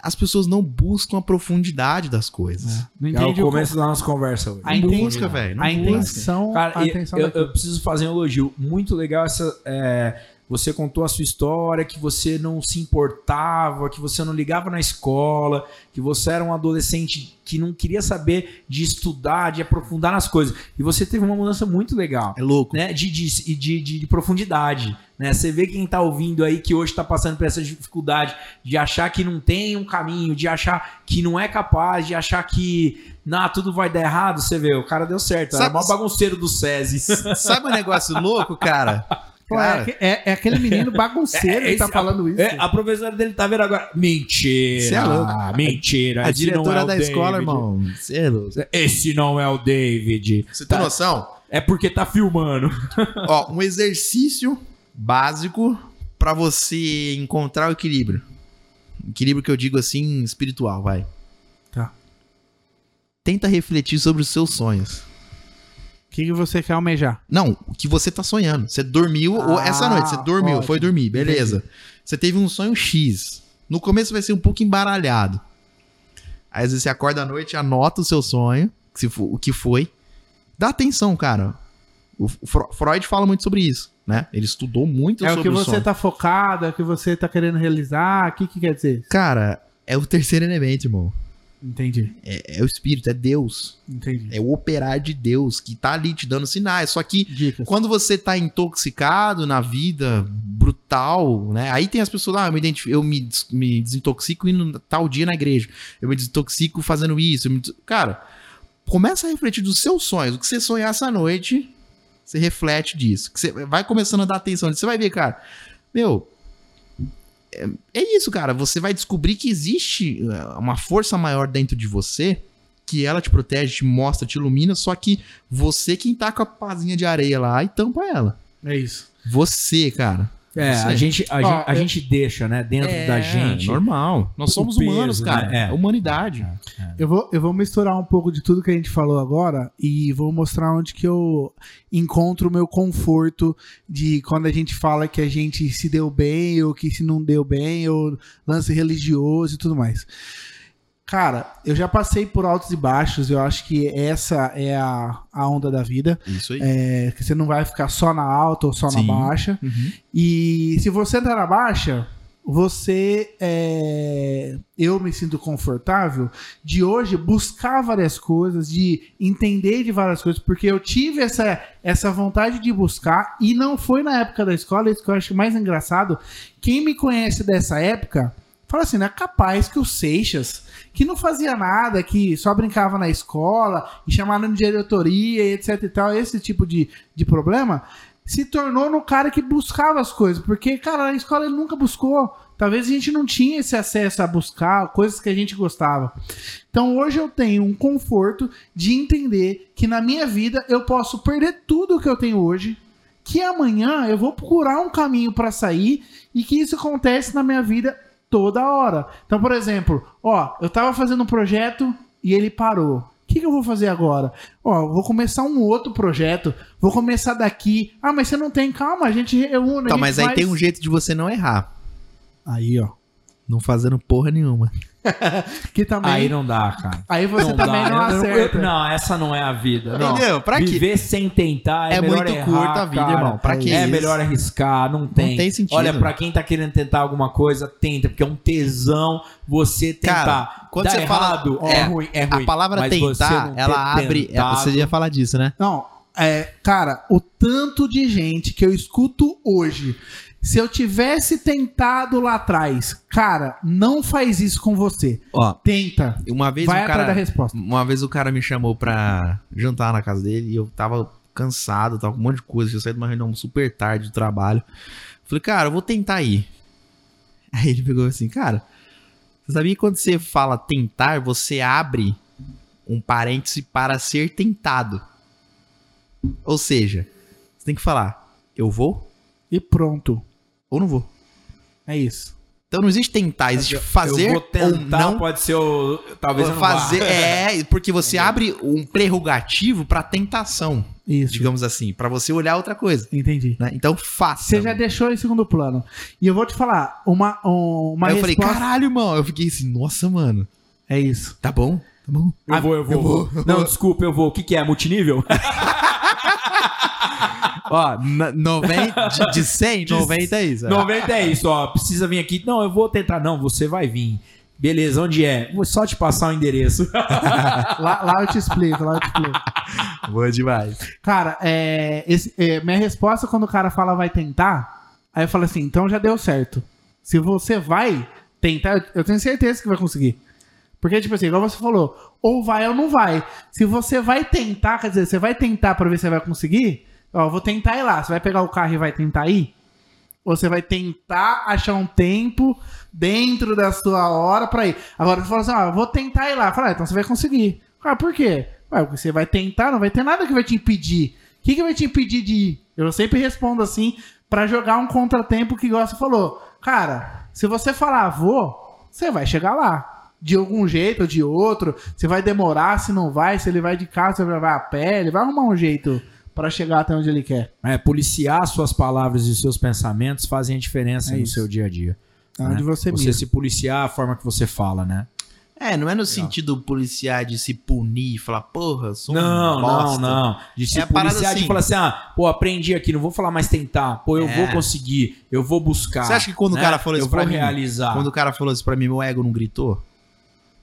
as pessoas não buscam a profundidade das coisas.
Não
É o
entendi o
começo da nossa conversa hoje.
A
Não
entendi.
busca, velho. não
A
busca.
intenção,
Cara,
a
e-
intenção
eu,
daquilo.
eu preciso fazer um elogio. Muito legal essa. é, você contou a sua história, que você não se importava, que você não ligava na escola, que você era um adolescente que não queria saber de estudar, de aprofundar nas coisas. E você teve uma mudança muito legal.
É louco.
Né, de, de, de, de- de profundidade. Né? Você vê quem tá ouvindo aí que hoje tá passando por essa dificuldade de achar que não tem um caminho, de achar que não é capaz, de achar que nah, tudo vai dar errado. Você vê, o cara deu certo. Era
Sabe-
mó bagunceiro do SESI.
Sabe um negócio louco, cara?
Pô,
Cara,
é, que- é- é aquele menino bagunceiro
É, é
que tá
esse-
falando isso.
É, a professora dele tá vendo agora. Mentira!
Cê é louco.
Mentira!
a
esse não
diretora
é o
da escola,
David.
irmão. Você é louco.
Esse não é o David.
Você tem
Tá.
noção?
É porque tá filmando.
Ó, um exercício básico pra você encontrar o equilíbrio. Equilíbrio que eu digo assim, espiritual, vai.
Tá.
Tenta refletir sobre os seus sonhos.
O que, que você quer almejar?
Não, o que você tá sonhando. Você dormiu, ou
Ah,
essa noite, você dormiu,
ótimo.
foi dormir, beleza. Você teve um sonho X. No começo vai ser um pouco embaralhado. Aí às vezes você acorda à noite, anota o seu sonho, se fo- o que foi. Dá atenção, cara. O Fro- Freud fala muito sobre isso, né? Ele estudou muito
é o
sobre
que
o
você
sonho.
tá focado, é o que você tá querendo realizar. O que, que quer dizer?
Cara, é o terceiro elemento, irmão.
Entendi,
É, é o espírito, é Deus.
entendi.
É o operar de Deus que tá ali te dando sinais. Só que
Dicas.
quando você tá intoxicado na vida brutal, né? Aí tem as pessoas, ah, eu me, identif- eu me, des- me desintoxico indo tal dia na igreja. Eu me desintoxico fazendo isso. eu me des- Cara, começa a refletir dos seus sonhos. O que você sonhar essa noite, você reflete disso. Que você vai começando a dar atenção. nisso. Você vai ver, cara, meu. é- É isso, cara. Você vai descobrir que existe eh, uma força maior dentro de você que ela te protege, te mostra, te ilumina, só que você quem tá com a pazinha de areia lá e tampa ela.
É isso.
Você, cara.
É,
Você.
a gente, a,
Ó,
gente, a
eu-
gente deixa, né? Dentro da gente.
normal. Nós
O
somos
peso,
humanos,
né?
cara.
É.
É humanidade.
Eu vou, eu vou misturar um pouco de tudo que a gente falou agora e vou mostrar onde que eu encontro o meu conforto de quando a gente fala que a gente se deu bem ou que se não deu bem ou lance religioso e tudo mais. Cara, eu já passei por altos e baixos, eu acho que essa é a, a onda da vida.
Isso aí.
É, que você não vai ficar só na alta ou só
Sim.
na baixa.
Uhum.
E se você entrar na baixa, você é, eu me sinto confortável de hoje buscar várias coisas, de entender de várias coisas, porque eu tive essa, essa vontade de buscar e não foi na época da escola, isso que eu acho mais engraçado. Quem me conhece dessa época fala assim, não é capaz que o Seixas, que não fazia nada, que só brincava na escola e chamaram de diretoria e etc e tal, esse tipo de, de problema, se tornou no cara que buscava as coisas, porque, cara, na escola ele nunca buscou. Talvez a gente não tinha esse acesso a buscar coisas que a gente gostava. Então hoje eu tenho um conforto de entender que na minha vida eu posso perder tudo que eu tenho hoje, que amanhã eu vou procurar um caminho pra sair e que isso acontece na minha vida toda hora. Então, por exemplo, ó, eu tava fazendo um projeto e ele parou. O que, que eu vou fazer agora? Ó, eu vou começar um outro projeto, vou começar daqui. Ah, mas você não tem calma, a gente reúne. a
Tá,
gente
mas aí
faz-
tem um jeito de você não errar.
Aí, ó.
Não fazendo porra nenhuma.
Que também.
Aí
Aí,
não dá, cara.
você também não
Eu- eu-
acerta.
não, essa não é a vida. Não.
Entendeu? Pra quê?
Viver sem tentar é,
É
melhor
muito
errar,
curta a vida,
cara.
irmão. Pra que
É
isso?
melhor arriscar, não tem.
tem sentido.
Olha, pra quem tá querendo tentar alguma coisa, tenta, porque é um tesão você tentar.
Cara, é- quando
Dá
você fala-
errado,
é,
é ruim, é ruim.
A palavra
Mas você
tentar,
não ter
ela abre. ela-
tentado-
você ia falar disso, né?
Não, é, cara, o tanto de gente que eu escuto hoje. Se eu tivesse tentado lá atrás, cara, não faz isso com você.
Ó,
Tenta.
uma vez
Vai
um
atrás da
cara.
resposta.
Uma vez o cara me chamou pra jantar na casa dele e eu tava cansado, tava com um monte de coisa. Eu saí de uma reunião super tarde do trabalho. Falei, cara, eu vou tentar ir. Aí ele pegou assim, cara, você sabia que quando você fala tentar, você abre um parêntese para ser tentado. Ou seja, você tem que falar, eu vou
E pronto.
ou não vou.
É isso.
Então não existe tentar, existe fazer
eu vou tentar,
ou não
pode ser o. Talvez eu não vá.
fazer é porque você abre um prerrogativo pra tentação
Isso.
digamos assim pra você olhar outra coisa
Entendi.
né? então faça
Você já deixou em segundo plano. E eu vou te falar, uma, um- uma
Aí eu
resposta...
falei caralho irmão eu fiquei assim nossa mano
É isso.
tá bom tá bom
Eu vou, eu vou.
eu vou.
Não, desculpa, eu vou. O que, que é? Multinível?
ó na- 90 de, de 100 90 é isso é.
90 é isso, ó. Precisa vir aqui. Não, eu vou tentar. Não, você vai vir. Beleza, onde é? Vou só te passar o endereço.
Lá, lá eu te explico, lá eu te explico.
boa demais
Cara, é, esse- é, minha resposta quando o cara fala vai tentar, aí eu falo assim, então já deu certo. Se você vai tentar, eu- eu tenho certeza que vai conseguir. Porque, tipo assim, igual você falou, ou vai ou não vai. Se você vai tentar, quer dizer, você vai tentar pra ver se você vai conseguir, ó, eu vou tentar ir lá. Você vai pegar o carro e vai tentar ir? Ou você vai tentar achar um tempo dentro da sua hora pra ir. Agora você fala assim, ó, eu vou tentar ir lá. Fala, ah, então você vai conseguir. Ah, por quê? Ué, porque você vai tentar, não vai ter nada que vai te impedir. O que, que vai te impedir de ir? Eu sempre respondo assim pra jogar um contratempo que igual você falou. Cara, se você falar "Ah, vou, você vai chegar lá. De algum jeito ou de outro. Você vai demorar, se não vai, se ele vai de carro, se ele vai a pé, ele vai arrumar um jeito pra chegar até onde ele quer.
É, policiar suas palavras e seus pensamentos fazem a diferença
É
no
isso.
seu dia a dia.
Onde
né?
você,
você
mira.
se policiar a forma que você fala, né?
é não é no sentido policiar de se punir e falar porra sou
Não, não,
um bosta.
não. De se
É a parada
policiar de
assim.
falar assim, ah, pô, aprendi aqui, não vou falar mais tentar. Pô, eu
É.
vou conseguir, eu vou buscar.
você acha que quando
né?
o cara falou isso
Eu vou
pra mim
realizar.
quando o cara falou isso pra mim meu ego não gritou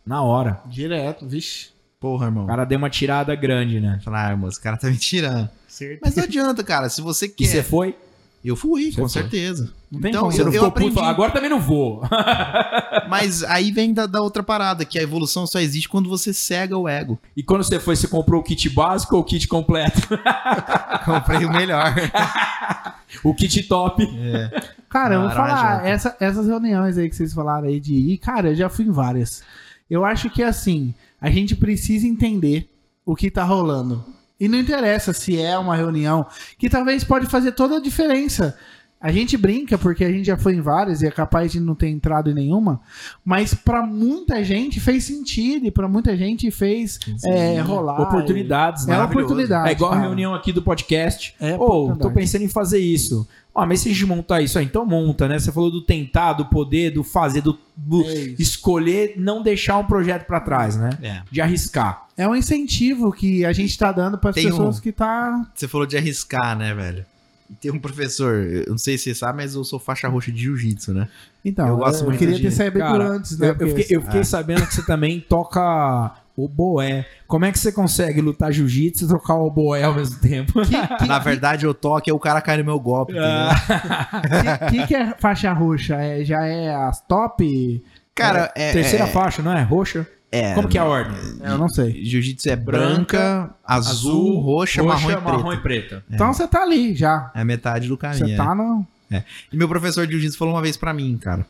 Na hora.
Direto, vixe.
porra irmão
O cara deu uma tirada grande, né?
falar ah, moço, o cara tá me tirando
Certeza.
mas não adianta cara se você
E você
quer
foi?
eu fui
Você
com
foi.
certeza
Não tem
é? Então,
como.
Você não
Eu
ficou
aprendi.
puto? Agora também não vou.
Mas aí vem da, da outra parada, que a evolução só existe quando você cega o ego.
E quando você foi, você comprou o kit básico ou o kit completo?
Comprei o melhor.
O kit top?
Cara, eu vou
Não, era uma
falar,
janta.
essa- essas reuniões aí que vocês falaram aí de ir, cara, eu já fui em várias. Eu acho que assim, a gente precisa entender o que tá rolando. E não interessa se é uma reunião, que talvez pode fazer toda a diferença. A gente brinca porque a gente já foi em várias e é capaz de não ter entrado em nenhuma, mas pra muita gente fez sentido e pra muita gente fez é, rolar.
Oportunidades,
É
né?
uma oportunidade.
É igual a
cara.
reunião aqui do podcast.
É
Ou, tô
oportunidade.
pensando em fazer isso. Ah, mas se a gente montar isso, ah, então monta, né? Você falou do tentar, do poder, do fazer, do, do
É isso.
escolher não deixar um projeto pra trás, né?
É.
De arriscar.
É um incentivo que a gente tá dando pras
Tem um-
pessoas que tá.
Você falou de arriscar, né, velho? E tem um professor, eu não sei se você sabe, mas eu sou faixa roxa de jiu-jitsu, né?
Então, eu,
Eu gosto muito
queria
de-
ter sabido
Cara,
antes, né?
Eu, eu
porque-
fiquei, eu fiquei sabendo que você também toca o boé. Como é que você consegue lutar jiu-jitsu e tocar o boé ao mesmo tempo?
Na verdade, eu toque, aí o cara cai no meu golpe, entendeu?
O que, que é faixa roxa? É, já é as top?
Cara, é.
Terceira
é,
faixa, não é? Roxa?
é,
Como que é a ordem?
Eu não sei.
Jiu-jitsu é branca, azul, roxa, marrom e preta.
e preta.
Então você tá ali já.
É a metade do
Você
caminho. é.
tá no.
E meu professor de jiu-jitsu falou uma vez pra mim, cara,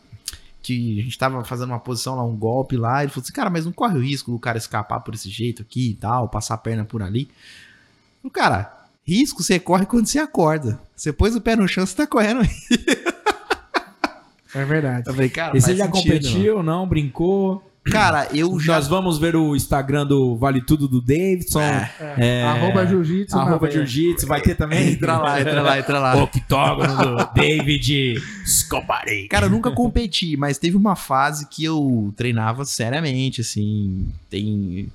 que a gente tava fazendo uma posição lá, um golpe lá, ele falou assim, cara, mas não corre o risco do cara escapar por esse jeito aqui e tal, passar a perna por ali. Eu falei, cara, Risco você corre quando você acorda. Você pôs o pé no chão, você tá correndo.
É verdade.
Eu falei, cara,
E você
faz
já
sentido, mano.
competiu, não? Brincou?
Cara, eu já.
Nós vamos ver o Instagram do Vale Tudo do Davidson. É.
Arroba jiu-jitsu. na
Arroba
veia.
Jiu-Jitsu, vai ter também.
Entra lá, entra lá, entra lá.
Octógono do David Scopari.
Cara, eu nunca competi, mas teve uma fase que eu treinava seriamente, assim. Tem.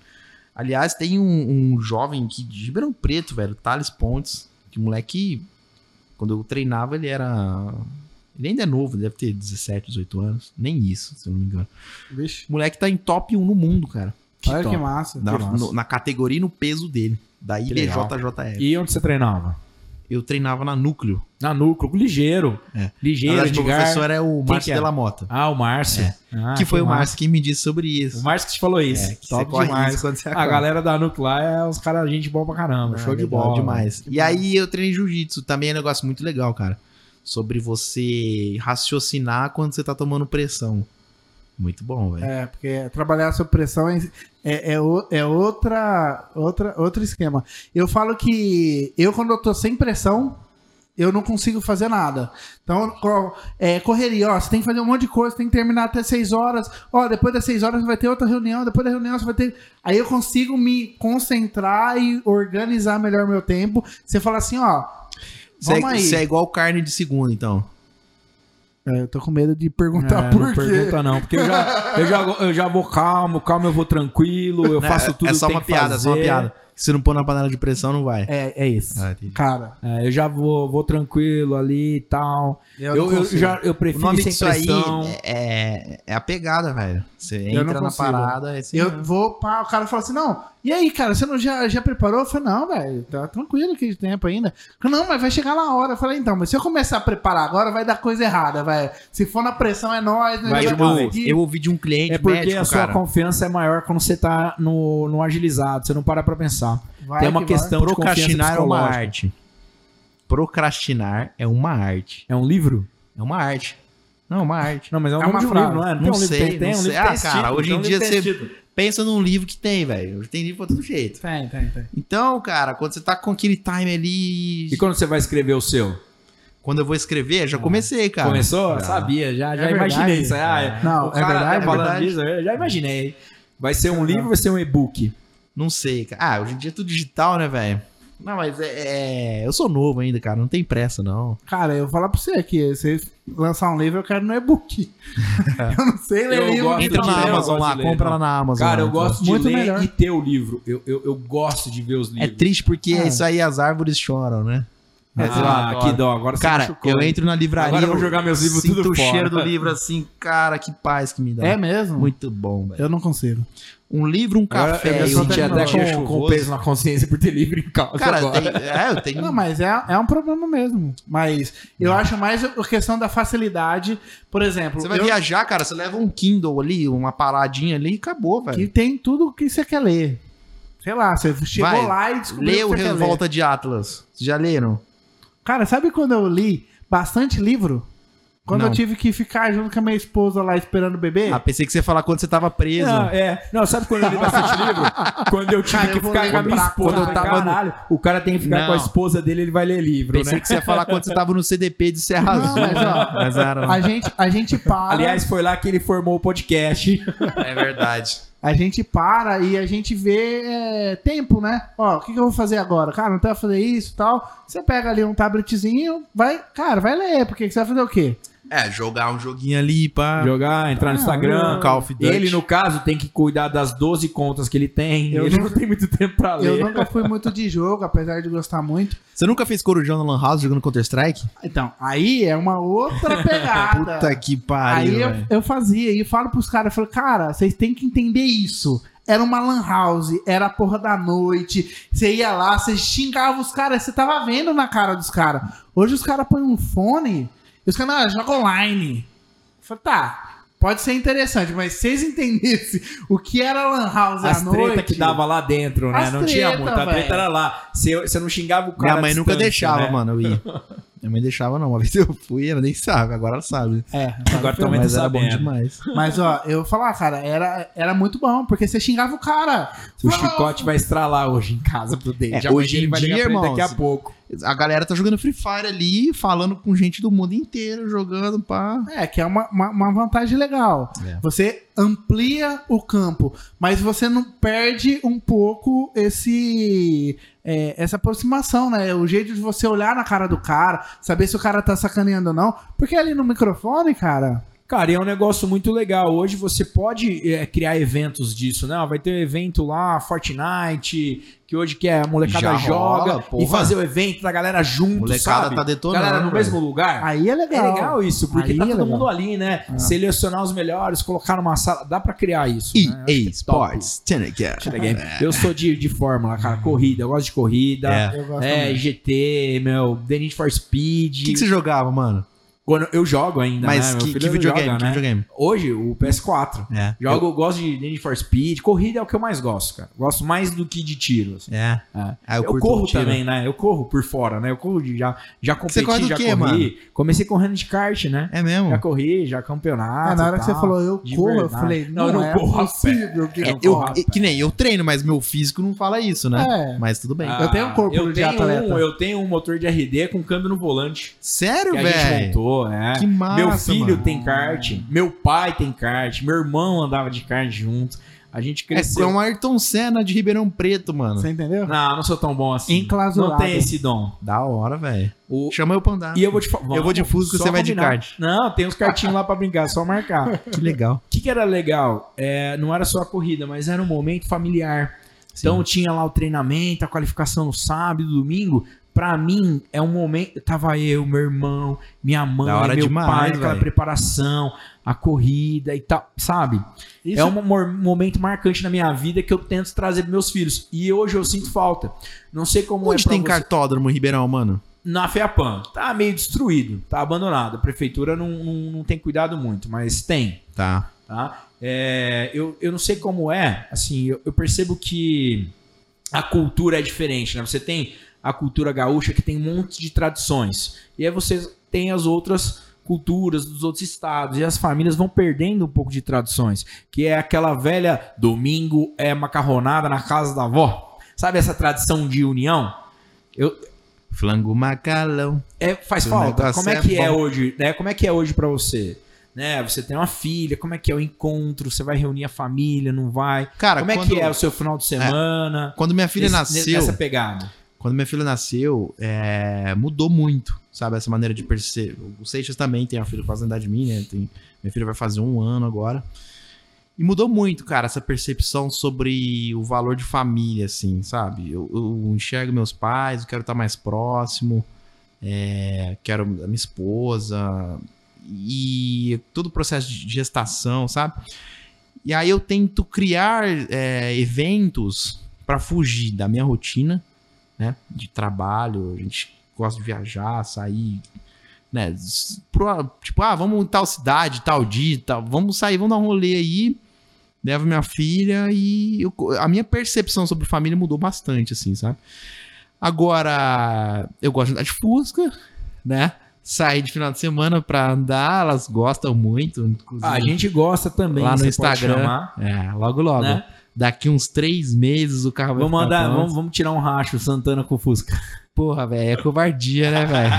Aliás, tem um, um jovem que de Ribeirão Preto, velho, Thales Pontes, que moleque. Quando eu treinava, ele era. Ele ainda é novo, deve ter 17, 18 anos. Nem isso, se eu não me engano.
Vixe.
O moleque tá em top 1 no mundo, cara.
Olha
top.
que massa.
na,
que massa.
no- na categoria e no peso dele. Da
legal.
IBJJF.
E onde você treinava?
Eu treinava na núcleo.
Na Núcleo, ligeiro.
É.
Ligeiro,
Na verdade, o
Edgar.
professor é o
Quem que
Márcio
era?
Della Mota.
Ah, o Márcio. Ah,
que foi o
massa.
Márcio que me disse sobre isso.
O Márcio que te falou isso.
É, que você
Top
corre né,
demais.
isso quando você
A
acorda.
galera da Núcleo lá é os caras, gente boa pra caramba.
Ah,
show de
legal
bola.
Demais. E aí eu treinei jiu-jitsu. Também é um negócio muito legal, cara. Sobre você raciocinar quando você tá tomando pressão. Muito bom, velho.
É, porque trabalhar sob pressão é, é, é, o- é outra, outra, outro esquema. Eu falo que eu, quando eu tô sem pressão, eu não consigo fazer nada. Então, co- é, correria, ó, você tem que fazer um monte de coisa, tem que terminar até seis horas. Ó, depois das seis horas você vai ter outra reunião, depois da reunião você vai ter. Aí eu consigo me concentrar e organizar melhor meu tempo. Você fala assim, ó.
Você é,
Vamos aí.
você é igual carne de segunda, então.
É, eu tô com medo de perguntar
É,
Tá, por
não
quê.
pergunta não, porque eu já, eu, já, eu já vou calmo, calmo eu vou tranquilo, eu faço tudo
é só
que tem
uma
que
piada, é só uma
fazer.
piada. Se não pôr na panela de pressão, não vai.
É, é isso.
Ah, entendi.
Cara,
É, eu já vou, vou tranquilo ali e tal. Eu,
não
eu
consigo.
já eu
O
prefiro
nome
sem
disso aí
pressão.
é, é- é a pegada, velho. Você
não
entra na
consigo.
parada. É assim,
eu
né?
vou, pá, o cara fala assim, não, e aí, cara, você não já, já preparou? Eu falei, não, velho, tá tranquilo aqui de tempo ainda. Falei, não, mas vai chegar lá a hora. Eu falei, então, mas se eu começar a preparar agora, vai dar coisa errada, velho. Se for na pressão, é nós, nós
Vai
vamos
de uma
conseguir.
eu ouvi de um cliente
É porque
médico,
a sua
cara.
confiança é maior quando você tá no, no agilizado, você não para pra pensar.
Vai
Tem uma
que vai.
questão de confiança
Procrastinar é uma
psicológica.
arte. Procrastinar é uma arte.
É um livro?
É uma arte. Não, é uma arte.
Não, mas é um
É
nome
uma
de um livro,
frase.
não é?
Não
tem um livro,
sei,
tem, tem
não
um livro
sei.
que tem
Ah,
esse
cara,
título,
hoje
tem
em
um
dia
livro que tem
você-
esse título.
Pensa num livro que tem, velho. Tem livro pra todo jeito.
Tem, tem, tem.
Então, cara, quando você tá com aquele time ali.
E Ah, quando você vai escrever o seu?
Quando eu vou escrever, já comecei, cara.
Começou?
Já.
Sabia, já, já
É verdade.
imaginei isso. Ah, é.
Não,
O
é verdade,
falando
é
verdade.
disso, eu já imaginei. Vai ser um livro, vai ser um e-book.
Não sei, cara. Ah, hoje em dia é tudo digital, né, velho? Não, mas é, é- Eu sou novo ainda, cara. Não tem pressa, não.
Cara, eu vou falar pra você que se você lançar um livro, eu quero no e-book. eu não sei ler
É. Eu
livro.
gosto
então,
Entra na
de ler, eu
Amazon
gosto
lá,
de ler,
compra
não.
lá na Amazon.
Cara,
lá,
eu
então.
gosto de
Muito
ler
melhor.
e ter o livro. Eu, eu, eu gosto de ver os
É
livros.
triste porque
Ah.
isso aí as árvores choram, né?
Ah,
Mas eu adoro.
que dó. Agora você
Cara,
machucou,
eu
hein?
entro na livraria.
Agora eu vou jogar meus livros
sinto
tudo
o
fora.
cheiro do livro assim, cara, que paz que me
né?
dá.
é mesmo?
muito bom, velho.
Eu não consigo.
Um livro, um
Agora
café
eu
e
me
um
senti
dia
até
chuvoso.
com, com peso na consciência por ter livro em casa
Cara,
agora.
tem, é, eu tenho.
Não, mas é, é um problema mesmo. Mas eu acho mais a questão da facilidade. Por exemplo,
Você vai
eu-
viajar, cara, você leva um Kindle ali, uma paradinha ali e acabou, velho.
que tem tudo que você quer ler. Sei lá, você chegou
Vai,
lá e descobriu
Leu
o que você quer ler.
Revolta de Atlas. Vocês já leram?
Cara, sabe quando eu li bastante livro? Quando
Não.
eu tive que ficar junto com a minha esposa lá esperando o bebê?
Ah, pensei que você ia falar quando você tava preso.
Não, é. Não, sabe quando eu li bastante livro? Quando eu tive
Cara, eu
que
vou
ficar
ler
com a minha
pra-
esposa.
quando eu
tava
tava no-
Caralho, o cara tem que ficar
Não.
com a esposa dele, ele vai ler livro,
pensei
né?
que você ia falar quando você tava no CDP de Serra
Não,
Azul. né?
mas, ó,
Mas era, um não.
a, gente, a gente para.
Aliás, foi lá que ele formou o podcast.
É verdade.
A gente para e a gente vê é, tempo, né? Ó, o que, que eu vou fazer agora? Cara, não tá fazer isso e tal. Você pega ali um tabletzinho, vai, cara, vai ler, porque você vai fazer o quê?
É, jogar um joguinho ali, pá. Um
Jogar, entrar
Ah,
no Instagram.
Call of Duty.
Ele, no caso, tem que cuidar das 12 contas que ele tem.
Eu
ele
não-
não tem muito tempo pra
Eu
ler.
nunca fui muito de jogo, apesar de gostar muito.
Você nunca fez corujão na Lan House jogando Counter-Strike?
Então, aí é uma outra pegada.
Puta que pariu,
Ah, aí eu,
velho.
eu fazia, e eu falo pros caras, eu falo, cara, vocês têm que entender isso. Era uma lan house, era a porra da noite. Você ia lá, você xingava os caras, você tava vendo na cara dos caras. Hoje os caras põem um fone e os caras, não, joga online. Eu falo, tá, pode ser interessante, mas se vocês entendessem o que era lan house à
As
noite...
treta que dava lá dentro, né?
As
não tinha
treta,
muito. A treta
velho.
era lá. Você, você não xingava o cara.
Minha mãe
à
nunca
distância,
deixava,
né?
mano, eu ir. Minha mãe deixava, não. Uma vez eu fui, ela nem sabe, agora ela sabe.
É,
Agora tua mãe tá
Mas era bom
sabendo.
demais.
mas ó, eu vou falar, cara, era, era muito bom, porque você xingava o cara.
O chicote vai estralar hoje em casa pro
É,
dente. A mãe
hoje
dele
em
vai ligar
dia,
pra ele
irmão,
Daqui a
se-
pouco.
A galera tá jogando Free Fire ali, falando com gente do mundo inteiro, jogando, pá.
É, que é uma, uma, uma vantagem legal.
É.
Você amplia o campo, mas você não perde um pouco esse é, essa aproximação, né? O jeito de você olhar na cara do cara, saber se o cara tá sacaneando ou não. Porque ali no microfone, cara.
Cara, e é um negócio muito legal. Hoje você pode é, criar eventos disso, né? Ó, Vai ter um evento lá, Fortnite, que hoje que é a molecada
Já
joga
rola,
e
porra.
fazer o evento da galera junto,
Molecada
sabe?
tá detonando,
Galera no
velho.
mesmo lugar.
Aí é legal.
É legal isso, porque
Aí
tá
é
todo
legal.
mundo ali, né?
Ah.
Selecionar os melhores, colocar numa sala. Dá pra criar isso. né?
EA
top.
Sports, Tenecast.
Acho que é game. Eu sou de, de fórmula, cara. Corrida, eu gosto de corrida.
É.
Eu gosto
É,
também.
GT, meu, The Need for Speed.
O que, que você jogava, mano?
Quando eu jogo ainda,
Mas
né? Meu
que,
filho
que
não
videogame?
joga,
que
né?
videogame?
Hoje, o PS4.
É.
Jogo, eu gosto de Need for Speed. Corrida é o que eu mais gosto, cara. Gosto mais do que de tiro. assim.
É.
É.
Ah,
Eu,
curto
corro
o tiro.
também, né? Eu corro por fora, né? Eu corro de, já, já competi,
Você corre do
já
quê,
corri.
mano?
Comecei correndo de kart, né?
É
Já
mesmo?
corri, já campeonato.
É,
Ah, na hora
e
que você
tá
tal.
falou, eu
De
corro, eu
verdade.
falei,
Não,
não,
eu não
é
corro a
possível que
É,
não
eu,
corra.
é que nem eu treino, mas meu físico não fala isso, né?
É.
Mas tudo bem.
Ah,
Eu tenho um corpo
eu
de
tenho
atleta.
um- eu tenho um motor de RD com câmbio no volante.
Sério,
Que a gente
velho?
montou, é.
Que massa,
meu filho
mano.
tem kart, meu pai tem kart, meu irmão andava de kart junto. A gente
É,
cresceu.
um Ayrton Senna de Ribeirão Preto, mano.
Você entendeu?
Não, não sou tão bom assim.
Enclausurado.
Não tem esse dom.
Da hora, velho.
O-
Chama eu pra andar.
E eu vou te falar.
Eu vou de Fusca,
só
você vai de
combinar.
kart.
Não, tem uns cartinhos lá pra brincar, só marcar.
Que legal.
O que, que era legal? É, não era só a corrida, mas era um momento familiar. Então tinha lá o treinamento, a qualificação no sábado, domingo. Pra mim, é um momento. Tava eu, meu irmão, minha mãe,
Da hora
meu
demais,
pai, aquela
velho.
preparação, a corrida e tal, sabe?
Isso
É um mor- momento marcante na minha vida que eu tento trazer pros meus filhos. E hoje eu sinto falta. Não sei como é
Onde
pra
tem
você.
cartódromo em Ribeirão, mano?
Na FEAPAM. Tá meio destruído, tá abandonado. A prefeitura não, não, não tem cuidado muito, mas tem
Tá.
tá? É, eu, eu não sei como é, assim, eu, eu percebo que a cultura é diferente, né? Você tem a cultura gaúcha que tem um monte de tradições, e aí você tem as outras culturas dos outros estados, e as famílias vão perdendo um pouco de tradições, que é aquela velha domingo é macarronada na casa da avó, sabe essa tradição de união?
Flango Macalão.
É, faz
Seu
falta.
negócio
Como é
é
que é
bom.
hoje, né? Como é que é hoje pra você? Né? Você tem uma filha, como é que é o encontro? Você vai reunir a família, não vai?
Cara,
como é
quando,
que é o seu final de semana?
Quando minha filha
Nesse-
nasceu,
Nessa pegada.
quando minha filha nasceu, é, mudou muito, sabe? Essa maneira de perceber. O Seixas também tem uma filha quase na idade minha, né? Tem, minha filha vai fazer um ano agora. E mudou muito, cara, essa percepção sobre o valor de família, assim, sabe? Eu, eu enxergo meus pais, eu quero estar mais próximo, é, quero a minha esposa, e todo o processo de gestação, sabe? E aí eu tento criar é, eventos para fugir da minha rotina, né? De trabalho, a gente gosta de viajar, sair, né? s- pro- tipo, ah, vamos em tal cidade, tal dia, tal, vamos sair, vamos dar um rolê aí. Levo minha filha e eu co- a minha percepção sobre família mudou bastante, assim, sabe? Agora, eu gosto de andar de Fusca, né? Sair de final de semana pra andar, elas gostam muito, inclusive.
Ah, a gente gosta também.
Uhum. Lá no
você pode
Instagram,
chamar,
É, logo logo.
né?
Daqui uns três meses o carro vai
Vamos,
ficar
andar,
pronto.
vamos, vamos tirar um racho, Santana com o Fusca.
Porra, velho, é covardia, né, velho?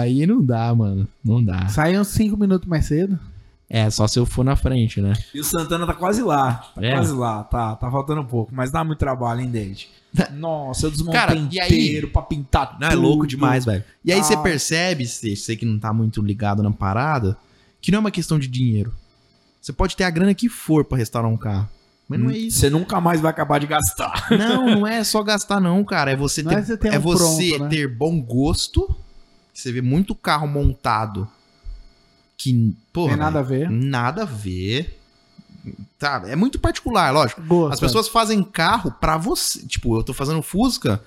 Aí não dá, mano. Não dá.
Saiu uns 5 minutos mais cedo.
É, só se eu for na frente, né?
E o Santana tá quase lá. Tá
É.
quase lá, tá, tá faltando um pouco. Mas dá muito trabalho, hein, David? Nossa, eu desmontei
Cara, e aí?
inteiro pra pintar
Não, é
tudo.
louco demais, velho. E
tá.
aí você
Ah.
percebe, você você que não tá muito ligado na parada, que não é uma questão de dinheiro. Você pode ter a grana que for pra restaurar um carro. Mas
Hum.
não é isso.
Você nunca mais vai acabar de gastar.
Não, não é só gastar, não, cara. É você
Não
ter,
é você ter
é
um
você
pronto, né?
ter bom gosto. Você vê muito carro montado que, porra,
tem nada a ver.
nada a ver. Tá, é muito particular, lógico.
Gosto.
As pessoas fazem carro pra você. Tipo, eu tô fazendo Fusca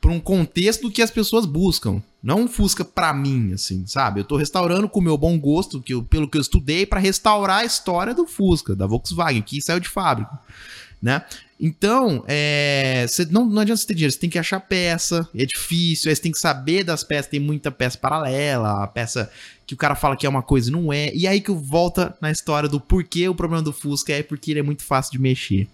pra um contexto do que as pessoas buscam. Não um Fusca pra mim, assim, sabe? Eu tô restaurando com o meu bom gosto, que eu- pelo que eu estudei, pra restaurar a história do Fusca, da Volkswagen, que saiu de fábrica, né? Então, é, você não, não adianta você ter dinheiro, você tem que achar peça, é difícil, aí você tem que saber das peças, tem muita peça paralela, a peça que o cara fala que é uma coisa e não é. E aí que volta na história do porquê o problema do Fusca é porque ele é muito fácil de mexer.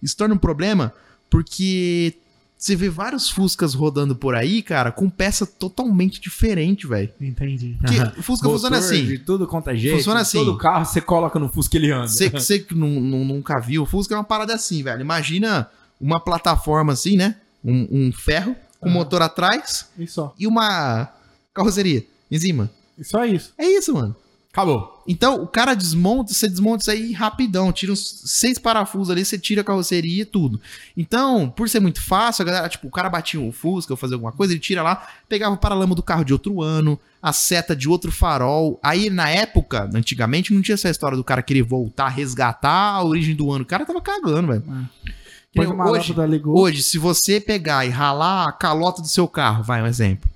Isso torna um problema porque você vê vários Fuscas rodando por aí, cara, com peça totalmente diferente, velho.
Entendi.
Porque
Aham.
o Fusca funciona
Motor
assim.
De tudo quanto é jeito.
Funciona assim.
Todo carro você coloca no Fusca ele anda.
Você você que nu- nu- nunca viu, o Fusca é uma parada assim, velho. Imagina uma plataforma assim, né? Um, um ferro com
Ah.
motor atrás
E só.
e uma carroceria em cima.
E só isso.
É isso, mano.
Acabou.
Então, o cara desmonta, você desmonta isso aí rapidão. Tira uns seis parafusos ali, você tira a carroceria e tudo. Então, por ser muito fácil, a galera, tipo, o cara batia o Fusca ou fazia alguma coisa, ele tira lá, pegava o paralama do carro de outro ano, a seta de outro farol. Aí, na época, antigamente, não tinha essa história do cara querer voltar, resgatar a origem do ano. O cara tava cagando, velho. Que
Põe
nem
uma
Hoje,
lâmpada ligou.
hoje, se você pegar e ralar a calota do seu carro, vai um exemplo.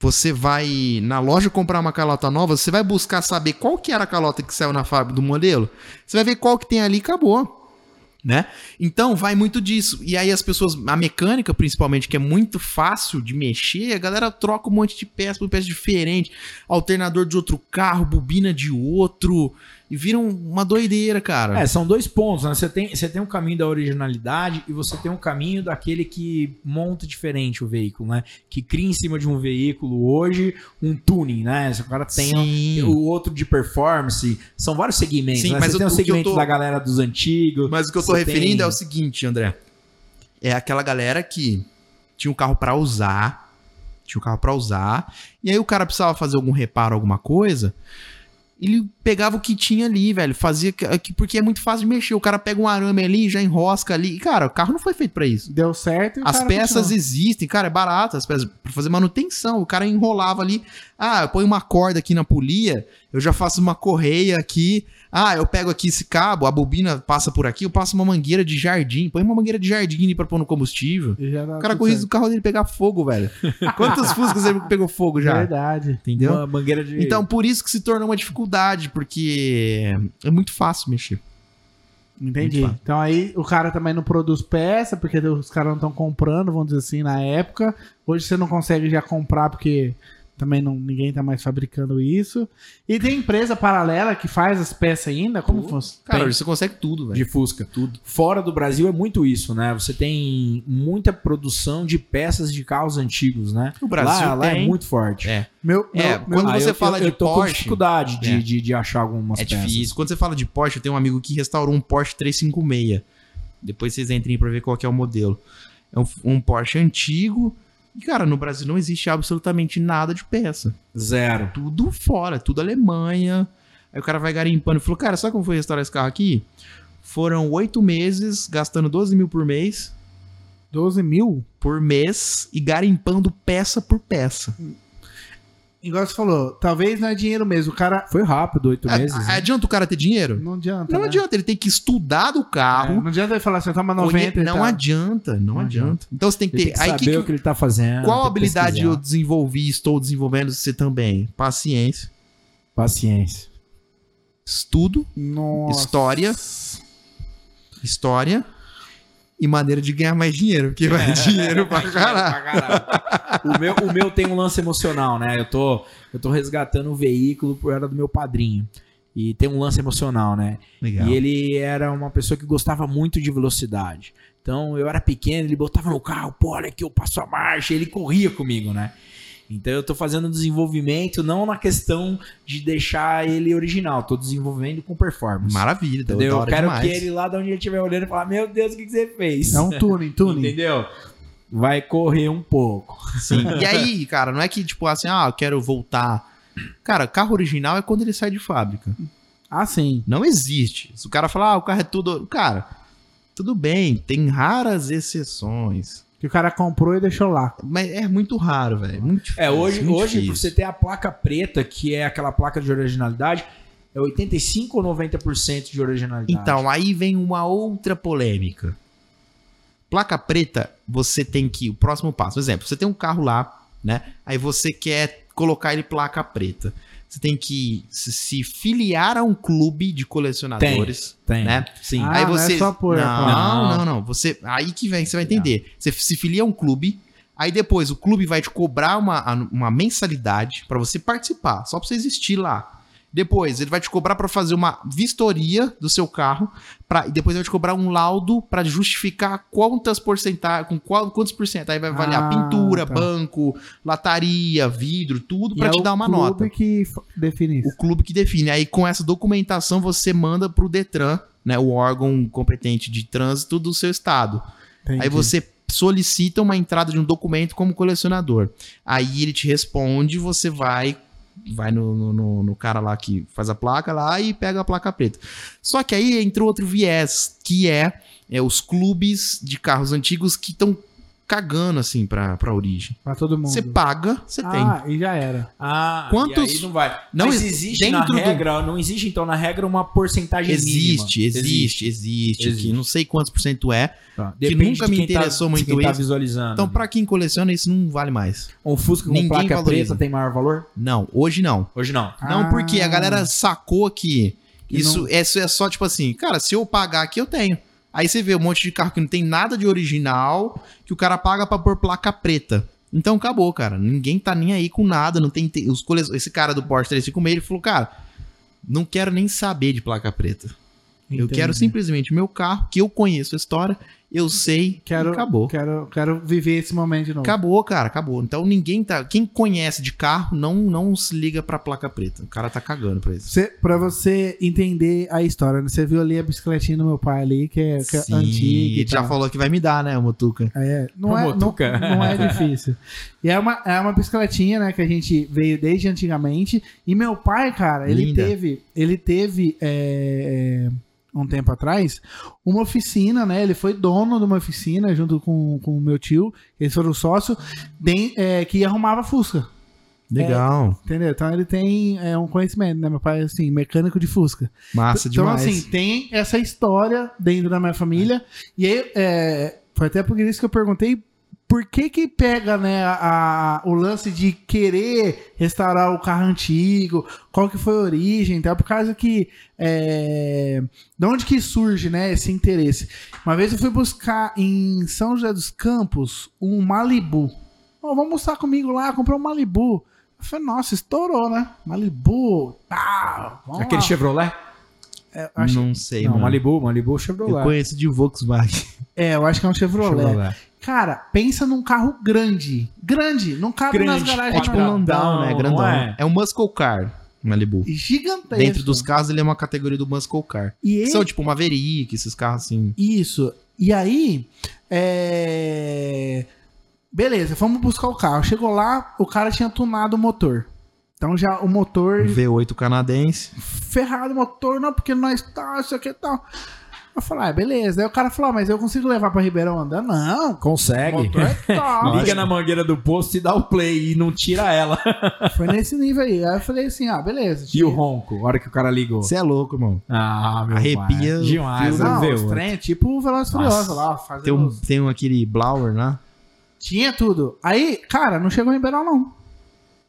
Você vai na loja comprar uma calota nova, você vai buscar saber qual que era a calota que saiu na fábrica do modelo. Você vai ver qual que tem ali e acabou. Né? Então vai muito disso. E aí as pessoas, a mecânica principalmente, que é muito fácil de mexer, a galera troca um monte de peça por peça diferente, alternador de outro carro, bobina de outro, e vira um- uma doideira, cara.
É, são dois pontos, né? Você tem, você tem um caminho da originalidade e você tem um caminho daquele que monta diferente o veículo, né? Que cria em cima de um veículo hoje um tuning, né? Se o cara tem
Sim.
o outro de performance, são vários segmentos,
Sim,
né?
mas
Você
o-
tem o
o que eu
segmento
tô-
da galera dos antigos.
Mas o que eu tô
Você
referindo
tem-
é o seguinte, André. É aquela galera que tinha um carro pra usar, tinha um carro pra usar, e aí o cara precisava fazer algum reparo, alguma coisa, ele pegava o que tinha ali, velho, fazia que- que- porque é muito fácil de mexer, o cara pega um arame ali, já enrosca ali. E, cara, o carro não foi feito pra isso.
Deu certo e o
As
cara
peças
continua.
existem, cara, é barato, as peças pra fazer manutenção, o cara enrolava ali, ah, eu ponho uma corda aqui na polia, eu já faço uma correia aqui, ah, eu pego aqui esse cabo, a bobina passa por aqui, eu passo uma mangueira de jardim, põe uma mangueira de jardim ali pra pôr no combustível.
E já dá
O cara
tudo
com o risco
certo.
do carro dele pegar fogo, velho. Quantos fuscas ele pegou fogo já?
Verdade.
Entendeu?
Uma mangueira de.
Então, por isso que se tornou uma dificuldade, porque é muito fácil mexer.
Entendi.
Muito
Então aí o cara também não produz peça, porque os caras não estão comprando, vamos dizer assim, na época. Hoje você não consegue já comprar porque também não, ninguém tá mais fabricando isso. E tem empresa paralela que faz as peças ainda? Como
Pô,
funciona?
Cara,
Tem.
hoje você consegue tudo, velho.
de Fusca. Tudo. Fora do Brasil é muito isso, né? Você tem muita produção de peças de carros antigos, né?
O Brasil
lá, lá é
tem.
muito forte.
É.
Meu,
É,
meu-
quando
Ah,
você
eu-
fala
eu,
de
eu tô com
Porsche,
dificuldade de,
É.
de, de achar algumas
É
peças.
difícil. Quando você fala de Porsche, eu tenho um amigo que restaurou um Porsche 356. Depois vocês entrem pra ver qual que é o modelo. É um, um Porsche antigo. E, cara, no Brasil não existe absolutamente nada de peça.
Zero.
Tudo fora, tudo Alemanha. Aí o cara vai garimpando e falou: Cara, sabe como foi restaurar esse carro aqui? Foram oito meses, gastando 12 mil por mês,
12 mil?
por mês, e garimpando peça por peça.
Igual você falou, talvez não é dinheiro mesmo. O cara
Foi rápido, oito meses. né?
A- adianta o cara ter dinheiro?
não adianta.
Não
né?
adianta, ele tem que estudar do
É,
carro.
não adianta ele falar assim, toma
Conhe-
90 e
não
tal.
adianta, não,
Não
adianta. Então você tem que ter.
Ele tem que
aí
saber
que,
o que ele tá fazendo.
qual
tem que
habilidade
pesquisar.
eu desenvolvi e estou desenvolvendo você também? Paciência,
Paciência.
estudo,
Nossa.
História. história e maneira de ganhar mais dinheiro, porque vai dinheiro pra caralho.
o, meu, o meu tem um lance emocional, né? Eu tô, eu tô resgatando um veículo, por- era do meu padrinho. E tem um lance emocional, né?
Legal.
E ele era uma pessoa que gostava muito de velocidade. Então eu era pequeno, ele botava no carro, pô, olha que eu passo a marcha, ele corria comigo, né? Então eu tô fazendo um desenvolvimento não na questão de deixar ele original, tô desenvolvendo com performance.
é Maravilha, da-
entendeu?
da
Eu
hora
quero
demais.
que ele lá de onde ele estiver olhando e falar: Meu Deus, o que, que você fez?
É um tuning, tuning.
entendeu? Vai correr um pouco.
Sim. E aí, cara, não é que tipo assim, ah, eu quero voltar. Cara, carro original é quando ele sai de fábrica.
Ah, sim.
Não existe. Se o cara falar, ah, o carro é tudo. Cara, tudo bem, tem raras exceções.
Que o cara comprou e deixou lá.
Mas é muito raro, velho. É muito difícil.
É, hoje,
muito
hoje pra você
difícil.
ter a placa preta, que é aquela placa de originalidade, é 85% ou 90% de originalidade.
Então, aí vem uma outra polêmica. Placa preta, você tem que. O próximo passo, por exemplo, você tem um carro lá, né? Aí você quer colocar ele placa preta. Você tem que se- se filiar a um clube de colecionadores.
Tem.
Né?
Sim.
Ah,
aí
não é
você.
só pôr a
não,
palavra.
não, não. Você, aí que vem, você vai entender. Você se filia a um clube, aí depois o clube vai te cobrar uma, uma mensalidade pra você participar, só pra você existir lá. Depois ele vai te cobrar pra fazer uma vistoria do seu carro, pra, e depois ele vai te cobrar um laudo pra justificar quantas porcentagem, com qual, quantos por cento. Aí vai avaliar
Ah,
pintura,
tá.
banco, lataria, vidro, tudo
E
pra
é
te
o
dar uma
clube
nota.
que f- define
O
isso.
clube que define. Aí com essa documentação você manda pro Detran, né, o órgão competente de trânsito do seu estado. Aí
Entendi.
você solicita uma entrada de um documento como colecionador. Aí ele te responde, você vai vai no, no- no- no cara lá que faz a placa lá e pega a placa preta. Só que aí entra outro viés, que é, é os clubes de carros antigos que estão cagando assim pra, pra origem.
Pra todo mundo.
Você paga, você tem.
ah, e já era.
Ah,
Quantos-
e aí não vai.
Não
Mas
ex-
existe
dentro do-
na regra, não existe então na regra uma porcentagem
Existe,
mínima.
existe, existe,
Existe.
que não sei quantos por cento é.
Tá.
Que
Depende
nunca
de
me
quem tá-
interessou
de
muito
quem Tá
isso.
visualizando.
Então, pra quem coleciona, isso não vale mais.
um Fusca com
ninguém
placa
valoriza.
preta tem maior valor?
Não, hoje não.
Hoje não.
Ah.
Não porque a galera sacou que,
Que
isso, isso é só tipo assim, cara, se eu pagar aqui, eu tenho. Aí você vê um monte de carro que não tem nada de original, que o cara paga pra pôr placa preta. Então acabou, cara. Ninguém tá nem aí com nada. Não tem, tem- os cole... Esse cara do Porsche 356, ele falou, cara, não quero nem saber de placa preta. Eu
Entendi.
quero simplesmente meu carro, que eu conheço a história, eu sei,
Quero,
e acabou.
Quero, quero viver esse momento de novo.
Acabou, cara, acabou. Então ninguém tá. Quem conhece de carro não, não se liga pra placa preta. O cara tá cagando pra isso.
Você, pra você entender a história, né? Você viu ali a bicicletinha do meu pai ali, que é, que é
Sim,
antiga. e
já
tal.
falou que vai me dar, né, o Motuca?
É, não,
Pra
é, não,
Botuca.
não é difícil. E é uma, é uma bicicletinha, né, que a gente veio desde antigamente. E meu pai, cara, ele
Linda.
teve, ele teve é, é, um tempo atrás uma oficina, né? Ele foi dono de uma oficina junto com com o meu tio, eles foram sócio, de- é, que arrumava Fusca.
Legal.
Entendeu? Então ele tem é, um conhecimento, né? Meu pai, assim, mecânico de Fusca.
Massa
Então,
demais.
assim, tem essa história dentro da minha família. E aí, é, foi até por isso que eu perguntei por que que pega, né, a, a- o lance de querer restaurar o carro antigo, qual que foi a origem, e tal, por causa que, é, de onde que surge, né, esse interesse. Uma vez eu fui buscar em São José dos Campos um Malibu. Ó, vamos almoçar comigo lá, comprei um Malibu. Eu falei, nossa, estourou, né? Malibu, pá, vamos
Aquele
lá.
Chevrolet?
É, acho-
Não sei,
não,
mano.
Malibu, Malibu,
Eu
Chevrolet.
conheço de Volkswagen.
É, eu acho que é um Chevrolet.
Chevrolet.
Cara, pensa num carro grande. Grande, não cabe nas
Grande,
garagens.
É tipo um
não.
Grandão,
Landau, né?
não
Grandão.
é?
É? um Muscle Car, Malibu.
Gigantesco.
Dentro dos carros, ele é uma categoria do Muscle Car.
E
Que
ele-
são tipo Maverick, esses carros assim.
Isso. E aí, é... Beleza, fomos buscar o carro. Chegou lá, o cara tinha tunado o motor. Então já o motor
V8 canadense.
ferrado o motor, não, porque nós tá, isso aqui e tal. Eu falei, ah, beleza. Aí o cara falou, ah, mas eu consigo levar pra Ribeirão andando? Não, o
Consegue.
motor é top.
Liga na mangueira do posto e dá o play e não tira ela.
Foi nesse nível aí. Aí eu falei assim, ah, beleza.
E o ronco, a hora que o cara ligou.
Você é louco, irmão.
Ah, meu
Arrepia
pai.
o
Demais,
fio
né,
Não,
vê,
os
mano?
trem é tipo o Veloz e Furioso
Nossa,
lá, fazendo...
Tem um, tem um aquele Blower lá.
Tinha tudo. Aí, cara, não chegou em Ribeirão, não.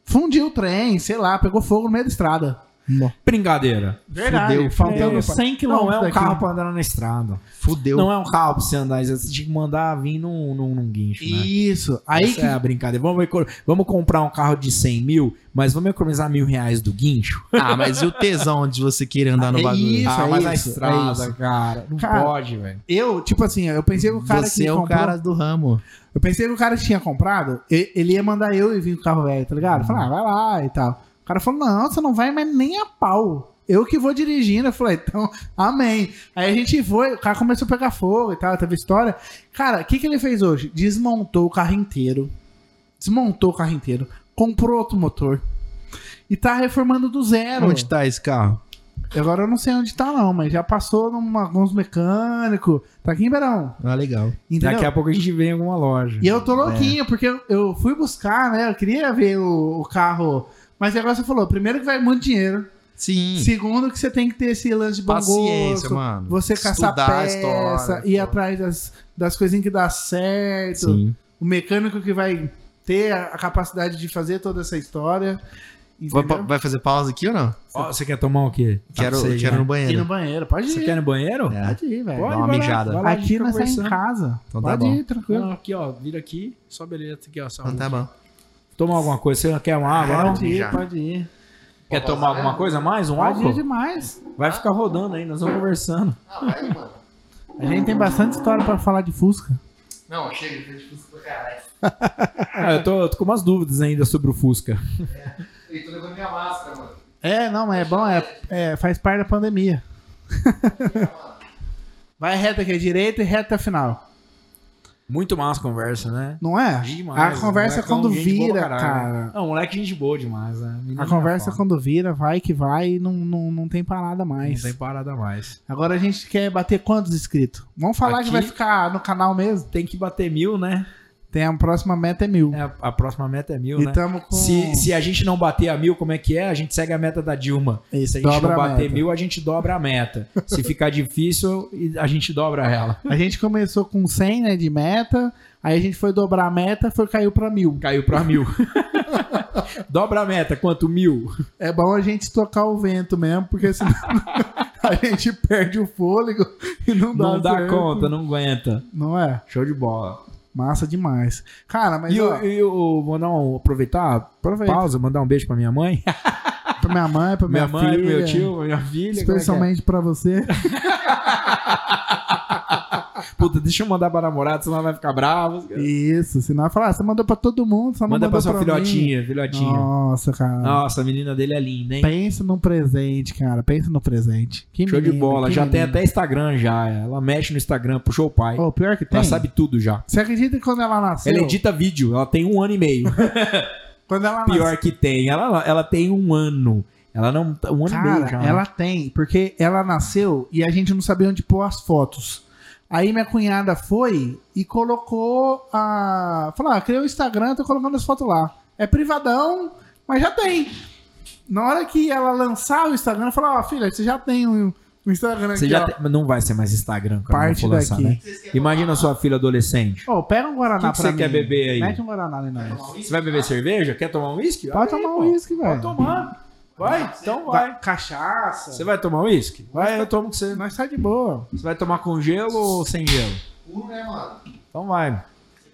Fundiu o trem, sei lá, pegou fogo no meio da estrada.
Brincadeira.
Fudeu,
faltando
fudeu.
100 km
Não é um
daqui.
carro pra andar na estrada.
Fudeu.
Não é um carro pra você andar. Você tinha que mandar vir num, num, num guincho, né?
Isso. Aí
Essa é a brincadeira. Vamos, econo- vamos comprar um carro de 100 mil, mas vamos economizar mil reais do guincho?
Ah, mas e o tesão de você querer andar no
É
bagulho?
isso.
ah, mas na
isso, é
estrada,
isso.
cara. Não
Cara,
pode, velho.
eu, tipo assim, eu pensei que o cara
você
que
é o
comprou-
cara do ramo.
Eu pensei que o cara que tinha comprado, e- ele ia mandar eu e vir com o carro velho, tá ligado? Eu Falei, ah, vai lá e tal. O cara falou, não, você não vai mais nem a pau. Eu que vou dirigindo. Eu falei, então, amém. Aí a gente foi, o cara começou a pegar fogo e tal, teve história. Cara, o que, que ele fez hoje? Desmontou o carro inteiro. Desmontou o carro inteiro. Comprou outro motor. E tá reformando do zero.
Hum.
Onde tá esse carro?
Agora eu não sei onde tá, não, mas já passou em alguns mecânicos. Tá aqui em Beirão.
Ah, legal.
Entendeu?
Daqui a pouco a gente vem em alguma loja.
E eu tô
Uhum. É.
louquinho, porque eu- eu fui buscar, né? Eu queria ver o, o carro. Mas agora você falou: primeiro que vai muito dinheiro.
Sim.
Segundo, que você tem que ter esse lance de bom
Hum. Paciência,
gosto,
mano.
Você caçar
Estudar a
peça,
história,
ir
pô.
atrás das, das coisinhas que dá certo.
Sim.
O mecânico que vai ter a, a capacidade de fazer toda essa história.
Vai,
entendeu?
vai fazer pausa aqui ou não?
Ó, você quer tomar o quê? Tá
Quero,
com sede,
quero
né?
no
Ir no
banheiro.
banheiro, pode
Você
ir.
quer ir no banheiro?
É.
Pode ir, velho.
Pode. uma
vai lá,
mijada.
vai lá, a gente
Aqui
tá
nós tá em
conversando.
casa.
Então tá
pode
bom.
ir, tranquilo.
Não, aqui, ó, vira aqui. Só beleza, aqui, ó. só
Então tá bom.
Tomar alguma coisa? Você não quer uma água? não?
pode ir,
já.
pode ir.
Quer tomar alguma coisa a mais? Um
Pode ir
álcool?
demais.
Vai ficar rodando aí, nós vamos conversando.
Ah, vai, mano.
A gente tem bastante história pra falar de Fusca.
Não, chega, foi difícil pra caralho.
Ah, eu tô, eu tô com umas dúvidas ainda sobre o Fusca.
E tô levando minha máscara, mano.
É, não, mas é bom, é, é, faz parte da pandemia. Vai reta que é direita e reta final.
Muito massa a conversa, né?
Não é?
Demais,
a conversa
molecão,
quando
gente boa
vira,
pra caralho. né?
cara.
Não, moleque gente boa demais, né? Menino
A conversa
da
quando vira, vai que vai, não, não, não tem parada
forma.
mais.
Não tem parada mais.
Agora a gente quer bater quantos inscritos? Vamos falar
Aqui-
que vai ficar no canal mesmo?
Tem que bater mil, né?
Tem a próxima meta é mil.
É, a, a próxima meta é mil,
e
né?
estamos Então, com.
Se, se a gente não bater a mil, como é que é? A gente segue a meta da Dilma.
Isso,
Se a gente
dobra
não
a
bater
meta.
mil, a gente dobra a meta. Se ficar difícil, a gente dobra ela.
A gente começou com 100 né, de meta, aí a gente foi dobrar a meta, foi caiu pra mil.
Caiu pra mil. dobra a meta, quanto? Mil.
É bom a gente tocar o vento mesmo, porque senão a gente perde o fôlego e não dá
Não dá
certo.
conta, não aguenta.
Não é?
Show de bola.
Massa demais. Cara, mas
e
ó, é
eu, eu mandar um, aproveitar,
aproveita.
pausa, mandar um beijo pra minha mãe.
Pra minha mãe, é pra minha,
minha mãe,
filha,
pro meu tio, pra minha filha. como é que é?
Especialmente pra você.
Puta, deixa eu mandar pra namorada, senão ela vai ficar brava.
Isso, senão ela fala, ah, você mandou pra todo mundo, só não
Manda pra
mandou
sua
mim."
filhotinha, filhotinha.
Nossa, cara.
Nossa, a menina dele é linda, hein?
Pensa no presente, cara. Pensa no presente. Que
Show de
menino,
bola.
que
Já tem
menino.
até Instagram já. Ela mexe no Instagram, puxou o pai.
Ô, pior que tem.
Ela sabe tudo já.
Você acredita que quando ela nasceu?
Ela edita vídeo, ela tem um ano e meio.
Quando ela
Pior que tem. Ela, ela tem um ano. Ela não. Um ano e meio
Cara,
já.
ela tem, porque ela nasceu e a gente não sabia onde pôr as fotos. Aí minha cunhada foi e colocou a. Falou, ah, criei o Instagram, tô colocando as fotos lá. É privadão, mas já tem. Na hora que ela lançar o Instagram, falou, ó, filha, você já tem um, um Instagram
Você
aqui,
já
ó.
tem- mas não vai ser mais Instagram quando
Parte
ela for lançar,
daqui.
né? Imagina a sua filha adolescente.
Ô, pega um Guaraná
O que que
pra
você
mim.
quer beber aí?
Mete um Guaraná ali na nós.
Você vai beber cerveja? Quer tomar um uísque?
Pode
Abre aí,
tomar
pô.
um uísque, velho.
Pode tomar. Vai, então vai.
Vai. Cachaça.
Você vai tomar um uísque? Vai, eu tomo com você.
Nós tá de boa.
Você vai tomar com gelo ou sem gelo?
Puro, né, mano?
Então vai.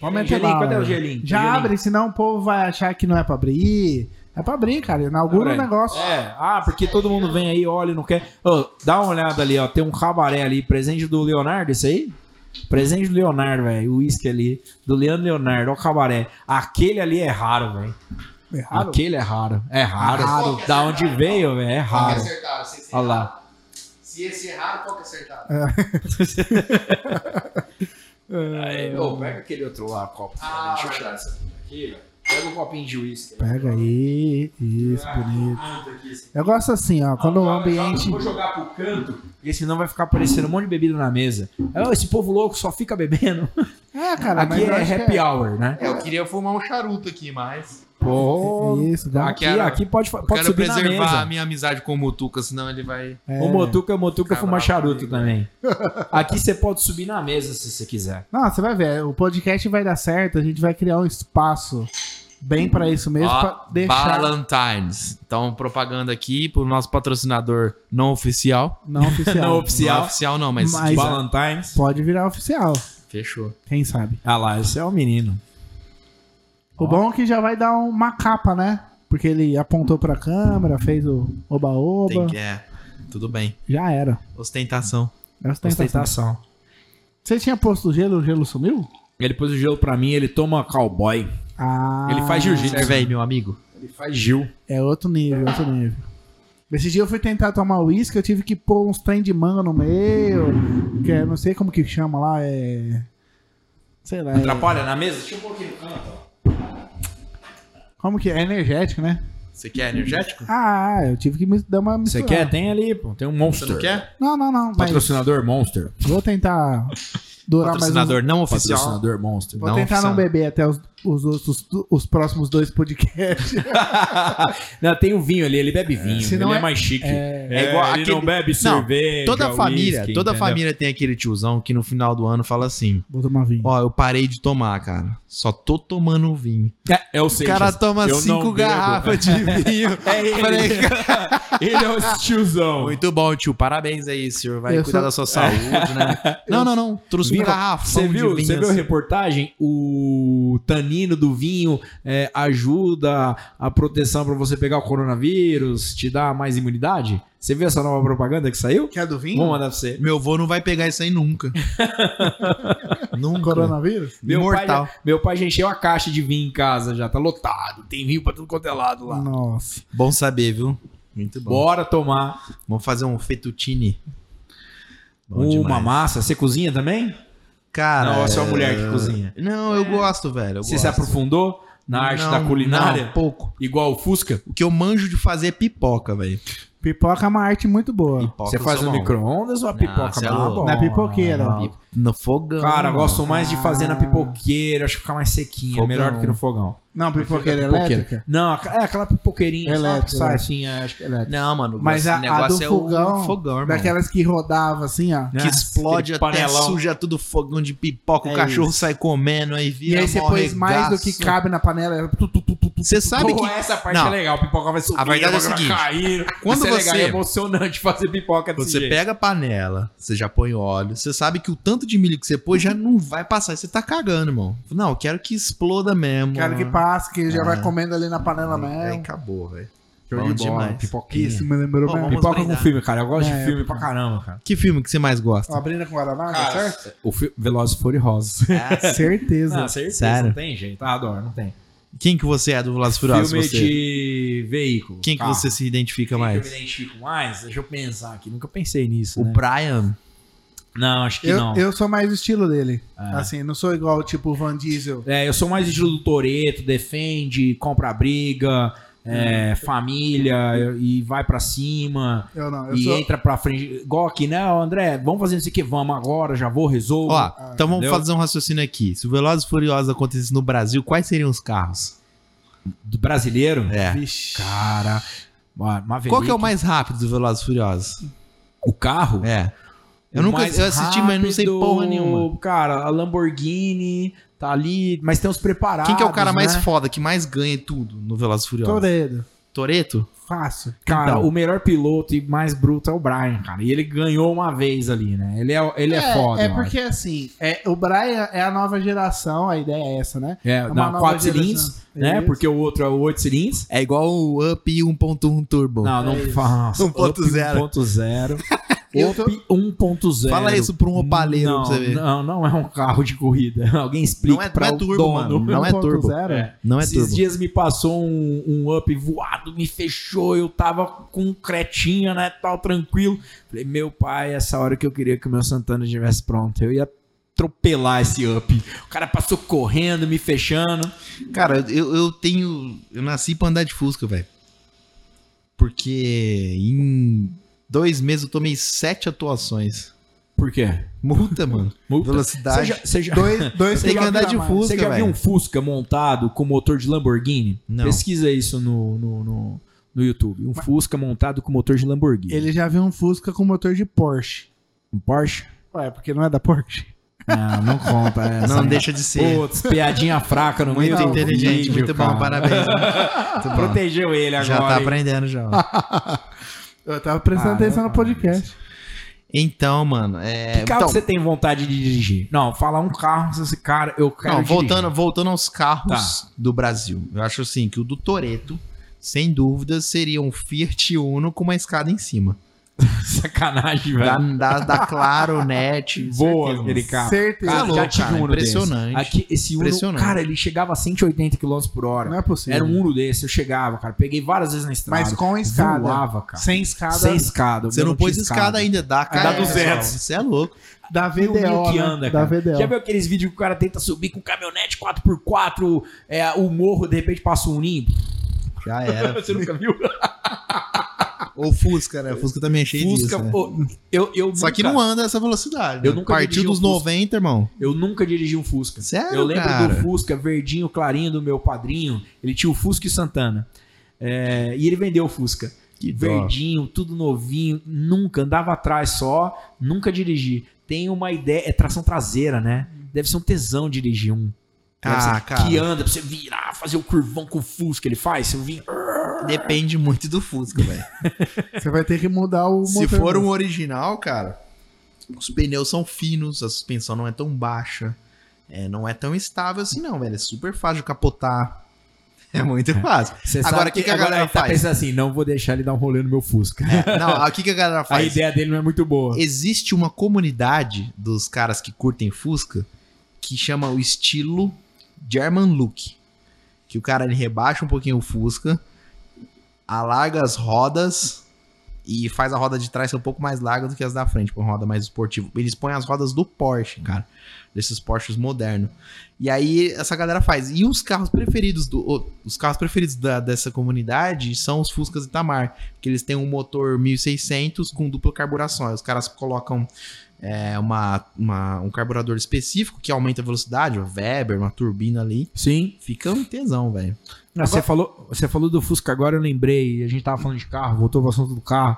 Vamos meter
gelinho,
bala.
cadê o gelinho?
Já
O gelinho.
abre, senão o povo vai achar que não é pra abrir. É pra abrir, cara. Inaugura o
Abre aí.
negócio.
É, ah, porque todo mundo vem aí, olha e não quer. Ô, dá uma olhada ali, ó. Tem um cabaré ali, presente do Leonardo, isso aí? Presente do Leonardo, velho. O uísque ali. Do Leandro Leonardo, ó o cabaré. Aquele ali é raro, velho.
Errado.
Aquele é raro. É raro.
Raro.
Da onde veio, velho, é
Qual que
raro.
acertaram? Se esse,
Olha lá.
se esse erraram, qual que acertaram?
Aí, ô, pega aquele outro lá, copo.
Ah,
Deixa eu tirar essa aqui, velho. Pega um copinho de uísque.
Pega aí. Isso, bonito.
Tanto aqui, assim.
Eu gosto assim, ó. Quando o
Joga,
ambiente.
joga, Vou jogar pro canto, porque senão vai ficar aparecendo um monte de bebida na mesa. Ah, Esse povo louco só fica bebendo.
É, cara.
aqui
mas eu acho
é
que
happy hour, né?
É, eu queria fumar um charuto aqui, mas.
Pô,
Isso, dá.
aqui,
Quero-
aqui pode, fa-
Eu
pode
quero
subir na
preservar a
mesa.
minha amizade com o Mutuca, senão ele vai.
é.
O Motuca, o Motuca
Ficar
fuma
bravo
charuto
comigo.
também. Aqui você pode subir na mesa se você quiser.
Não, você vai ver. O podcast vai dar certo. A gente vai criar um espaço bem pra É isso mesmo.
Ó,
pra deixar.
Ballantines. Então, propaganda aqui pro nosso patrocinador não oficial.
Não oficial.
Não oficial,
Não é oficial, não, mas.
Mas- é-
Valentine's.
Pode virar oficial.
Fechou.
Quem sabe?
Ah lá, esse é o menino.
O bom é que já vai dar uma capa, né? Porque ele apontou pra câmera, fez o
Tem
oba-oba.
que. É. Tudo bem.
Já era.
Ostentação.
Era ostentação.
Ostentação.
tá Você tinha posto gelo, o gelo sumiu?
Ele pôs o gelo pra mim, ele toma cowboy.
Ah,
Ele faz jiu-jitsu.
Serve aí, meu amigo.
Ele faz Gil.
É outro nível, outro nível. Esse dia eu fui tentar tomar uísque, eu tive que pôr uns trem de manga no meio, que é, não sei como que chama lá, é... Sei lá, é-
Atrapalha na mesa? Tipo um Deixa eu pôr aqui no canto, ó.
como que é? É energético, né?
Você quer energético?
Ah, eu tive que me dar uma
Você
misturada.
quer? Tem ali, pô. Tem um Monster.
Você não quer?
Não, não, não, mas
Patrocinador Monster.
vou tentar durar mais uns...
um patrocinador não oficial.
Patrocinador
monstro.
Vou tentar não beber até os, os, outros- os próximos dois podcasts.
não, tem um vinho ali, ele bebe vinho.
Se não
ele é,
é-
mais chique.
É,
É igual
ele
aquele-
não bebe cerveja.
Toda
whisky,
família, toda
entendeu?
família tem aquele tiozão que no final do ano fala assim:
vou tomar vinho.
Ó, eu parei de tomar, cara. Só tô tomando vinho.
É, é o
O cara
Seixas.
toma
eu não
cinco
bebo.
garrafas de vinho.
É ele.
Falei,
ele é o tiozão.
Muito bom, tio. Parabéns aí, senhor. Vai
Eu
cuidar
sou-
da sua saúde, né? Não, não, não. Trouxe
Vinho-
um garrafão
Você viu,
de vinho.
você viu a
assim.
reportagem? O tanino do vinho é, ajuda a proteção pra você pegar o coronavírus, te dá mais imunidade? Você viu essa nova propaganda que saiu?
Quer do vinho?
Vou mandar pra você.
Meu avô não vai pegar isso aí nunca. nunca.
Coronavírus?
Meu
Imortal.
pai, meu pai já encheu a caixa de vinho em casa já, tá lotado. Tem vinho pra tudo quanto é lado lá.
Nossa.
Bom saber, viu? Muito bom.
Bora tomar
Vamos fazer um fettuccine. Bom
uma
demais.
massa. Você cozinha também?
Cara,
Não, essa é a
é-
mulher que cozinha.
Não, eu gosto, velho. eu
Você se
gosto.
aprofundou na arte
Não,
da culinária?
Não, pouco.
Igual o Fusca?
O que eu manjo de fazer é pipoca, velho.
Pipoca é uma arte muito boa.
Pipoca
você
eu
faz
sou
no
bom.
micro-ondas ou a pipoca?
você é
Ah,
louco.
bom.
Na pipoqueira.
Ah,
No fogão.
Cara,
mano.
gosto mais de fazer na
Ah.
pipoqueira, acho que fica mais sequinha,
Fogão.
melhor do que no fogão.
Não, pipoqueira é
Pipoqueira.
elétrica?
Não, aca- é aquela pipoqueirinha,
Elétrica,
sabe, que sai
né?
assim, é, acho que é elétrica.
Não, mano.
Mas
esse
a, a do
negócio é o
fogão,
fogão, irmão.
daquelas que rodava assim, ó.
Que explode
né? aquele
até
panelão.
suja tudo fogão de pipoca,
É
o cachorro
isso.
sai comendo, aí
E,
vira
aí você
mó
pôs mais do
regaço.
que cabe na panela. era tu, tu, tu, tu, tu,
Você
tu,
sabe
Pô,
que-
essa parte
Não.
é legal, a pipoca vai subir,
A verdade é o
pipoca vai
seguinte,
cair.
quando
Isso é legal,
você-
é emocionante fazer pipoca desse
Você
jeito.
pega a panela, você já põe óleo, você sabe que o tanto de milho que você pôs já não vai passar, e você tá cagando, irmão. Não, eu quero que exploda mesmo.
Quero que passe, que já
Ah.
É.
vai comendo ali na panela
Aí
mesmo.
acabou, velho.
Show
Bom
de bola,
demais.
pipoquinha.
Isso me lembrou
Ó,
mesmo.
vamos-
Pipoca com
brindar.
filme, cara, eu gosto
É,
de filme
eu-
pra caramba, cara.
Que filme que você mais gosta?
Abrindo com Guaraná, tá
Cara,
certo?
O fi... Velozes e Furiosos.
Certeza.
Ah, certeza,
Sério?
não tem jeito. Ah, adoro, não tem.
Quem que você é do Velozes e Furiosos?
filme
Você?
de veículo.
Quem que
carro.
você se identifica
Quem
mais?
que eu me identifico mais? Deixa eu pensar aqui. Nunca pensei nisso.
O
né?
Brian.
Não, acho que
eu,
não.
eu sou mais do estilo dele.
Ah.
Assim, não sou igual, tipo, o Van Diesel.
É, eu sou mais estilo do Toreto, defende, compra a briga, é, família eu- e vai pra cima.
Eu não, eu
e
sou...
entra pra frente. Igual aqui, né, ô, André? Vamos fazer isso aqui, vamos agora, já vou, resolvo.
Ó, então vamos
entendeu?
fazer um raciocínio aqui. Se o Velozes e Furiosos acontecesse no Brasil, quais seriam os carros?
Do brasileiro.
É.
Vixe.
Cara. Ma- Maverick,
Qual que é o mais rápido do Velozes e Furiosos?
O carro?
É. Eu
O
nunca
mais
eu assisti, mas não sei
rápido,
porra nenhuma.
Cara, a Lamborghini tá ali, mas tem os preparados.
Quem que é o cara mais
né?
foda, que mais ganha tudo no Velozes e Furiosos?
Toredo.
Toreto?
Fácil.
Cara,
Então.
o melhor piloto e mais bruto é o Brian, cara. E ele ganhou uma vez ali, né? Ele é, ele é, foda.
É
eu
porque assim, é, o Brian é a nova geração, a ideia é essa, né?
acho. É,
uma
não,
nova
quatro
geração.
cilindros, né?
Isso.
Porque o outro é o oito cilindros.
É igual o Up 1.1 Turbo.
Não, não
isso.
faça.
1.0.
1.0.
Eu tô-
Op 1.0.
Fala isso pra um opaleiro
não,
pra você ver.
Não, não é um carro de corrida. Alguém explica
Não é- não
pra
é
o
turbo,
dono.
mano. Não é turbo.
1.0?
É.
Não é
Esses
turbo.
dias me passou um, um up voado, me fechou, eu tava com cretinha, né, tal, tranquilo. Falei, meu pai, essa hora que eu queria que o meu Santana estivesse pronto, eu ia atropelar esse up. O cara passou correndo, me fechando.
Cara, eu, eu tenho. Eu nasci pra andar de Fusca, velho. Porque em dois meses eu tomei sete atuações.
Por quê?
Multa, mano.
Multa. Você
Velocidade.
já, você já,
Dois, dois
Tem que
cilindros
andar
a
de
mais.
Fusca,
você já viu
velho.
um Fusca montado com motor de Lamborghini?
Não.
Pesquisa isso no, no, no, no YouTube. Um Fusca montado com motor de Lamborghini.
Ele já viu um Fusca com motor de Porsche.
Um Porsche?
Ué, porque não é da Porsche?
Não, não conta essa.
Não deixa de ser.
Putz, piadinha fraca no
muito
meio do
inteligente,
vídeo,
muito bom,
cara.
parabéns. Muito bom.
Protegeu ele agora.
Já tá
hein?
aprendendo já. ó.
Eu tava prestando
Caramba,
atenção no podcast.
Então, mano, é.
Que carro
então,
que você tem vontade de dirigir? Não, falar um carro, se esse cara, eu quero
não,
dirigir. Tá.
voltando, voltando aos carros do Brasil. Eu acho assim que o do Toreto, sem dúvida, seria um Fiat Uno com uma escada em cima.
Sacanagem,
Da,
velho.
da, da Claronet.
É. Boa
né, certeza,
aquele carro. Tá
Certeza.
Você
Cara,
é louco, cara,
desse.
impressionante.
Aqui, esse Uno,
Impressionante.
cara, ele chegava a 180 km por
Não
hora.
é possível.
Era um Uno desse, eu chegava, cara. Peguei várias vezes na estrada.
Mas com escada.
Voava, cara.
Sem escada
Sem escada. o
Você
meu
não pôs
tinha
escada ainda, dá cara.
do
zero.
Você é louco.
da
Tem um
VDO,
mil que
né?
anda,
da
cara.
VDO.
Já viu aqueles vídeos que o cara tenta subir com caminhonete 4x4, é, o morro, de repente passa um ninho?
Já era.
Você nunca viu?
Ou Fusca, né? Fusca também é cheio
Fusca,
disso, né?
pô, eu, eu
Só que
nunca-
não é. anda essa velocidade.
Eu
né?
nunca
Partiu
dirigi um
dos
Fusca.
90, irmão.
Eu nunca dirigi um Fusca.
Sério,
eu lembro
cara?
do Fusca verdinho, clarinho do meu padrinho. Ele tinha o Fusca e Santana. É, e ele vendeu o Fusca.
Que dó.
verdinho, tudo novinho. Nunca, andava atrás só. Nunca dirigi. Tem uma ideia, é tração traseira, né? Deve ser um tesão dirigir um. Deve
Ah,
ser-
cara.
Que anda pra você virar, fazer o curvão com o Fusca. Ele faz, você vira.
Depende muito do Fusca, velho.
Você vai ter que mudar o
Se
motor.
for um original, cara, os pneus são finos, a suspensão não é tão baixa, é, não é tão estável assim, não, velho. É super fácil de capotar. É muito fácil.
Você
Agora,
sabe
o que que a galera
ele tá
faz?
pensando assim, não vou deixar ele dar um rolê no meu Fusca.
É, não, aqui que a galera
A
faz.
ideia dele não é muito boa.
Existe uma comunidade dos caras que curtem Fusca que chama o estilo German Look. Que o cara ele rebaixa um pouquinho o Fusca, alarga as rodas e faz a roda de trás ser um pouco mais larga do que as da frente, pra uma roda mais esportiva. Eles põem as rodas do Porsche, cara. Desses Porsches modernos. E aí essa galera faz. E os carros preferidos do, o- os carros preferidos da- dessa comunidade são os Fuscas Itamar, que eles têm um motor 1600 com dupla carburação. Aí os caras colocam é, uma, uma- um carburador específico que aumenta a velocidade, o Weber, uma turbina ali.
Sim.
Fica um tesão, velho.
Não, Ah, você, falou, você falou do Fusca agora, eu lembrei. A gente tava falando de carro, voltou pro assunto do carro.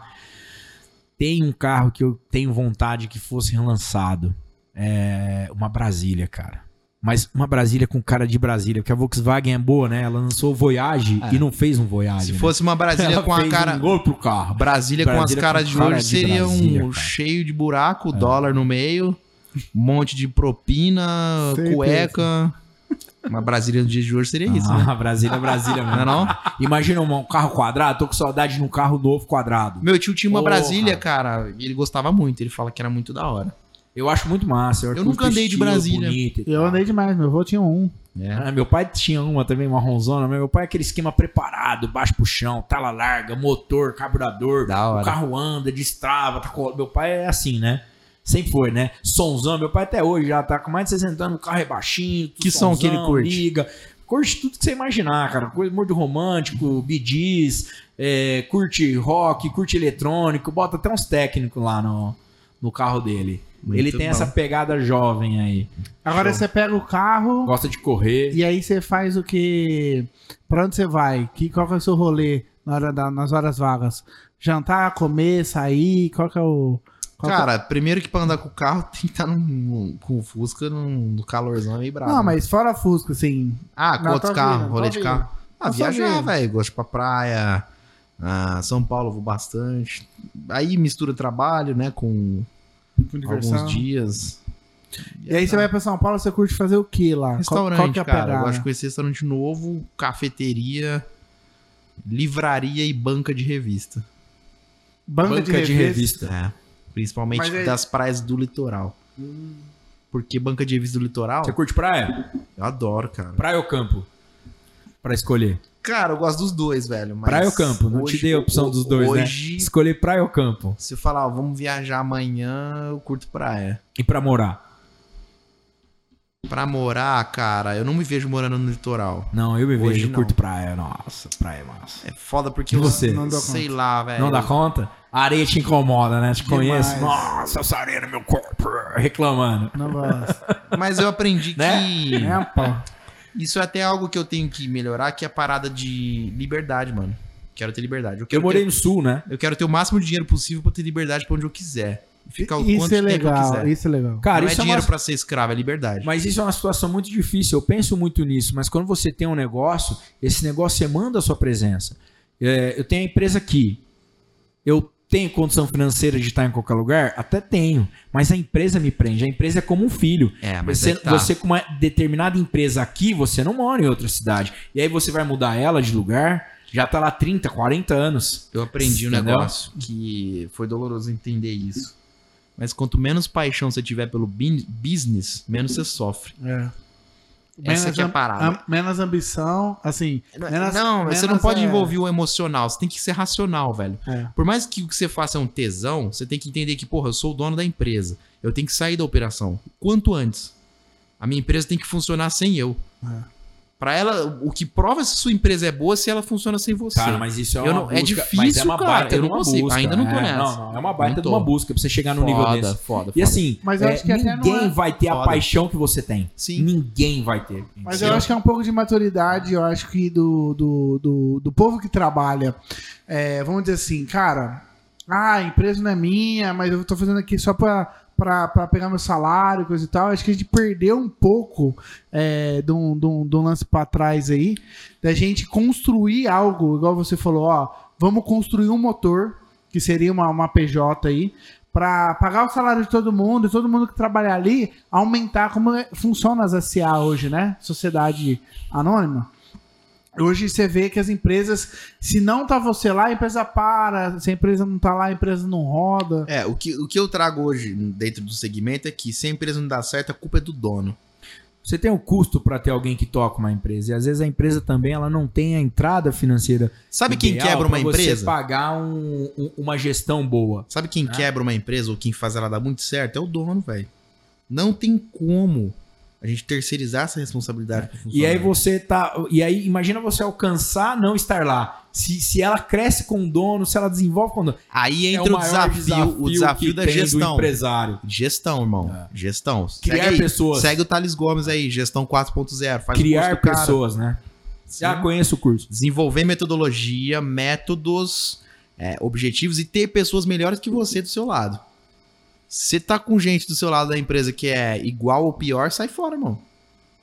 Tem um carro que eu tenho vontade que fosse relançado. É uma Brasília, cara. Mas uma Brasília com cara de Brasília, porque a Volkswagen é boa, né? Ela lançou o Voyage
É.
e não fez um Voyage.
Se
né?
fosse uma Brasília
Ela
com a
fez
cara.
um gol pro carro.
Brasília, com as
Brasília com
caras de
cara
hoje
de
seria
Brasília,
um
cara. É.
cheio de buraco, dólar no meio, um monte de propina,
Certeza.
cueca. Uma Brasília do dia de hoje seria isso,
ah,
né?
Brasília, Brasília,
Não é
mano.
não?
Imagina um um carro quadrado, tô com saudade de um carro novo quadrado.
Meu tio tinha uma
Porra.
Brasília, cara, e ele gostava muito, ele fala que era muito da hora.
Eu acho muito massa. Eu,
nunca
curto o
andei de
estilo,
Brasília.
bonito e
Eu
tal.
andei demais, meu avô tinha um.
Ah, meu pai tinha uma também, uma ronzona, mas meu pai é aquele esquema preparado, baixo pro chão, tala larga, motor, carburador,
Da hora.
o carro anda, destrava, tá com- meu pai é assim, né? Sempre foi, né? Sonzão, meu pai até hoje já tá com mais de 60 anos, o carro é baixinho, tudo
Que som que ele curte?
Liga. Curte tudo que você imaginar, cara. Coisa muito romântico, bidis, é, curte rock, curte eletrônico, bota até uns técnicos lá no, no carro dele.
Muito
ele tem
bom.
essa pegada jovem aí.
Agora
Show.
você pega o carro
Gosta de correr.
e aí você faz o que. Pra onde você vai? Que, qual que é o seu rolê na hora da- nas horas vagas? Jantar, comer, sair? Qual que é o. qual que é-
Cara, primeiro que pra andar com o carro tem que estar num, com o Fusca num, no calorzão meio bravo.
Não, mas fora Fusca, assim.
Ah, com
Não,
outros
tô
carros,
ouvindo,
rolê
tô
de
ouvindo.
carro. Ah,
Eu só
viajar,
vejo.
velho. Gosto de ir pra praia. Ah, São Paulo eu vou bastante. Aí mistura trabalho, né, com
Diversão.
alguns dias.
E aí você vai pra São Paulo, você curte fazer o que lá? Qual-
Restaurante,
qual que é a
cara. Eu
pegada?
gosto de conhecer restaurante novo, cafeteria, livraria e banca de revista.
Banca, de, revista.
É. Principalmente
Mas aí- Hum.
das praias do litoral. Porque banca de revista do litoral,
Você curte praia?
eu adoro, cara.
Praia ou campo? Pra escolher.
Cara, eu gosto dos dois, velho. Mas
Praia ou campo? Não
hoje-
te dei a opção dos dois, né?
hoje,
Escolher praia ou campo?
Se eu falar, ó, vamos viajar amanhã, eu curto praia.
E pra morar?
Pra morar, cara, eu não me vejo morando no litoral.
Não, eu me
Hoje
vejo,
não.
curto praia. Nossa, praia é massa.
É foda porque
E
eu
você?
não dou sei lá, velho.
Não dá conta? A areia te incomoda, né? Te
Demais.
conheço. Nossa, essa areia no meu corpo. Reclamando.
Não gosto.
Mas eu aprendi
Né?
que
É, pô.
isso é até algo que eu tenho que melhorar, que é a parada de liberdade, mano. Quero ter liberdade. Eu
Eu
quero,
morei
ter,
no sul, né?
eu quero ter o máximo de dinheiro possível pra ter liberdade pra onde eu quiser. Ficar o
Isso
quanto
é
tempo eu
legal,
quiser.
isso é legal.
Cara,
não é
isso é,
dinheiro
uma...
pra ser escravo, é liberdade.
Mas isso é uma situação muito difícil. Eu penso muito nisso, mas quando você tem um negócio, esse negócio demanda a sua presença. É, eu tenho a empresa aqui. Eu tenho condição financeira de estar em qualquer lugar? Até tenho. Mas a empresa me prende. A empresa é como um filho.
É,
você,
aí que tá.
você com uma determinada empresa aqui, você não mora em outra cidade. E aí você vai mudar ela de lugar, já tá lá 30, 40 anos.
Eu aprendi um
Entendeu?
negócio que foi doloroso entender isso. Mas quanto menos paixão você tiver pelo bin- business, menos você sofre.
É.
Essa aqui é a
am-
parada.
am- menos ambição, assim. menos-
não, mas você não
menos
pode
é-
envolver o emocional. Você tem que ser racional, velho.
É.
Por mais que o que você faça é um tesão, você tem que entender que, porra, eu sou o dono da empresa. Eu tenho que sair da operação. Quanto antes. A minha empresa tem que funcionar sem eu.
É.
Pra ela, o que prova se sua empresa é boa é se ela funciona sem você.
Cara, mas isso é uma
Eu não- é
busca,
difícil,
mas é uma
cara,
baita
eu
de
não
uma
consigo,
busca.
ainda não tô
é,
nessa.
Não, não, é uma baita
Não
de
tô.
uma busca pra você chegar
tá
no nível
foda,
desse.
foda,
E
foda.
assim,
Mas eu
é,
acho que até não
ninguém
é-
vai ter a
Foda.
paixão que você tem.
Sim.
Ninguém vai ter.
Mas
Sim.
eu acho que é um pouco de maturidade, eu acho que do, do, do, do povo que trabalha. É, vamos dizer assim, cara, ah, a empresa não é minha, mas eu tô fazendo aqui só pra, pra, pra pegar meu salário, coisa e tal. Acho que a gente perdeu um pouco é, de, um, de um- de um lance pra trás aí, da gente construir algo, igual você falou, ó, vamos construir um motor, que seria uma, uma PJ aí, pra pagar o salário de todo mundo e todo mundo que trabalhar ali aumentar como é- funciona as SA hoje, né? Sociedade anônima. Hoje você vê que as empresas, se não tá você lá, a empresa para. Se a empresa não tá lá, a empresa não roda.
É, o que, o que eu trago hoje dentro do segmento é que se a empresa não dá certo, a culpa é do dono.
Você tem o custo pra ter alguém que toca uma empresa. E às vezes a empresa também ela não tem a entrada financeira.
Sabe quem
ideal
quebra uma
pra você
empresa?
pagar um- um- uma gestão boa.
Sabe quem
Ah.
quebra uma empresa ou quem faz ela dar muito certo? É o dono, velho. Não tem como a gente terceirizar essa responsabilidade. pro
E aí
funcionário.
você tá. E aí, imagina você alcançar não estar lá. Se, se ela cresce com o dono, se ela desenvolve com o dono.
Aí
É
entra o,
maior
desafio, o desafio
que
da
tem do
gestão.
empresário.
Gestão, irmão.
É.
Gestão. Segue
Criar
aí.
pessoas.
Segue o Thales Gomes aí, gestão 4.0. Faz o
criar
curso do cara.
pessoas, né?
Sim.
Já conheço o curso.
Desenvolver metodologia, métodos, é, objetivos e ter pessoas melhores que você do seu lado. Você tá com gente do seu lado da empresa que é igual ou pior, sai fora, irmão.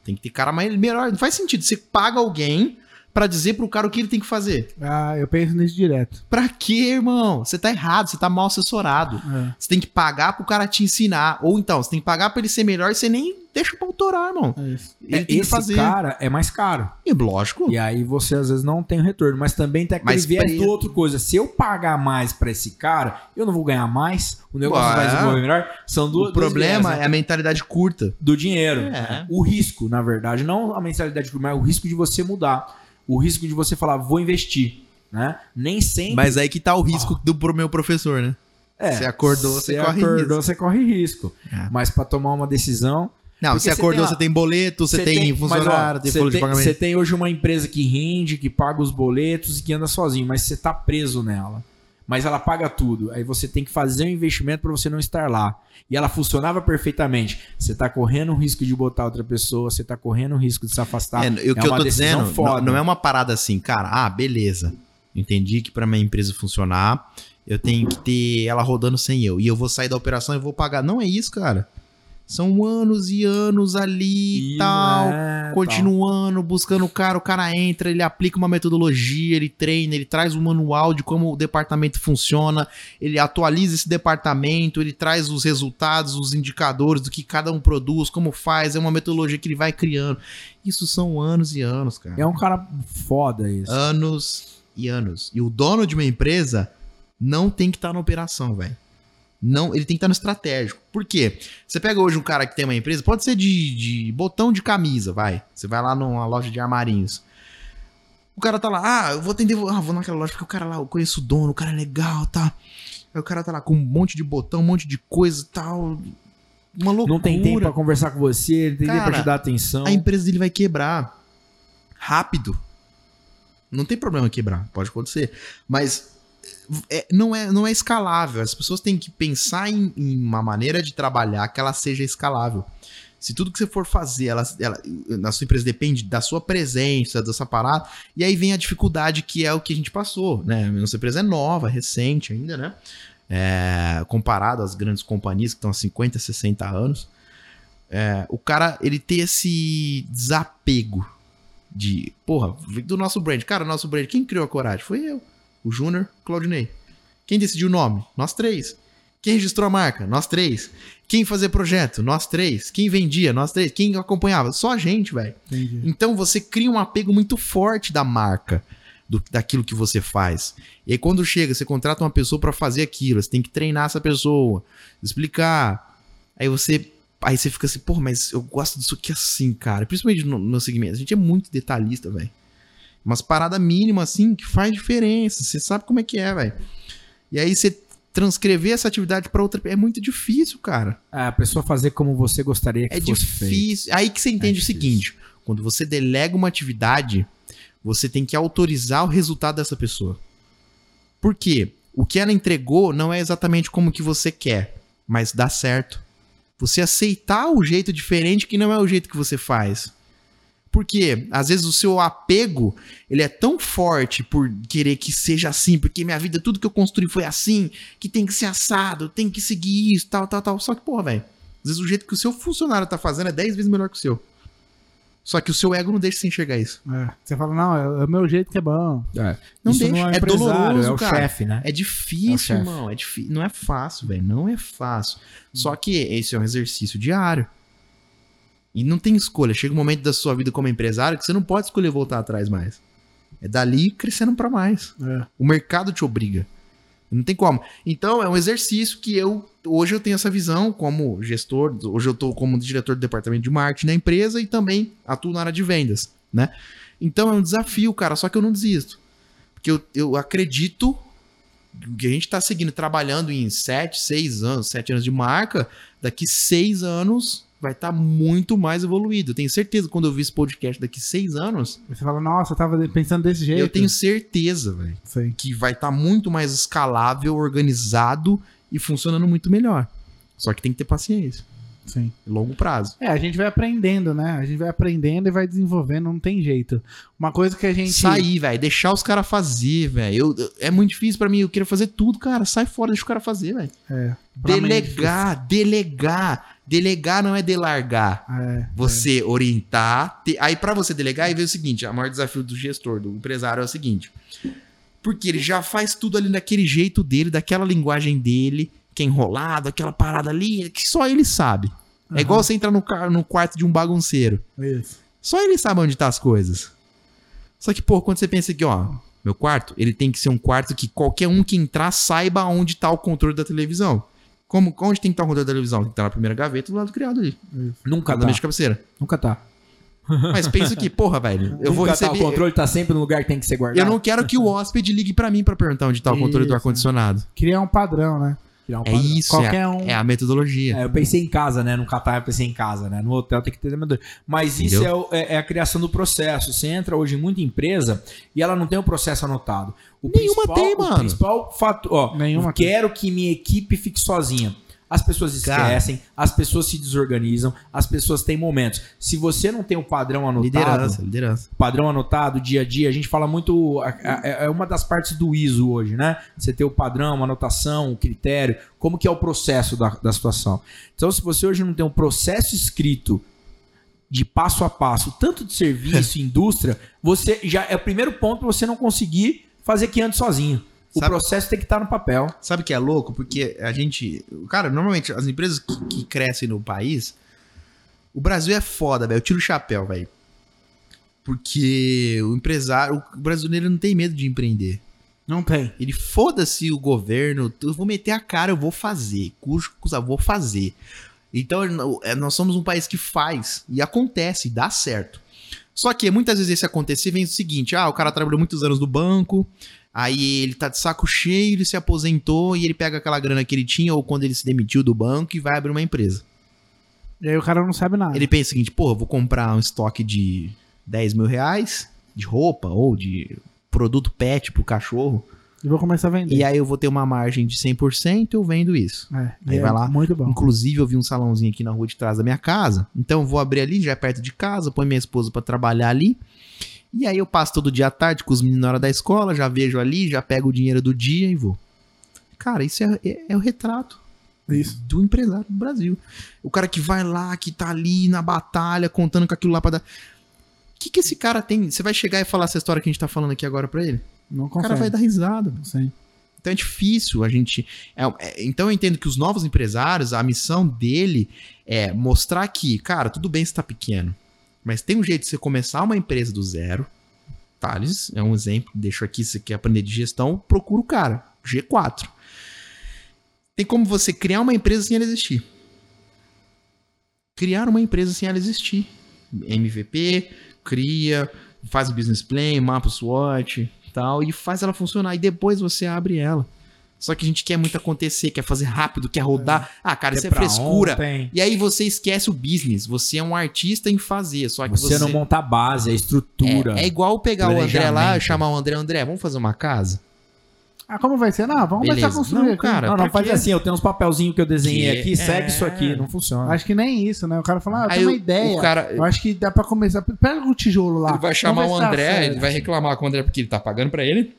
Tem que ter cara mais melhor. Não faz sentido. Você paga alguém pra dizer pro cara o que ele tem que fazer.
Ah, eu penso nisso direto.
Pra quê, irmão? Você tá errado, você tá mal assessorado.
É.
Você tem que pagar pro cara te ensinar. Ou então, você tem que pagar pra ele ser melhor e você nem deixa pra autorar, irmão.
É isso.
Ele
É,
tem que
Esse
fazer.
cara é mais caro.
E lógico.
E aí você às vezes não tem retorno. Mas também tem aquele
Mas
viés
preço.
do outro coisa. Se eu pagar mais pra esse cara, eu não vou ganhar mais. O negócio
Ué.
vai desenvolver melhor. São duas
o problema
duas viés, né?
é a mentalidade curta.
do dinheiro.
É.
O risco, na verdade, não a mensalidade, mas o risco de você mudar. O risco de você falar, vou investir. Né? Nem sempre.
Mas aí que tá o risco do pro meu professor, né?
É,
você acordou, você
você
corre
acordou,
risco.
você corre risco.
É.
Mas pra tomar uma decisão.
Não,
Porque
você
você
acordou,
tem
você
a-
tem boleto, você tem, um funcionário, tem
você
folha de
tem- Você
pagamento.
tem hoje uma empresa que rende, que paga os boletos e que anda sozinho, mas você tá preso nela. Mas ela paga tudo. Aí você tem que fazer um investimento pra você não estar lá. E ela funcionava perfeitamente. Você tá correndo o risco de botar outra pessoa, você tá correndo o risco de se afastar.
É, e o que eu
uma
tô
decisão
dizendo não,
foda.
não é uma parada assim, cara. Ah, beleza. Entendi que pra minha empresa funcionar, eu tenho que ter ela rodando sem eu. E eu vou sair da operação e vou pagar. Não é isso, cara. São anos e anos ali e tal.
né,
Continuando, buscando o cara, o cara entra, ele aplica uma metodologia, ele treina, ele traz um manual de como o departamento funciona, ele atualiza esse departamento, ele traz os resultados, os indicadores do que cada um produz, como faz, é uma metodologia que ele vai criando. Isso são anos e anos,
tal.
cara.
É um cara foda isso.
É Anos e anos. E o dono de uma empresa não tem que estar na operação, velho. Não, ele tem que estar no estratégico. Por quê? Você pega hoje um cara que tem uma empresa, pode ser de, de botão de camisa, vai. Você vai lá numa loja de armarinhos. O cara tá lá, ah, eu vou atender, ah, vou naquela loja porque o cara lá, eu conheço o dono, o cara é legal, tá. Aí o cara tá lá com um monte de botão, um monte de coisa e tal. Uma loucura.
Não tem tempo pra conversar com você, não tem tempo pra
Cara,
te dar atenção.
A empresa dele vai quebrar rápido. Não tem problema quebrar, pode acontecer. Mas é- não, é, não é escalável. As pessoas têm que pensar em, em uma maneira de trabalhar que ela seja escalável. Se tudo que você for fazer, ela, ela- na sua empresa depende da sua presença, dessa parada, e aí vem a dificuldade que é o que a gente passou, né? Nossa empresa é nova, recente ainda, né? É, comparado às grandes companhias que estão há 50, 60 anos É, o cara, ele tem esse desapego de, porra, do nosso brand. Cara, o nosso brand, quem criou a coragem? Foi eu, o Júnior, Claudinei. Quem decidiu o nome? Nós três. Quem registrou a marca? Nós três. Quem fazia projeto? Nós três. Quem vendia? Nós três. Quem acompanhava? Só a gente, velho.
Entendi.
Então você cria um apego muito forte da marca, do, daquilo que você faz. E aí quando chega, você contrata uma pessoa pra fazer aquilo, você tem que treinar essa pessoa, explicar. Aí você aí você fica assim, pô, mas eu gosto disso aqui assim, cara. Principalmente no, no segmento. A gente é muito detalhista, velho. Umas paradas mínimas assim que faz diferença. Você sabe como é que é, velho. E aí você transcrever essa atividade pra outra é muito difícil, cara.
A É, pessoa fazer como você gostaria que
É
fosse feito. É
difícil. Aí que você entende o
difícil.
seguinte: Quando você delega uma atividade, você tem que autorizar o resultado dessa pessoa. Por quê? O que ela entregou não é exatamente como que você quer, mas dá certo. Você aceitar o jeito diferente que não é o jeito que você faz. Porque às vezes o seu apego, ele é tão forte por querer que seja assim, porque minha vida, tudo que eu construí foi assim, que tem que ser assado, tem que seguir isso, tal, tal, tal. Só que, porra, velho, às vezes o jeito que o seu funcionário tá fazendo é 10 vezes melhor que o seu. Só que o seu ego não deixa você enxergar isso.
É, Você fala, não, é, é o meu jeito que é bom.
É.
Não
Isso
deixa,
não é,
é
empresário,
doloroso,
é o
cara.
chefe, né?
É
É o
difícil,
chefe.
irmão. É difícil. Não é fácil, velho. Não é fácil.
Hum.
Só que esse é um exercício diário. E não tem escolha. Chega um momento da sua vida como empresário que você não pode escolher voltar atrás mais. É dali crescendo pra mais.
É.
O mercado te obriga. Não tem como. Então é um exercício que eu hoje eu tenho essa visão como gestor, hoje eu tô como diretor do departamento de marketing da empresa e também atuo na área de vendas, né? Então é um desafio, cara, só que eu não desisto. Porque eu, eu acredito que a gente tá seguindo, trabalhando em 7, 6 anos, 7 anos de marca, daqui 6 anos vai estar muito mais evoluído. Eu tenho certeza que quando eu vi esse podcast daqui 6 anos,
Você fala, nossa, eu tava pensando desse jeito.
eu tenho certeza, velho
Sim.
que vai estar muito mais escalável, organizado e funcionando muito melhor. Só que tem que ter paciência,
Sim.
longo prazo.
É, a gente vai aprendendo, né? A gente vai aprendendo e vai desenvolvendo, não tem jeito. Uma coisa que a gente.
Sair, velho, deixar os caras fazer, velho. Eu- eu- É muito difícil pra mim, eu queria fazer tudo, cara. Sai fora, deixa o cara fazer, velho.
É, pra mim é
Delegar, delegar. Delegar não é delargar.
É,
Você orientar. te- Aí, pra você delegar, aí vem o seguinte: o maior desafio do gestor, do empresário, é o seguinte. Porque ele já faz tudo ali daquele jeito dele, daquela linguagem dele, que é enrolado, aquela parada ali, que só ele sabe. É igual você entrar no, ca- no quarto de um bagunceiro.
é Isso.
Só ele sabe onde tá as coisas. Só que, pô, quando você pensa aqui, ó, meu quarto, ele tem que ser um quarto que qualquer um que entrar saiba onde tá o controle da televisão. Como, onde tem que estar o controle da televisão? Tem que estar na primeira gaveta do lado criado ali.
Ah, é
Nunca
Na
tá.
de cabeceira.
Nunca tá.
Mas pensa que, porra, velho, eu vou
Nunca tá,
receber.
O controle tá sempre no lugar que tem que ser guardado.
Eu não quero que o hóspede ligue pra mim pra perguntar onde tá o controle do
Isso.
ar-condicionado.
Criar um padrão, né?
Tirar um
É
padrão.
isso, é,
Qualquer um.
é a metodologia.
É, eu pensei em casa, né? No Catar eu pensei em casa, né? No hotel tem que ter demandante. Mas isso
Entendeu?
é, o- é- é a criação do processo. Você entra hoje em muita empresa e ela não tem o processo anotado. O
Nenhuma
principal-
tem,
O
mano.
principal fato, ó,
Nenhuma
eu quero que minha equipe fique sozinha. As pessoas
Cara.
esquecem, as pessoas se desorganizam, as pessoas têm momentos. Se você não tem o padrão
É,
anotado,
Liderança, liderança.
padrão anotado, dia a dia. A gente fala muito. a- a- É uma das partes do ISO hoje, né? Você ter o padrão, a anotação, o critério, como que é o processo da, da situação. Então, se você hoje não tem um processo escrito de passo a passo, tanto de serviço, indústria, você já é o primeiro ponto pra você não conseguir fazer que ande sozinho. O
Sabe-
processo tem que estar no papel.
Sabe o que é louco? Porque a gente. Cara, normalmente as empresas que, que crescem no país. O Brasil é foda, velho. Eu tiro o chapéu, velho. Porque o empresário. O brasileiro não tem medo de empreender.
Não tem.
Ele foda-se o governo, eu vou meter a cara, eu vou fazer, cujo custa, vou fazer. Então n- é, nós somos um país que faz e acontece, e dá certo. Só que muitas vezes esse acontecer vem o seguinte: ah, o cara trabalhou muitos anos no banco, aí ele tá de saco cheio, ele se aposentou e ele pega aquela grana que ele tinha ou quando ele se demitiu do banco e vai abrir uma empresa.
E aí o cara não sabe nada.
Ele pensa o seguinte: pô, eu vou comprar um estoque de 10 mil reais de roupa ou de produto pet pro cachorro.
Eu vou começar a vender.
E aí eu vou ter uma margem de 100%, eu vendo isso.
É,
Aí
e é
vai lá.
Muito bom.
Inclusive, eu vi um salãozinho aqui na rua de trás da minha casa. Então, eu vou abrir ali, já é perto de casa, põe minha esposa pra trabalhar ali. E aí eu passo todo dia à tarde com os meninos na hora da escola, já vejo ali, já pego o dinheiro do dia e vou. Cara, isso é, é- é o retrato
Isso.
do empresário do Brasil. O cara que vai lá, que tá ali na batalha, contando com aquilo lá pra dar. O que, que esse cara tem? Você vai chegar e falar essa história que a gente tá falando aqui agora pra ele?
Não
O
consegue.
cara vai dar risada.
Sim.
Então é difícil a gente. é- é- então eu entendo que os novos empresários, a missão dele é mostrar que, cara, tudo bem se tá pequeno, mas tem um jeito de você começar uma empresa do zero. Thales é um exemplo, deixo aqui, se você quer aprender de gestão, procura o cara, G4. Tem como você criar uma empresa sem ela existir. Criar uma empresa sem ela existir. MVP, cria, faz o business plan, mapa o SWOT, tal, e faz ela funcionar. E depois você abre ela. Só que a gente quer muito acontecer, quer fazer rápido, quer rodar. Ah, cara, isso
Até
é
pra
frescura.
ontem.
E aí você esquece o business. Você é um artista em fazer. Só que
Você é
você,
não monta a base, a estrutura.
é, é igual pegar o André lá,
planejamento.
chamar o André, André, vamos fazer uma casa?
Ah, como vai ser? Não, vamos
Beleza.
começar a construir.
Não,
aqui.
cara,
não, não,
pra
faz
quê?
assim, eu tenho uns papelzinhos que eu desenhei
Que-
aqui, segue
é.
isso aqui, não funciona.
assim. Acho que nem isso, né? O cara fala, ah, eu
Aí
tenho uma
o-
ideia.
O cara,
Eu acho que dá pra começar. Pega o tijolo lá.
Ele vai chamar o
Vamos ver se tá
André,
certo.
ele vai reclamar com o André porque ele tá pagando pra ele.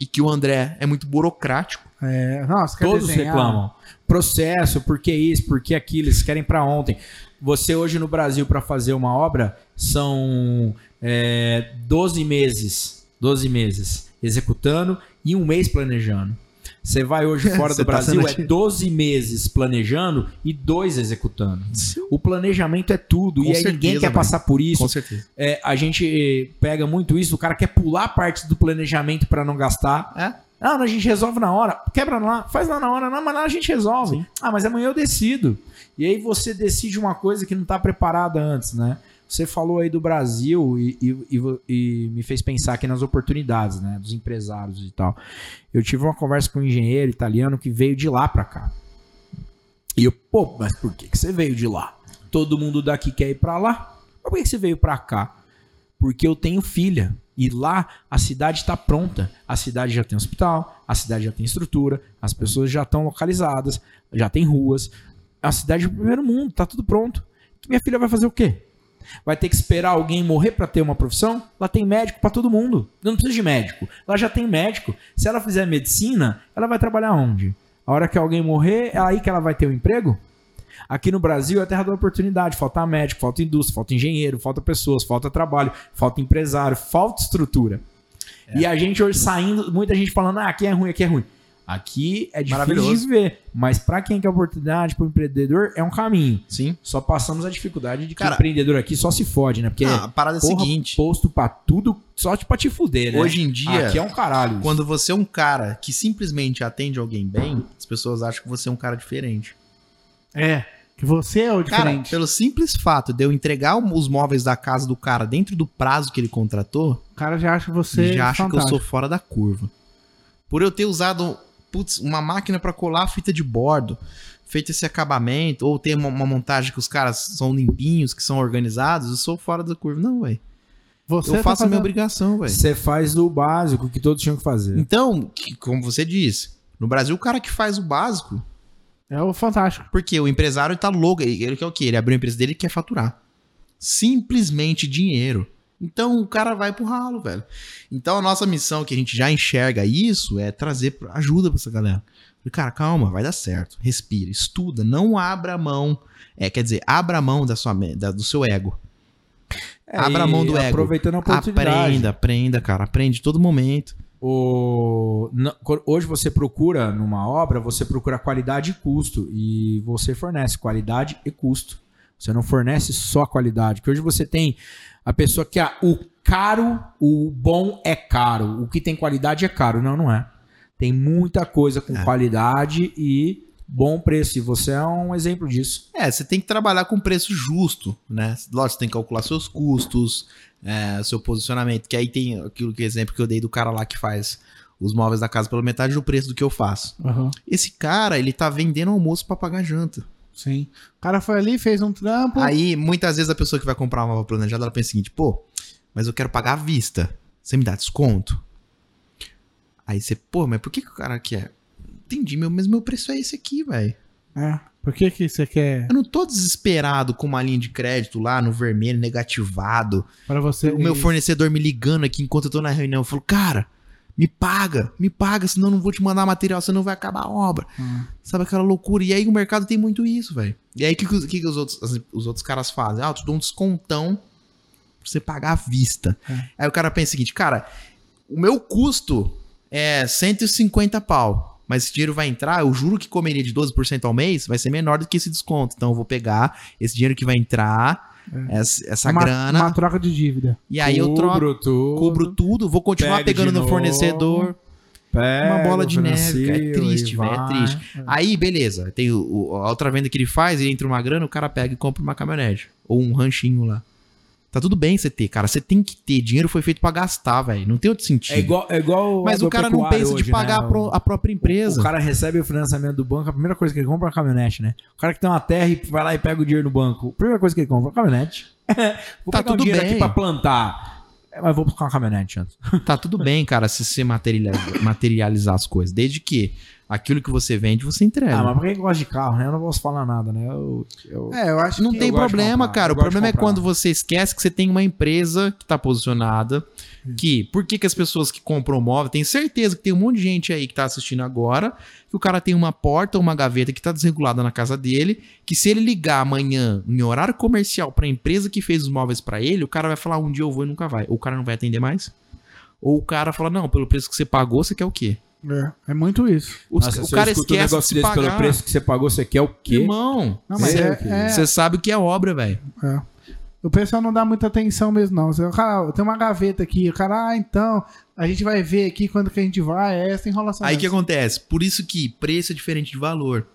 E que o André é muito burocrático.
É, nossa, quer
Todos
desenhar?
reclamam. Processo, por que isso, por que aquilo, eles querem pra ontem. Você hoje no Brasil, pra fazer uma obra, são é, 12 meses. 12 meses executando e um mês planejando. Você vai hoje fora
Você
do
tá
Brasil,
sendo
é
ativo.
12 meses planejando e dois executando. O planejamento é tudo.
Com
e aí ninguém
certeza,
quer
velho.
passar por isso.
certeza.
É, a gente pega muito isso, o cara quer pular parte do planejamento pra não gastar.
É.
Ah, não, a gente resolve na hora. Quebra lá, faz lá na hora, não, mas lá a gente resolve. Ah, mas amanhã eu decido. E aí você decide uma coisa que não tá preparada antes, né? Você falou aí do Brasil e, e- e vo- e me fez pensar aqui nas oportunidades, né? Dos empresários e tal. Eu tive uma conversa com um engenheiro italiano que veio de lá pra cá. E eu, pô, mas por que, que você veio de lá? Todo mundo daqui quer ir pra lá? Mas por que que você veio pra cá? Porque eu tenho filha. E lá a cidade está pronta. A cidade já tem hospital, a cidade já tem estrutura, as pessoas já estão localizadas, já tem ruas. É uma cidade do primeiro mundo, tá tudo pronto. Minha filha vai fazer o quê? Vai ter que esperar alguém morrer para ter uma profissão? Lá tem médico para todo mundo. Eu não preciso de médico. Lá já tem médico. Se ela fizer medicina, ela vai trabalhar onde? A hora que alguém morrer, é aí que ela vai ter o emprego? Aqui no Brasil é a terra da oportunidade. Falta médico, falta indústria, falta engenheiro, falta pessoas, falta trabalho, falta empresário, falta estrutura. E a gente hoje saindo, muita gente falando, ah, aqui é ruim, aqui é ruim. Aqui é difícil
Maravilhoso.
de ver, mas para quem quer oportunidade, para o empreendedor, é um caminho.
Sim.
Só passamos a dificuldade de que
Cara,
o empreendedor aqui só se fode, né? Porque
Ah, a parada é a
porra,
seguinte.
posto pra tudo, só pra te fuder, né?
Hoje em dia,
aqui é um caralho.
quando você é um cara que simplesmente atende alguém bem, as pessoas acham que você é um cara diferente.
É, que você é o
Cara,
diferente.
pelo simples fato de eu entregar os móveis da casa do cara dentro do prazo que ele contratou,
o cara já acha que você é
já acha que eu
fantástico.
sou fora da curva. Por eu ter usado putz, uma máquina pra colar a fita de bordo, feito esse acabamento, ou ter uma, uma montagem que os caras são limpinhos, que são organizados, eu sou fora da curva. Não, velho.
Você
Eu
tá
faço a minha
fazendo-
obrigação, velho.
Você faz o básico que todos tinham que fazer.
Então, que- como você disse, no Brasil o cara que faz o básico,
É o fantástico.
porque o empresário tá louco, ele ele quer o quê? Ele abriu a empresa dele e quer faturar. Simplesmente dinheiro. Então o cara vai pro ralo, velho. Então a nossa missão que a gente já enxerga isso é trazer pra- ajuda pra essa galera. Falei, Cara, calma, vai dar certo. Respira, estuda, não abra a mão. É, quer dizer, abra a mão da sua, me- da- do seu ego.
É,
abra a mão
e
do ego.
Aproveitando a oportunidade.
Aprenda, aprenda, cara. Aprende todo momento.
O- na- co- hoje você procura numa obra, você procura qualidade e custo. E você fornece qualidade e custo. Você não fornece só qualidade. Porque hoje você tem a pessoa que ah, o caro, o bom é caro. O que tem qualidade é caro. Não, não é. Tem muita coisa com
É.
qualidade e bom preço. E você é um exemplo disso.
É, você tem que trabalhar com preço justo, né? Lógico, você tem que calcular seus custos, é, seu posicionamento, que aí tem aquilo que é exemplo que eu dei do cara lá que faz os móveis da casa pela metade do preço do que eu faço.
Aham,
Esse cara, ele tá vendendo almoço pra pagar janta.
Sim. O cara foi ali, fez um trampo.
Aí, muitas vezes, a pessoa que vai comprar uma móvel planejada, ela pensa o seguinte, pô, mas eu quero pagar à vista. Você me dá desconto? Aí você, pô, mas por que, que o cara quer? Entendi, meu, mas meu preço é esse aqui, velho.
É. Por que que você quer
Eu não tô desesperado com uma linha de crédito lá no vermelho, negativado.
pra você...
o meu fornecedor me ligando aqui enquanto eu tô na reunião. Eu falo, cara, me paga, me paga, senão eu não vou te mandar material, senão vai acabar a obra.
Hum.
Sabe aquela loucura? E aí o mercado tem muito isso, velho. E aí o que, que os- que que os, outros, as- os outros caras fazem? Ah, eu te dou um descontão pra você pagar à vista.
É.
Aí o cara pensa o seguinte, cara, o meu custo é 150 pau. Mas esse dinheiro vai entrar, eu juro que comeria de 12% ao mês, vai ser menor do que esse desconto. Então eu vou pegar esse dinheiro que vai entrar, essa, essa
É. uma,
grana,
Uma troca de dívida.
e aí eu troco
tudo.
cubro tudo, vou continuar
Pega
pegando
de
no
novo.
fornecedor.
Pega,
bola de neve,
financio,
cara. É triste,
e
velho, é
vai.
triste. Aí, beleza, tem o- o- a outra venda que ele faz, ele entra uma grana, o cara pega e compra uma caminhonete. Ou um ranchinho lá. Tá tudo bem você ter, cara. Você tem que ter. Dinheiro foi feito pra gastar, velho. Não tem outro sentido.
É igual, é igual
Mas o cara não
agropecuário
pensa de
hoje,
pagar
né?
a, pro- a própria empresa.
O cara recebe o financiamento do banco, a primeira coisa que ele compra é uma caminhonete, né? O cara que tem uma terra e vai lá e pega o dinheiro no banco, a primeira coisa que ele compra é uma caminhonete. Vou
Tá
pegar um
tudo
dinheiro
bem.
aqui pra plantar. É, mas vou buscar uma caminhonete antes.
Tá tudo bem, cara, se você materializa- materializar as coisas. Desde que aquilo que você vende, você entrega.
Ah, mas pra quem gosta de carro, né? Eu não posso falar nada, né? Eu, eu-
É, eu acho
Não
que
tem
eu gosto de
problema,
comprar,
cara.
eu
O
gosto de
problema é
comprar.
quando você esquece que você tem uma empresa que tá posicionada. Que por que, que as pessoas que compram móvel, tem certeza que tem um monte de gente aí que tá assistindo agora, que o cara tem uma porta ou uma gaveta que tá desregulada na casa dele, que se ele ligar amanhã em horário comercial pra empresa que fez os móveis pra ele, o cara vai falar um dia eu vou e nunca vai. Ou o cara não vai atender mais. Ou o cara fala, não, pelo preço que você pagou, você quer o quê?
é, é muito isso.
Os-
Nossa, se
o
eu
cara
escuto um
esquece de
negócio
se
desse
pagar.
pelo preço que você pagou, você quer o quê?
Irmão,
Não, mas
Sei,
é-
filho.
é-
você sabe o que é obra, velho.
É. O pessoal não dá muita atenção mesmo, não. Você, cara, tem uma gaveta aqui. O cara, ah, então, a gente vai ver aqui quando que a gente vai. É essa enrolação.
Aí o que
mesmo.
acontece? Por isso que preço é diferente de valor.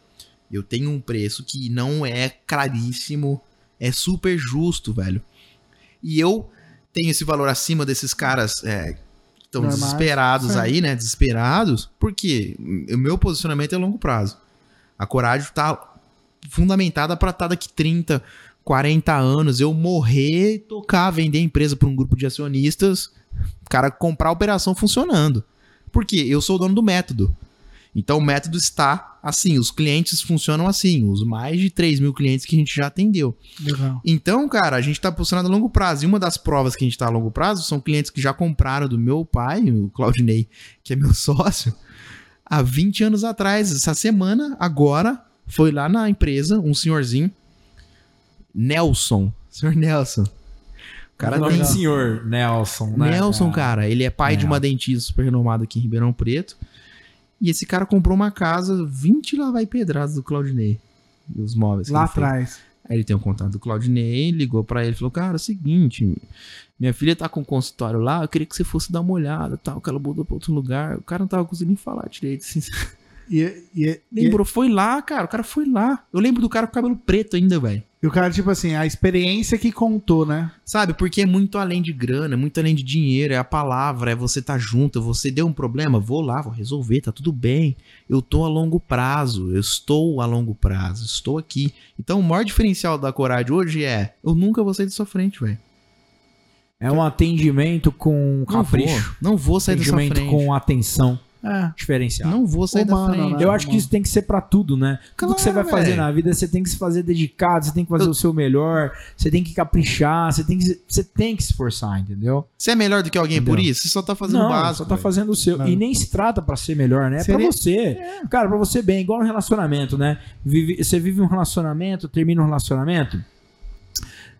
Eu tenho um preço que não é caríssimo, é super justo, velho. E eu tenho esse valor acima desses caras é, que estão
Normais.
desesperados
Sim.
aí, né? Desesperados, porque o meu posicionamento é longo prazo. A coragem tá fundamentada para estar daqui 30, 40 anos, eu morrer, tocar, vender a empresa para um grupo de acionistas, cara, comprar a operação funcionando. Porque eu sou o dono do método. Então o método está assim, os clientes funcionam assim, os mais de 3 mil clientes que a gente já atendeu.
Legal.
Então, cara, a gente está posicionado a longo prazo. E uma das provas que a gente está a longo prazo são clientes que já compraram do meu pai, o Claudinei, que é meu sócio, há 20 anos atrás. Essa semana, agora, foi lá na empresa um senhorzinho, Nelson. Senhor Nelson. O cara
o nome
tem
do senhor, Nelson, né?
Nelson, cara, ele é pai de uma
Nelson.
dentista super renomada aqui em Ribeirão Preto. E esse cara comprou uma casa, 20 lá vai pedradas do Claudinei. E os móveis. que
Lá
ele fez.
atrás.
Aí ele tem o contato do Claudinei, ligou pra ele e falou: Cara, é o seguinte, minha filha tá com um consultório lá, eu queria que você fosse dar uma olhada tal, que ela mudou pra outro lugar. O cara não tava conseguindo nem falar direito. assim.
E, e- e-
Lembrou, foi lá, cara, o cara foi lá. Eu lembro do cara com cabelo preto ainda, velho.
e o cara, tipo assim, a experiência que contou, né?
Sabe? Porque é muito além de grana, é muito além de dinheiro, é a palavra, é você tá junto, você deu um problema, vou lá, vou resolver, tá tudo bem. Eu tô a longo prazo, eu estou a longo prazo, estou aqui. Então o maior diferencial da coragem hoje é, eu nunca vou sair da sua frente, velho.
É um atendimento com
Não vou,
capricho.
não vou sair da sua
Atendimento
frente.
com atenção
É.
diferenciada.
Não vou sair da
Humano,
frente.
né?
Eu acho que isso tem que ser pra tudo, né? tudo
Claro,
que você vai fazer
velho.
na vida, você tem que se fazer dedicado, você tem que fazer
Eu-
o seu melhor, você tem que caprichar, você tem que, você tem que se esforçar, entendeu?
Você é melhor do que alguém por
Entendeu?
isso? Você só tá fazendo
não,
básico.
só tá
velho.
fazendo o seu.
Não.
E nem se trata pra ser melhor, né? É pra
Seria-
você. Cara, pra você bem, igual no relacionamento, né? Vive- você vive um relacionamento, termina um relacionamento,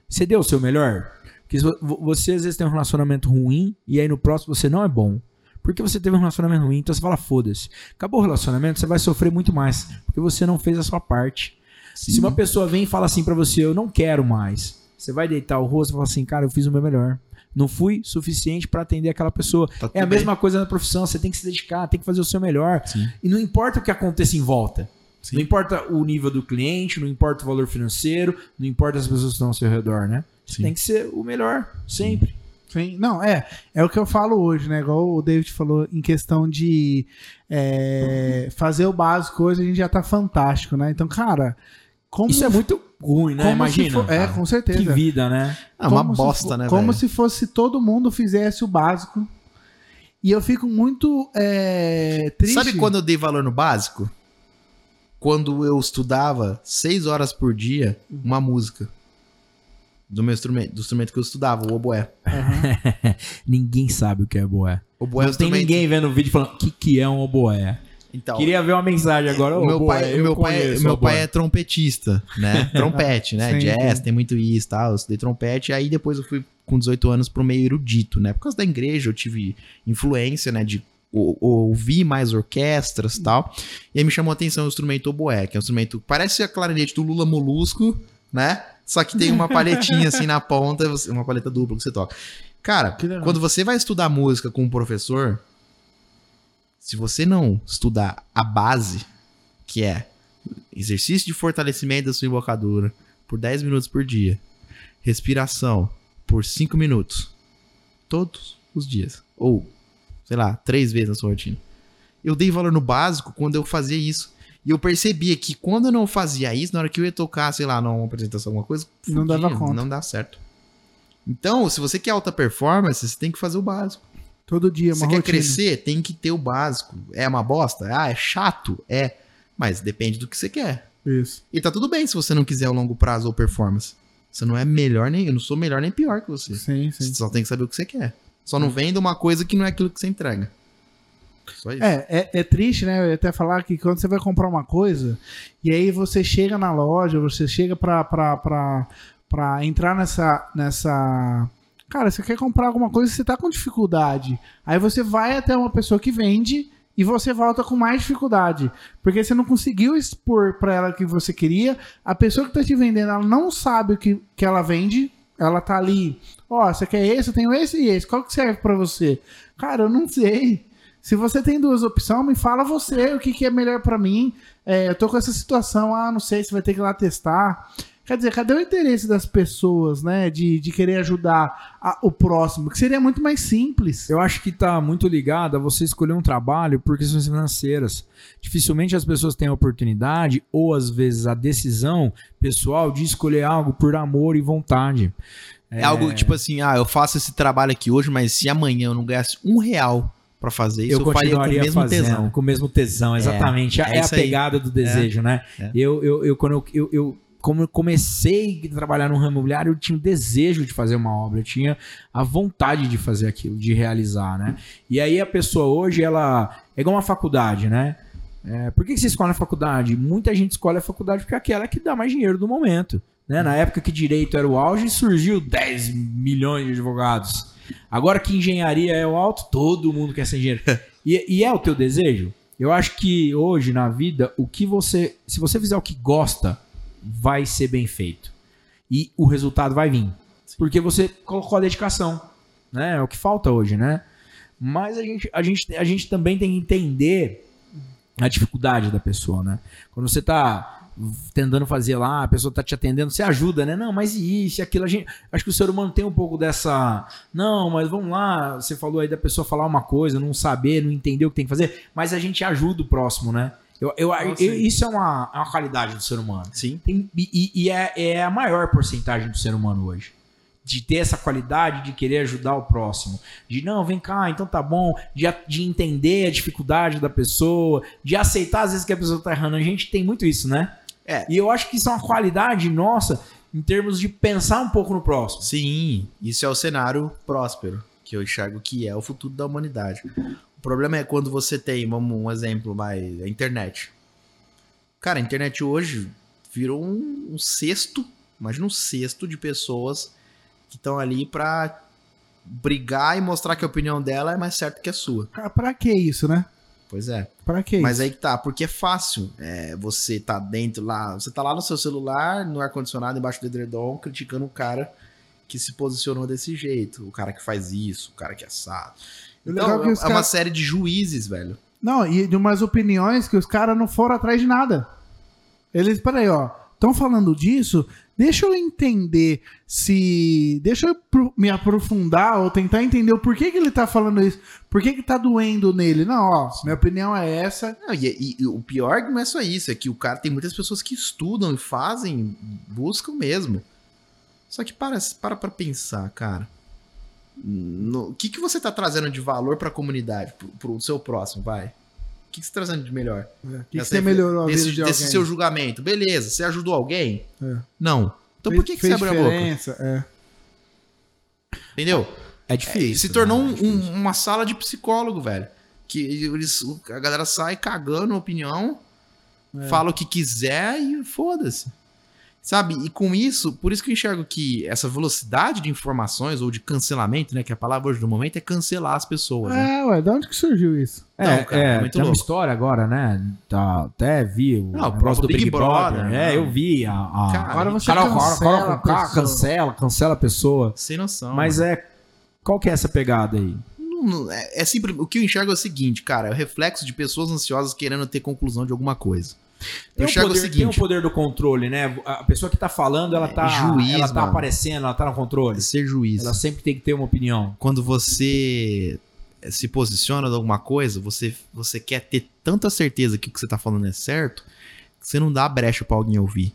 você deu o seu melhor? Porque vo- vo- você às vezes tem um relacionamento ruim e aí no próximo você não é bom. Porque você teve um relacionamento ruim, então você fala, foda-se. Acabou o relacionamento, você vai sofrer muito mais. Porque você não fez a sua parte. Se uma pessoa vem e fala assim pra você, eu não quero mais, você vai deitar o rosto e fala assim, cara, eu fiz o meu melhor. Não fui suficiente pra atender aquela pessoa.
Tá
É a
tudo bem.
mesma coisa na profissão, você tem que se dedicar, tem que fazer o seu melhor.
Sim.
E não importa o que aconteça em volta.
Sim.
Não importa o nível do cliente, não importa o valor financeiro, não importa as pessoas que estão ao seu redor, né? Você
Sim.
tem que ser o melhor, sempre.
Sim. Não, é. É o que eu falo hoje, né? Igual o David falou em questão de é, fazer o básico hoje, a gente já tá fantástico, né? Então, cara, como.
Isso é muito ruim, né?
como se
Imagina.
for- é,
cara.
com certeza.
que vida, né?
Ah, uma
Como se
bosta,
fo-
né,
Como
velho?
se fosse todo mundo fizesse o básico. E eu fico muito é, triste.
Sabe quando eu dei valor no básico? Quando eu estudava seis horas por dia uma música. Do meu instrumento, do instrumento que eu estudava, o oboé.
Aham.
Ninguém sabe o que é boé.
Oboé é o
não tem
instrumento.
ninguém vendo o vídeo falando o que, que é um oboé.
Então,
Queria ver uma mensagem agora.
o
"Ô,
meu
oboé,
pai,
eu
meu pai,
conheço
meu
oboé."
pai é trompetista, né? Trompete, né?
Sim,
Jazz, tem muito isso, tal. Eu estudei trompete, aí depois eu fui com 18 anos pro meio erudito, né? Por causa da igreja, eu tive influência, né, de o- ouvir mais orquestras, tal. E aí me chamou a atenção o instrumento oboé, que é um instrumento que parece a clarinete do Lula Molusco, né? Só que tem uma palhetinha assim na ponta, você- uma palheta dupla que você toca. Cara,
Que legal.
quando você vai estudar música com um professor, se você não estudar a base, que é exercício de fortalecimento da sua embocadura por 10 minutos por dia, respiração, por cinco minutos. Todos os dias. Ou, sei lá, três vezes na sua rotina. Eu dei valor no básico quando eu fazia isso. E eu percebia que quando eu não fazia isso, na hora que eu ia tocar, sei lá, numa apresentação, alguma coisa,
Não dava
fudia,
conta.
Não dá certo. Então, se você quer alta performance, você tem que fazer o básico.
Todo dia,
Você
uma
quer
rotina.
crescer? Tem que ter o básico. É uma bosta? Ah, é chato? É. Mas depende do que você quer.
Isso.
E tá tudo bem se você não quiser o longo prazo ou performance. Você não é melhor nem. Eu não sou melhor nem pior que você.
Sim, sim.
Você só tem que saber o que você quer. Só não venda uma coisa que não é aquilo que você entrega. Só isso.
É, é, é triste, né? Eu ia até falar que quando você vai comprar uma coisa, e aí você chega na loja, você chega pra, pra, pra, pra entrar nessa, nessa. Cara, você quer comprar alguma coisa e você tá com dificuldade. Aí você vai até uma pessoa que vende e você volta com mais dificuldade. Porque você não conseguiu expor pra ela o que você queria. A pessoa que tá te vendendo, ela não sabe o que, que ela vende. Ela tá ali. Ó, você quer esse? Eu tenho esse e esse. Qual que serve pra você? Cara, eu não sei. Se você tem duas opções, me fala você o que, que é melhor pra mim. É, eu tô com essa situação, ah, não sei, você vai ter que ir lá testar. Quer dizer, cadê o interesse das pessoas, né? De, de querer ajudar a- o próximo, que seria muito mais simples.
Eu acho que tá muito ligado a você escolher um trabalho por questões financeiras. Dificilmente as pessoas têm a oportunidade ou às vezes a decisão pessoal de escolher algo por amor e vontade.
É, algo tipo assim, ah, eu faço esse trabalho aqui hoje, mas se amanhã eu não ganhasse um real pra fazer isso, eu,
eu
faria com o
continuaria
mesmo
fazendo,
tesão.
com o mesmo tesão, exatamente. É,
é
a
isso aí.
pegada do desejo, né?
É.
Eu, eu, eu, quando eu, eu, eu- como eu comecei a trabalhar no ramo imobiliário, eu tinha o desejo de fazer uma obra, eu tinha a vontade de fazer aquilo, de realizar, né? E aí a pessoa hoje, ela é igual uma faculdade, né? É, por que que você escolhe a faculdade? Muita gente escolhe a faculdade porque é aquela que dá mais dinheiro do momento. Né? Na época que direito era o auge, surgiu 10 milhões de advogados. Agora que engenharia é o alto, todo mundo quer ser engenheiro. E, e é o teu desejo? Eu acho que hoje na vida, o que você. Se você fizer o que gosta, vai ser bem feito. E o resultado vai vir. Porque você colocou a dedicação. Né? É o que falta hoje, né? Mas a gente, a gente, a gente também tem que entender a dificuldade da pessoa, né? Quando você tá tentando fazer lá, a pessoa tá te atendendo, você ajuda, né? Não, mas e isso, e aquilo, a gente, acho que o ser humano tem um pouco dessa, não, mas vamos lá, você falou aí da pessoa falar uma coisa, não saber, não entender o que tem que fazer, mas a gente ajuda o próximo, né? Eu, eu,
Ah,
eu-
sim.
isso é uma, é uma qualidade do ser humano.
Sim.
Tem- e- e e é, é a maior porcentagem do ser humano hoje. De ter essa qualidade de querer ajudar o próximo. De não, vem cá, então tá bom. De, a- de entender a dificuldade da pessoa. De aceitar às vezes que a pessoa tá errando. A gente tem muito isso, né?
É.
E eu acho que isso é uma qualidade nossa em termos de pensar um pouco no próximo.
Sim, isso é o cenário próspero, que eu enxergo que é o futuro da humanidade. O problema é quando você tem, vamos um exemplo, mais, a internet. Cara, a internet hoje virou um, um cesto, imagina um cesto de pessoas que estão ali pra brigar e mostrar que a opinião dela é mais certa que a sua.
Cara, pra que isso, né?
Pois é.
Pra que
Mas
isso?
aí que tá, porque é fácil. É, você tá dentro lá, você tá lá no seu celular, no ar-condicionado, embaixo do edredom, criticando o cara que se posicionou desse jeito. O cara que faz isso, o cara que é assado.
O
Então,
legal é que
é,
os
é uma
caras-
série de juízes, velho.
Não, e de umas opiniões que os caras não foram atrás de nada. Eles, peraí, ó, estão falando disso? Deixa eu entender se. Deixa eu pro- me aprofundar ou tentar entender o porquê que ele tá falando isso. Por que que tá doendo nele? Não, ó, minha opinião é essa.
Não, e, e- e o pior não é só isso, é que o cara tem muitas pessoas que estudam e fazem, buscam mesmo. Só que para para pra pensar, cara. No- O que, que você tá trazendo de valor pra comunidade, pro, pro seu próximo, vai? O que, que você tá trazendo de melhor?
O que, que
Essa
você
aí,
melhorou a vida
desse,
de alguém?
desse seu julgamento. Beleza, você ajudou alguém?
É.
Não. Então por que, que você
Fez
abriu a boca?
diferença, É.
Entendeu?
É
E
difícil.
se tornou
né?
um- um- uma sala de psicólogo, velho. Que eles, o- a galera sai cagando opinião,
É.
fala o que quiser e foda-se. Sabe? E com isso, por isso que eu enxergo que essa velocidade de informações ou de cancelamento, né? Que a palavra hoje do momento é cancelar as pessoas, né?
É, ué, de onde que surgiu isso?
É,
Não, cara,
é,
muito
tem uma
louco.
história agora, né? Tá, até vi o
Não, o
negócio
próprio Big Brother,
É,
né?
eu vi. A, a-
Cara,
Agora você
Carol, Carol,
cancela
Carol
a
um
com K,
pessoa.
cancela, cancela a pessoa.
Sem noção.
Mas é. Qual que é essa pegada aí?
Não- não- é, é sempre o que eu enxergo é o seguinte, cara, é o reflexo de pessoas ansiosas querendo ter conclusão de alguma coisa.
Tem,
Eu
um
enxergo o
poder,
seguinte-
tem um poder do controle, né? A pessoa que tá falando, ela tá,
juiz,
ela tá
mano.
aparecendo, ela tá no controle.
Ser juiz.
Ela sempre tem que ter uma opinião.
Quando você eh, se posiciona de alguma coisa, você, você quer ter tanta certeza que o que você tá falando é certo, que você não dá brecha pra alguém ouvir.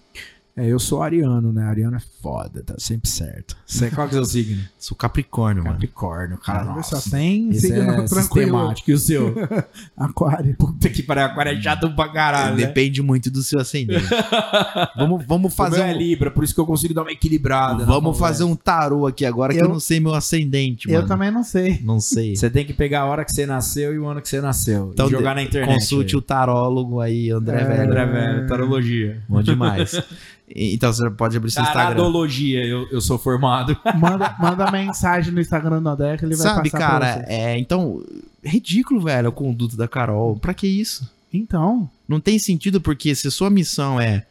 É, eu sou ariano, né? Ariano é foda, tá sempre certo. Você, qual que é o seu signo?
Sou Capricórnio, mano.
Capricórnio, cara.
Caramba,
Nossa,
só tem
Esse
Um signo
é
tranquilo.
sistemático. E o seu?
Aquário.
Puta que pariu, agora é chato pra caralho. né?
Depende muito do seu ascendente. vamos vamos fazer
o meu é
um,
Libra, por isso que eu consigo dar uma equilibrada. na
vamos
conversa.
fazer um tarô aqui agora que
Eu-
eu não sei meu ascendente,
Eu
mano.
também não sei.
Não sei.
Você tem que pegar a hora que você nasceu e o ano que você nasceu.
Então,
e jogar na internet.
Consulte o tarólogo aí, André
É,
aí.
Velho.
André Velho, tarologia.
Bom demais. E- então você pode abrir seu Instagram.
Taradologia, eu, eu sou formado.
Manda, manda mensagem no Instagram do André que ele vai
Sabe,
passar pra
cara,
você.
é, então, ridículo, velho, a conduta da Carol. Pra que isso?
Então,
Não tem sentido, porque se sua missão é.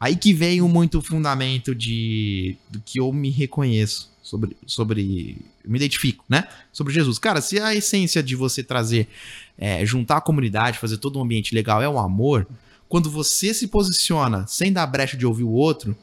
Aí que vem o muito fundamento de do que eu me reconheço sobre. sobre eu me identifico, né? Sobre Jesus. Cara, se a essência de você trazer, é, juntar a comunidade, fazer todo um ambiente legal é o amor, quando você se posiciona sem dar brecha de ouvir o outro,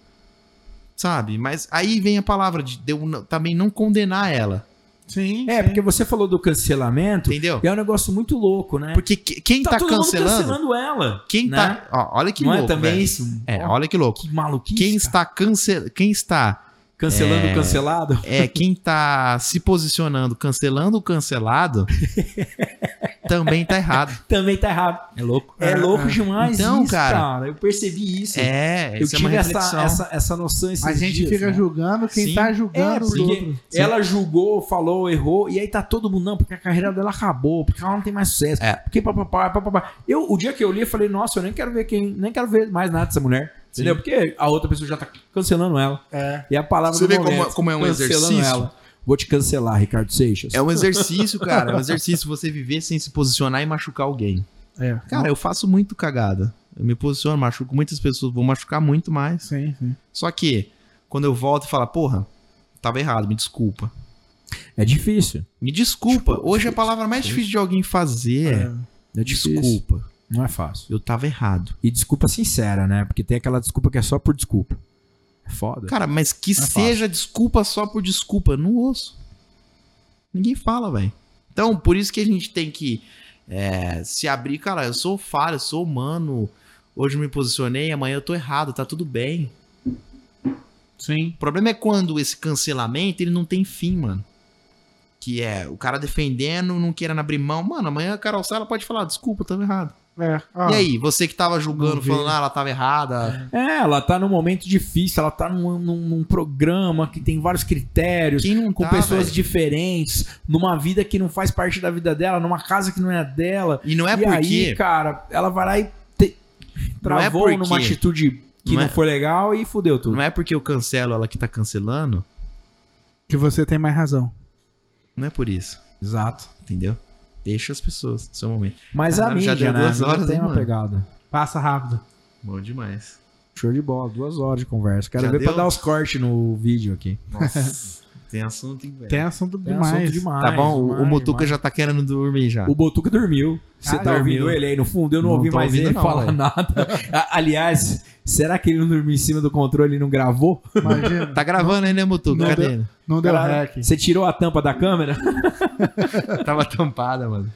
sabe? Mas aí vem a palavra de, de eu não- também não condenar ela,
sim.
É,
sim.
porque você falou do cancelamento,
entendeu?
e é um negócio muito louco, né?
Porque que- quem tá,
todo
cancelando,
mundo cancelando ela.
quem
né?
tá, ó, olha que
Não
louco,
é também
velho.
isso?
É,
Ó,
olha que louco.
Que maluquice.
Quem
cara.
está cancel, quem está,
cancelando o cancelado?
é, quem tá se posicionando, cancelando o cancelado, também tá errado.
Também tá errado. É louco.
Ah,
É louco demais
Então,
isso, cara.
cara.
Eu percebi isso.
É,
eu
isso é uma
tive essa,
reflexão.
essa, essa noção esses
a gente
dias,
fica
né?
julgando quem
Sim.
tá
É,
julgando os outros.
porque ela julgou, falou, errou, e aí tá todo mundo, não, porque a carreira dela acabou, porque ela não tem mais sucesso,
É.
porque papapá, papapá. Eu, o dia que eu li, eu falei, nossa, eu nem quero ver quem, nem quero ver mais nada dessa mulher. Entendeu? Porque a outra pessoa já tá cancelando ela.
É.
E a palavra
Você
do
vê
momento,
como- como é um
cancelando
exercício?
Ela. Vou te cancelar, Ricardo Seixas.
É um exercício, cara. É um exercício você viver sem se posicionar e machucar alguém.
É.
Cara, eu faço muito cagada. Eu me posiciono, machuco muitas pessoas, vou machucar muito mais.
Sim, sim.
Só que, quando eu volto e falo, porra, tava errado, me desculpa.
É difícil.
Me desculpa.
Desculpa,
Hoje é a
desculpa.
palavra mais difícil de alguém fazer
É.
Tipo, É
é
difícil.
desculpa.
Não é fácil.
Eu tava errado.
E desculpa sincera, né? Porque tem aquela desculpa que é só por desculpa. É foda.
Cara, mas que
Não é
seja desculpa só por desculpa. Não ouço. Ninguém fala, velho. Então, por isso que a gente tem que é, se abrir. Cara, eu sou falho, eu sou humano. Hoje eu me posicionei, amanhã eu tô errado, tá tudo bem.
Sim.
O problema é quando esse cancelamento ele não tem fim, mano. Que é o cara defendendo, não querendo abrir mão. Mano, amanhã a Carol Sala pode falar, desculpa, eu tava errado.
É.
Ah,
ó,
e aí, você que tava julgando,
não vi.
falando, ah, ela tava errada,
É, ela tá num momento difícil, ela tá num, num- num programa que tem vários critérios,
Quem não
É. com
tá,
pessoas
velho?
diferentes, numa vida que não faz parte da vida dela, numa casa que não é a dela.
E não é
e
porque.
aí, cara, ela vai lá e te-
Não é
travou
porque-
numa atitude que
não
não,
é-
foi legal e fudeu tudo.
Não é porque eu cancelo ela que tá cancelando.
Que você tem mais razão.
Não é por isso.
Exato.
Entendeu? Deixa as pessoas no seu momento.
Mas a
Caralho, já
mídia,
deu
né?
duas
A mídia
horas,
tem
hein,
uma
mano?
pegada.
Passa rápido.
Bom demais.
Show de bola, duas horas de conversa. Quero
Já
ver pra
deu?
dar os cortes no vídeo aqui.
Nossa. tem assunto, hein, velho?
Tem Né? assunto
Tem
demais.
assunto demais.
Tá bom, o- o
demais,
Mutuca
demais.
já tá querendo dormir já.
O Botuca dormiu. Você
Ah,
tá
dormiu.
ouvindo ele aí no fundo? Eu não,
Não
ouvi
tô
mais
ouvindo
ele
não,
falar
ué.
nada. A- Aliás, será que ele não dormiu em cima do controle e não gravou?
Imagina.
Tá gravando aí, né, Mutuca?
Não
Cadê?
deu- Não deu
Caralho,
hack.
Você tirou a tampa da câmera?
Tava tampada, mano.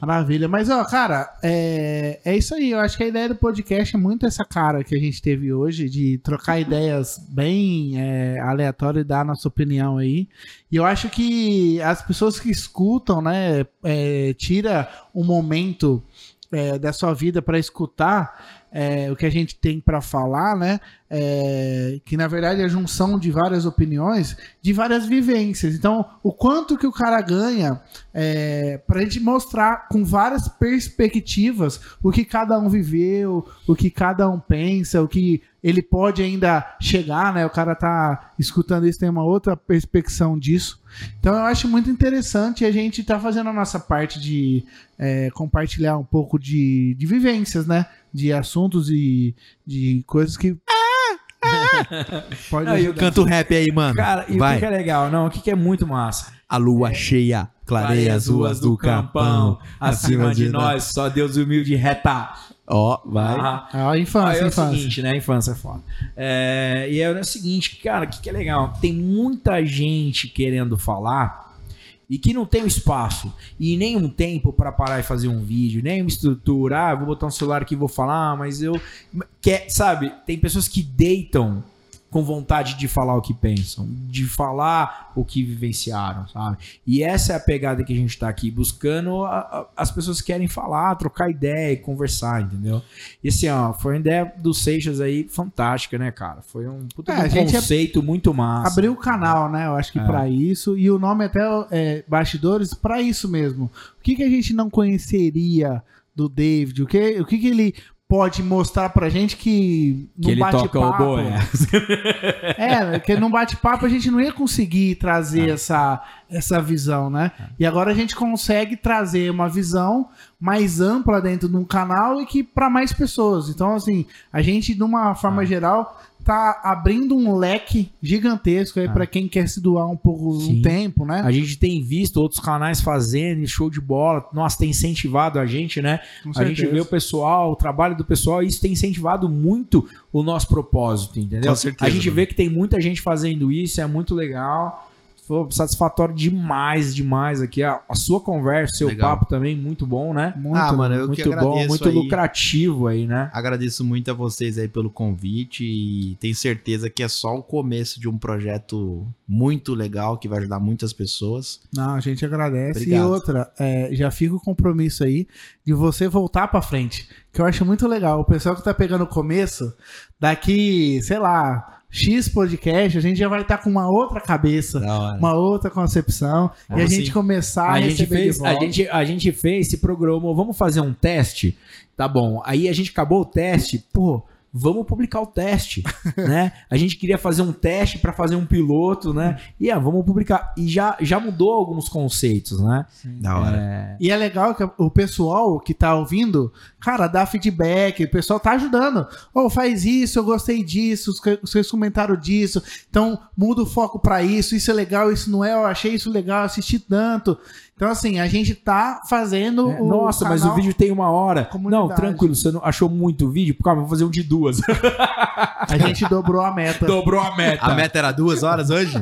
Maravilha. Mas, ó, cara, é... é isso aí. Eu acho que a ideia do podcast é muito essa cara que a gente teve hoje, de trocar ideias bem é, aleatórias e dar a nossa opinião aí. E eu acho que as pessoas que escutam, né, é, tira um momento é, da sua vida para escutar é, o que a gente tem para falar, né? É, que na verdade é a junção de várias opiniões, de várias vivências. Então, o quanto que o cara ganha é, para a gente mostrar com várias perspectivas o que cada um viveu, o que cada um pensa, o que ele pode ainda chegar, né? O cara tá escutando isso, tem uma outra perspecção disso. Então eu acho muito interessante a gente tá fazendo a nossa parte de é, compartilhar um pouco de, de vivências, né? De assuntos e de coisas que. Pode
Não, e o
ajudar.
Canta o rap aí, mano.
Cara, e o que
Vai.
que é legal? Não, o que que é muito massa?
A lua cheia clareia as ruas do campão.
Acima de nós, só Deus humilde e reta.
Ó,
Vai.
É a infância,
Aí é o
infância.
seguinte, né? A infância é foda. É, e é o seguinte, cara, o que, que é legal? Tem muita gente querendo falar e que não tem o espaço e nem um tempo pra parar e fazer um vídeo, nem uma estrutura. Ah, vou botar um celular aqui e vou falar, mas eu. Quer, sabe? Tem pessoas que deitam com vontade de falar o que pensam, de falar o que vivenciaram, sabe? E essa é a pegada que a gente tá aqui buscando. a- a- as pessoas querem falar, trocar ideia e conversar, entendeu? E assim, ó, foi uma ideia do Seixas aí fantástica, né, cara? Foi um puta
É,
de um
a gente
conceito muito massa.
Abriu o canal, né? Eu acho que
É.
pra isso. E o nome até é, Bastidores pra isso mesmo. O que, que a gente não conheceria do David? O que, o que, que ele pode mostrar pra gente que
Que
não
ele
bate
toca o
papo?
boi.
É, que num bate-papo a gente não ia conseguir trazer essa, essa visão, né? E agora a gente consegue trazer uma visão mais ampla dentro de um canal e que para mais pessoas. Então, assim, a gente, de uma
Ah.
forma geral, tá abrindo um leque gigantesco aí
Ah.
pra para quem quer se doar um pouco
Sim.
um tempo, né?
A gente tem visto outros canais fazendo e show de bola. Nossa, tem incentivado a gente, né?
Com
A gente
certeza.
vê o pessoal, o trabalho do pessoal, e isso tem incentivado muito o nosso propósito, entendeu?
Com certeza,
A gente
mano.
vê que tem muita gente fazendo isso, é muito legal. Foi satisfatório demais, demais aqui. A, a sua conversa, seu
Legal.
papo também, muito bom, né?
Muito,
ah, mano, eu que
muito
agradeço
bom, muito
aí.
lucrativo aí, né?
Agradeço muito a vocês aí pelo convite e tenho certeza que é só o começo de um projeto muito legal que vai ajudar muitas pessoas.
Não, a gente agradece. E
Obrigado.
outra, é, já fica o compromisso aí de você voltar pra frente, que eu acho muito legal. O pessoal que tá pegando o começo, daqui, sei lá, X podcast, a gente já vai estar com uma outra cabeça,
Da hora.
uma outra concepção,
Ah,
e a
sim.
gente começar a,
a gente
receber
fez,
de
a
volta.
gente, a gente fez, se programou, vamos fazer um teste, tá bom? Aí a gente acabou o teste, pô, vamos publicar o teste, né? A gente queria fazer um teste pra fazer um piloto, né? E ah, vamos publicar. E já, já mudou alguns conceitos, né?
Da hora.
E é legal que o pessoal que tá ouvindo, cara, dá feedback, o pessoal tá ajudando. Ou faz isso, eu gostei disso, os que- vocês comentaram disso, então muda o foco pra isso, isso é legal, isso não é, eu achei isso legal, assisti tanto. Então, assim, a gente tá fazendo
É,
o.
Nossa, mas o
canal-
vídeo tem uma hora.
Comunidade.
Não, tranquilo, você não achou muito vídeo? Calma, vou fazer um de duas.
A gente dobrou a meta.
Dobrou a meta.
A meta era duas horas hoje?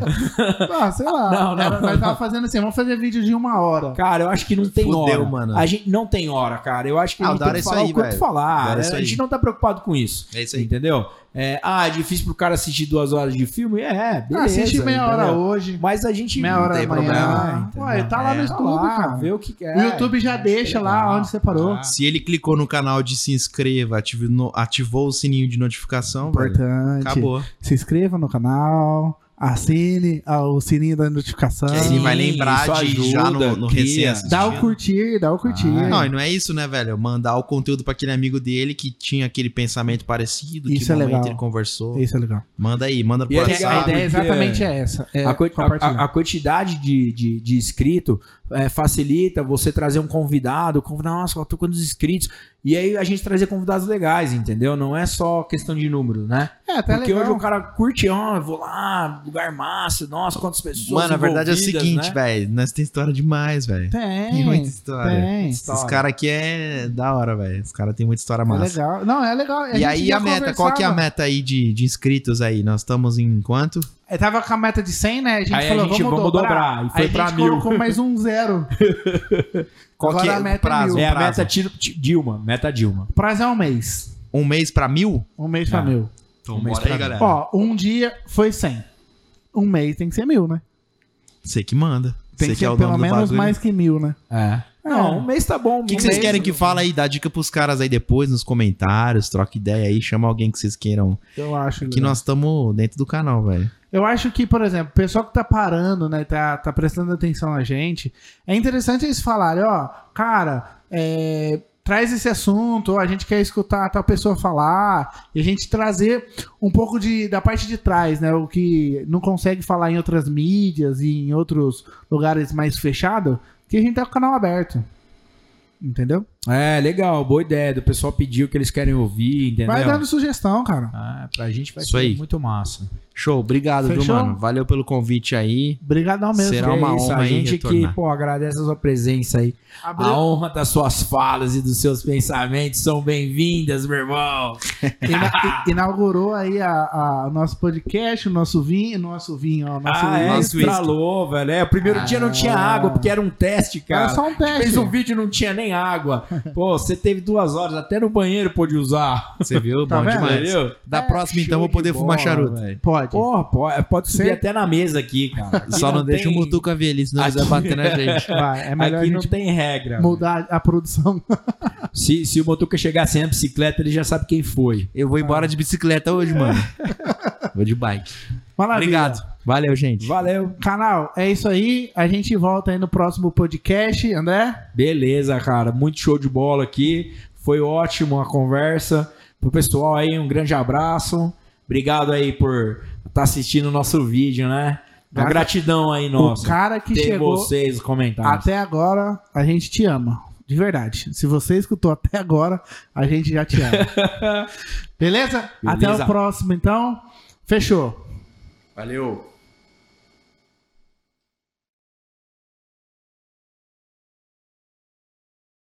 ah, sei lá.
Não, não,
era- nós tava fazendo assim, vamos fazer vídeo de uma hora. Ah,
Cara, eu acho que não tem
Fudeu,
hora.
mano.
A gente não tem hora, cara. Eu acho que a
Ah,
gente
o da
tem que
hora é isso
falar
aí,
o quanto
velho. O da
falar.
hora é isso
a
aí.
gente não tá preocupado com isso.
É isso
Entendeu? É, ah, é difícil pro cara assistir duas horas de filme? É, beleza.
Ah, assiste meia hora
entendeu?
hoje,
Mas a gente.
meia hora
tem
amanhã.
problema,
Ué, tá lá no
É,
Tá
YouTube,
lá,
cara.
vê o que é. quer.
O YouTube já deixa lá onde você parou.
Ah,
Se ele clicou no canal de se inscreva, ative no- ativou o sininho de notificação, velho,
Importante.
acabou.
se inscreva no canal, assine ah, o sininho da notificação,
Que aí ele vai lembrar
isso
de
ajuda,
já no, no
cria.
recém
dá o
assistindo.
curtir, dá o curtir.
Ah,
Não, e não é isso, né, velho? Mandar o conteúdo pra aquele amigo dele que tinha aquele pensamento parecido,
Isso
que
é legal.
ele conversou.
Isso é legal.
Manda aí, manda pro
E é
A
legal,
WhatsApp.
ideia exatamente é essa. É
a, coi- a-
compartilhar.
a- a quantidade de, de, de inscrito é, facilita você trazer um convidado, convidar, nossa, eu tô com os inscritos. E aí a gente trazer convidados legais, entendeu? Não é só questão de número, né?
é, até
Porque
legal.
hoje o cara curte, ó, eu vou lá, lugar massa, nossa, quantas pessoas.
Mano, a verdade é o
envolvidas,
seguinte,
né?
velho. Nós tem história demais, velho. Tem muita
Tem,
história.
tem.
Esses caras aqui é da hora, velho. Os caras têm muita história
É
massa.
legal. Não, é legal.
e
gente
aí
já
a meta, qual que é a
conversava.
meta aí de, de inscritos aí? Nós estamos em quanto?
Eu tava com a meta de 100, né? A gente
Aí a
falou,
gente,
vamos,
vamos
dobrar.
dobrar, e foi
Aí a
pra
gente
mil.
colocou mais um zero.
Qual
Agora
que é
a
o
meta é
prazo?
mil.
É a
prazo?
meta tiro, ti- Dilma, meta Dilma.
Prazo é um mês.
Um mês pra mil?
Um mês pra
Ah.
mil.
Então
Um mês
bora
pra
aí,
mil.
galera.
Ó, um dia foi 100. Um mês tem que ser mil, né?
Você que manda.
Tem
Você
que
que
ser
é o
pelo
dono do
menos
bagulho.
mais que mil, né?
É. Não, um mês tá bom.
O que, que vocês querem que fala aí? Dá dica pros caras aí depois, nos comentários, troca ideia aí, chama alguém que vocês queiram.
Eu acho.
Que
legal.
nós estamos dentro do canal, velho.
Eu acho que, por exemplo, o pessoal que tá parando, né, tá, tá prestando atenção na gente, é interessante eles falarem, ó, cara, é, traz esse assunto, ó, a gente quer escutar tal pessoa falar, e a gente trazer um pouco de, da parte de trás, né, o que não consegue falar em outras mídias e em outros lugares mais fechados, que a gente tá com o canal aberto. Entendeu?
É, legal, boa ideia. Do pessoal pedir o que eles querem ouvir, entendeu?
Vai dando sugestão, cara.
Ah, pra gente vai
Isso aí.
ser muito massa.
Show, obrigado, viu,
Fechou?
mano? Valeu pelo convite aí.
Obrigadão mesmo.
Será
É
uma
isso,
honra
a
aí
gente
retornar.
que, pô, agradece a sua presença aí.
Abriu-
A honra das suas falas e dos seus pensamentos são bem-vindas, meu irmão.
Ina- i- inaugurou aí a, a- o nosso podcast, o nosso vinho, o nosso vinho, ó, o nosso
ah, é,
whisky.
nosso whisky.
estralou, velho. É, o primeiro dia não tinha
Ah.
água, porque era um teste,
Era
cara.
só um teste.
Fez um vídeo e não tinha nem água. Pô, você teve duas horas, até no banheiro pôde usar.
Você viu?
Tá
Bom
vendo?
demais.
Entendeu?
Da
É,
próxima, então, eu
show
vou poder
de
fumar
bola,
charuto.
velho.
Pode.
Porra, pode, pode subir
Sim.
até na mesa aqui, cara. Aqui
Só não,
tem-
deixa o Mutuca ver ali, senão ele vai
Aqui-
bater na gente.
Vai, é melhor a
Aqui não
gente
tem regra.
mudar a produção.
Se, se o Motuca chegar sem a bicicleta, ele já sabe quem foi.
Eu vou embora de bicicleta hoje, mano. Vou de bike.
Maravilha.
Obrigado. Valeu, gente.
Valeu.
Canal, é isso aí. A gente volta aí no próximo podcast, André.
Beleza, cara. Muito show de bola aqui. Foi ótimo a conversa. Pro pessoal aí, um grande abraço. Obrigado aí por estar assistindo o nosso vídeo, né? Uma
Cara,
gratidão aí,
o
nossa.
cara que
Ter
chegou
vocês os comentários.
até agora, a gente te ama. De verdade. Se você escutou até agora, a gente já te ama. Beleza? Até
Beleza.
o próximo, então. Fechou.
Valeu.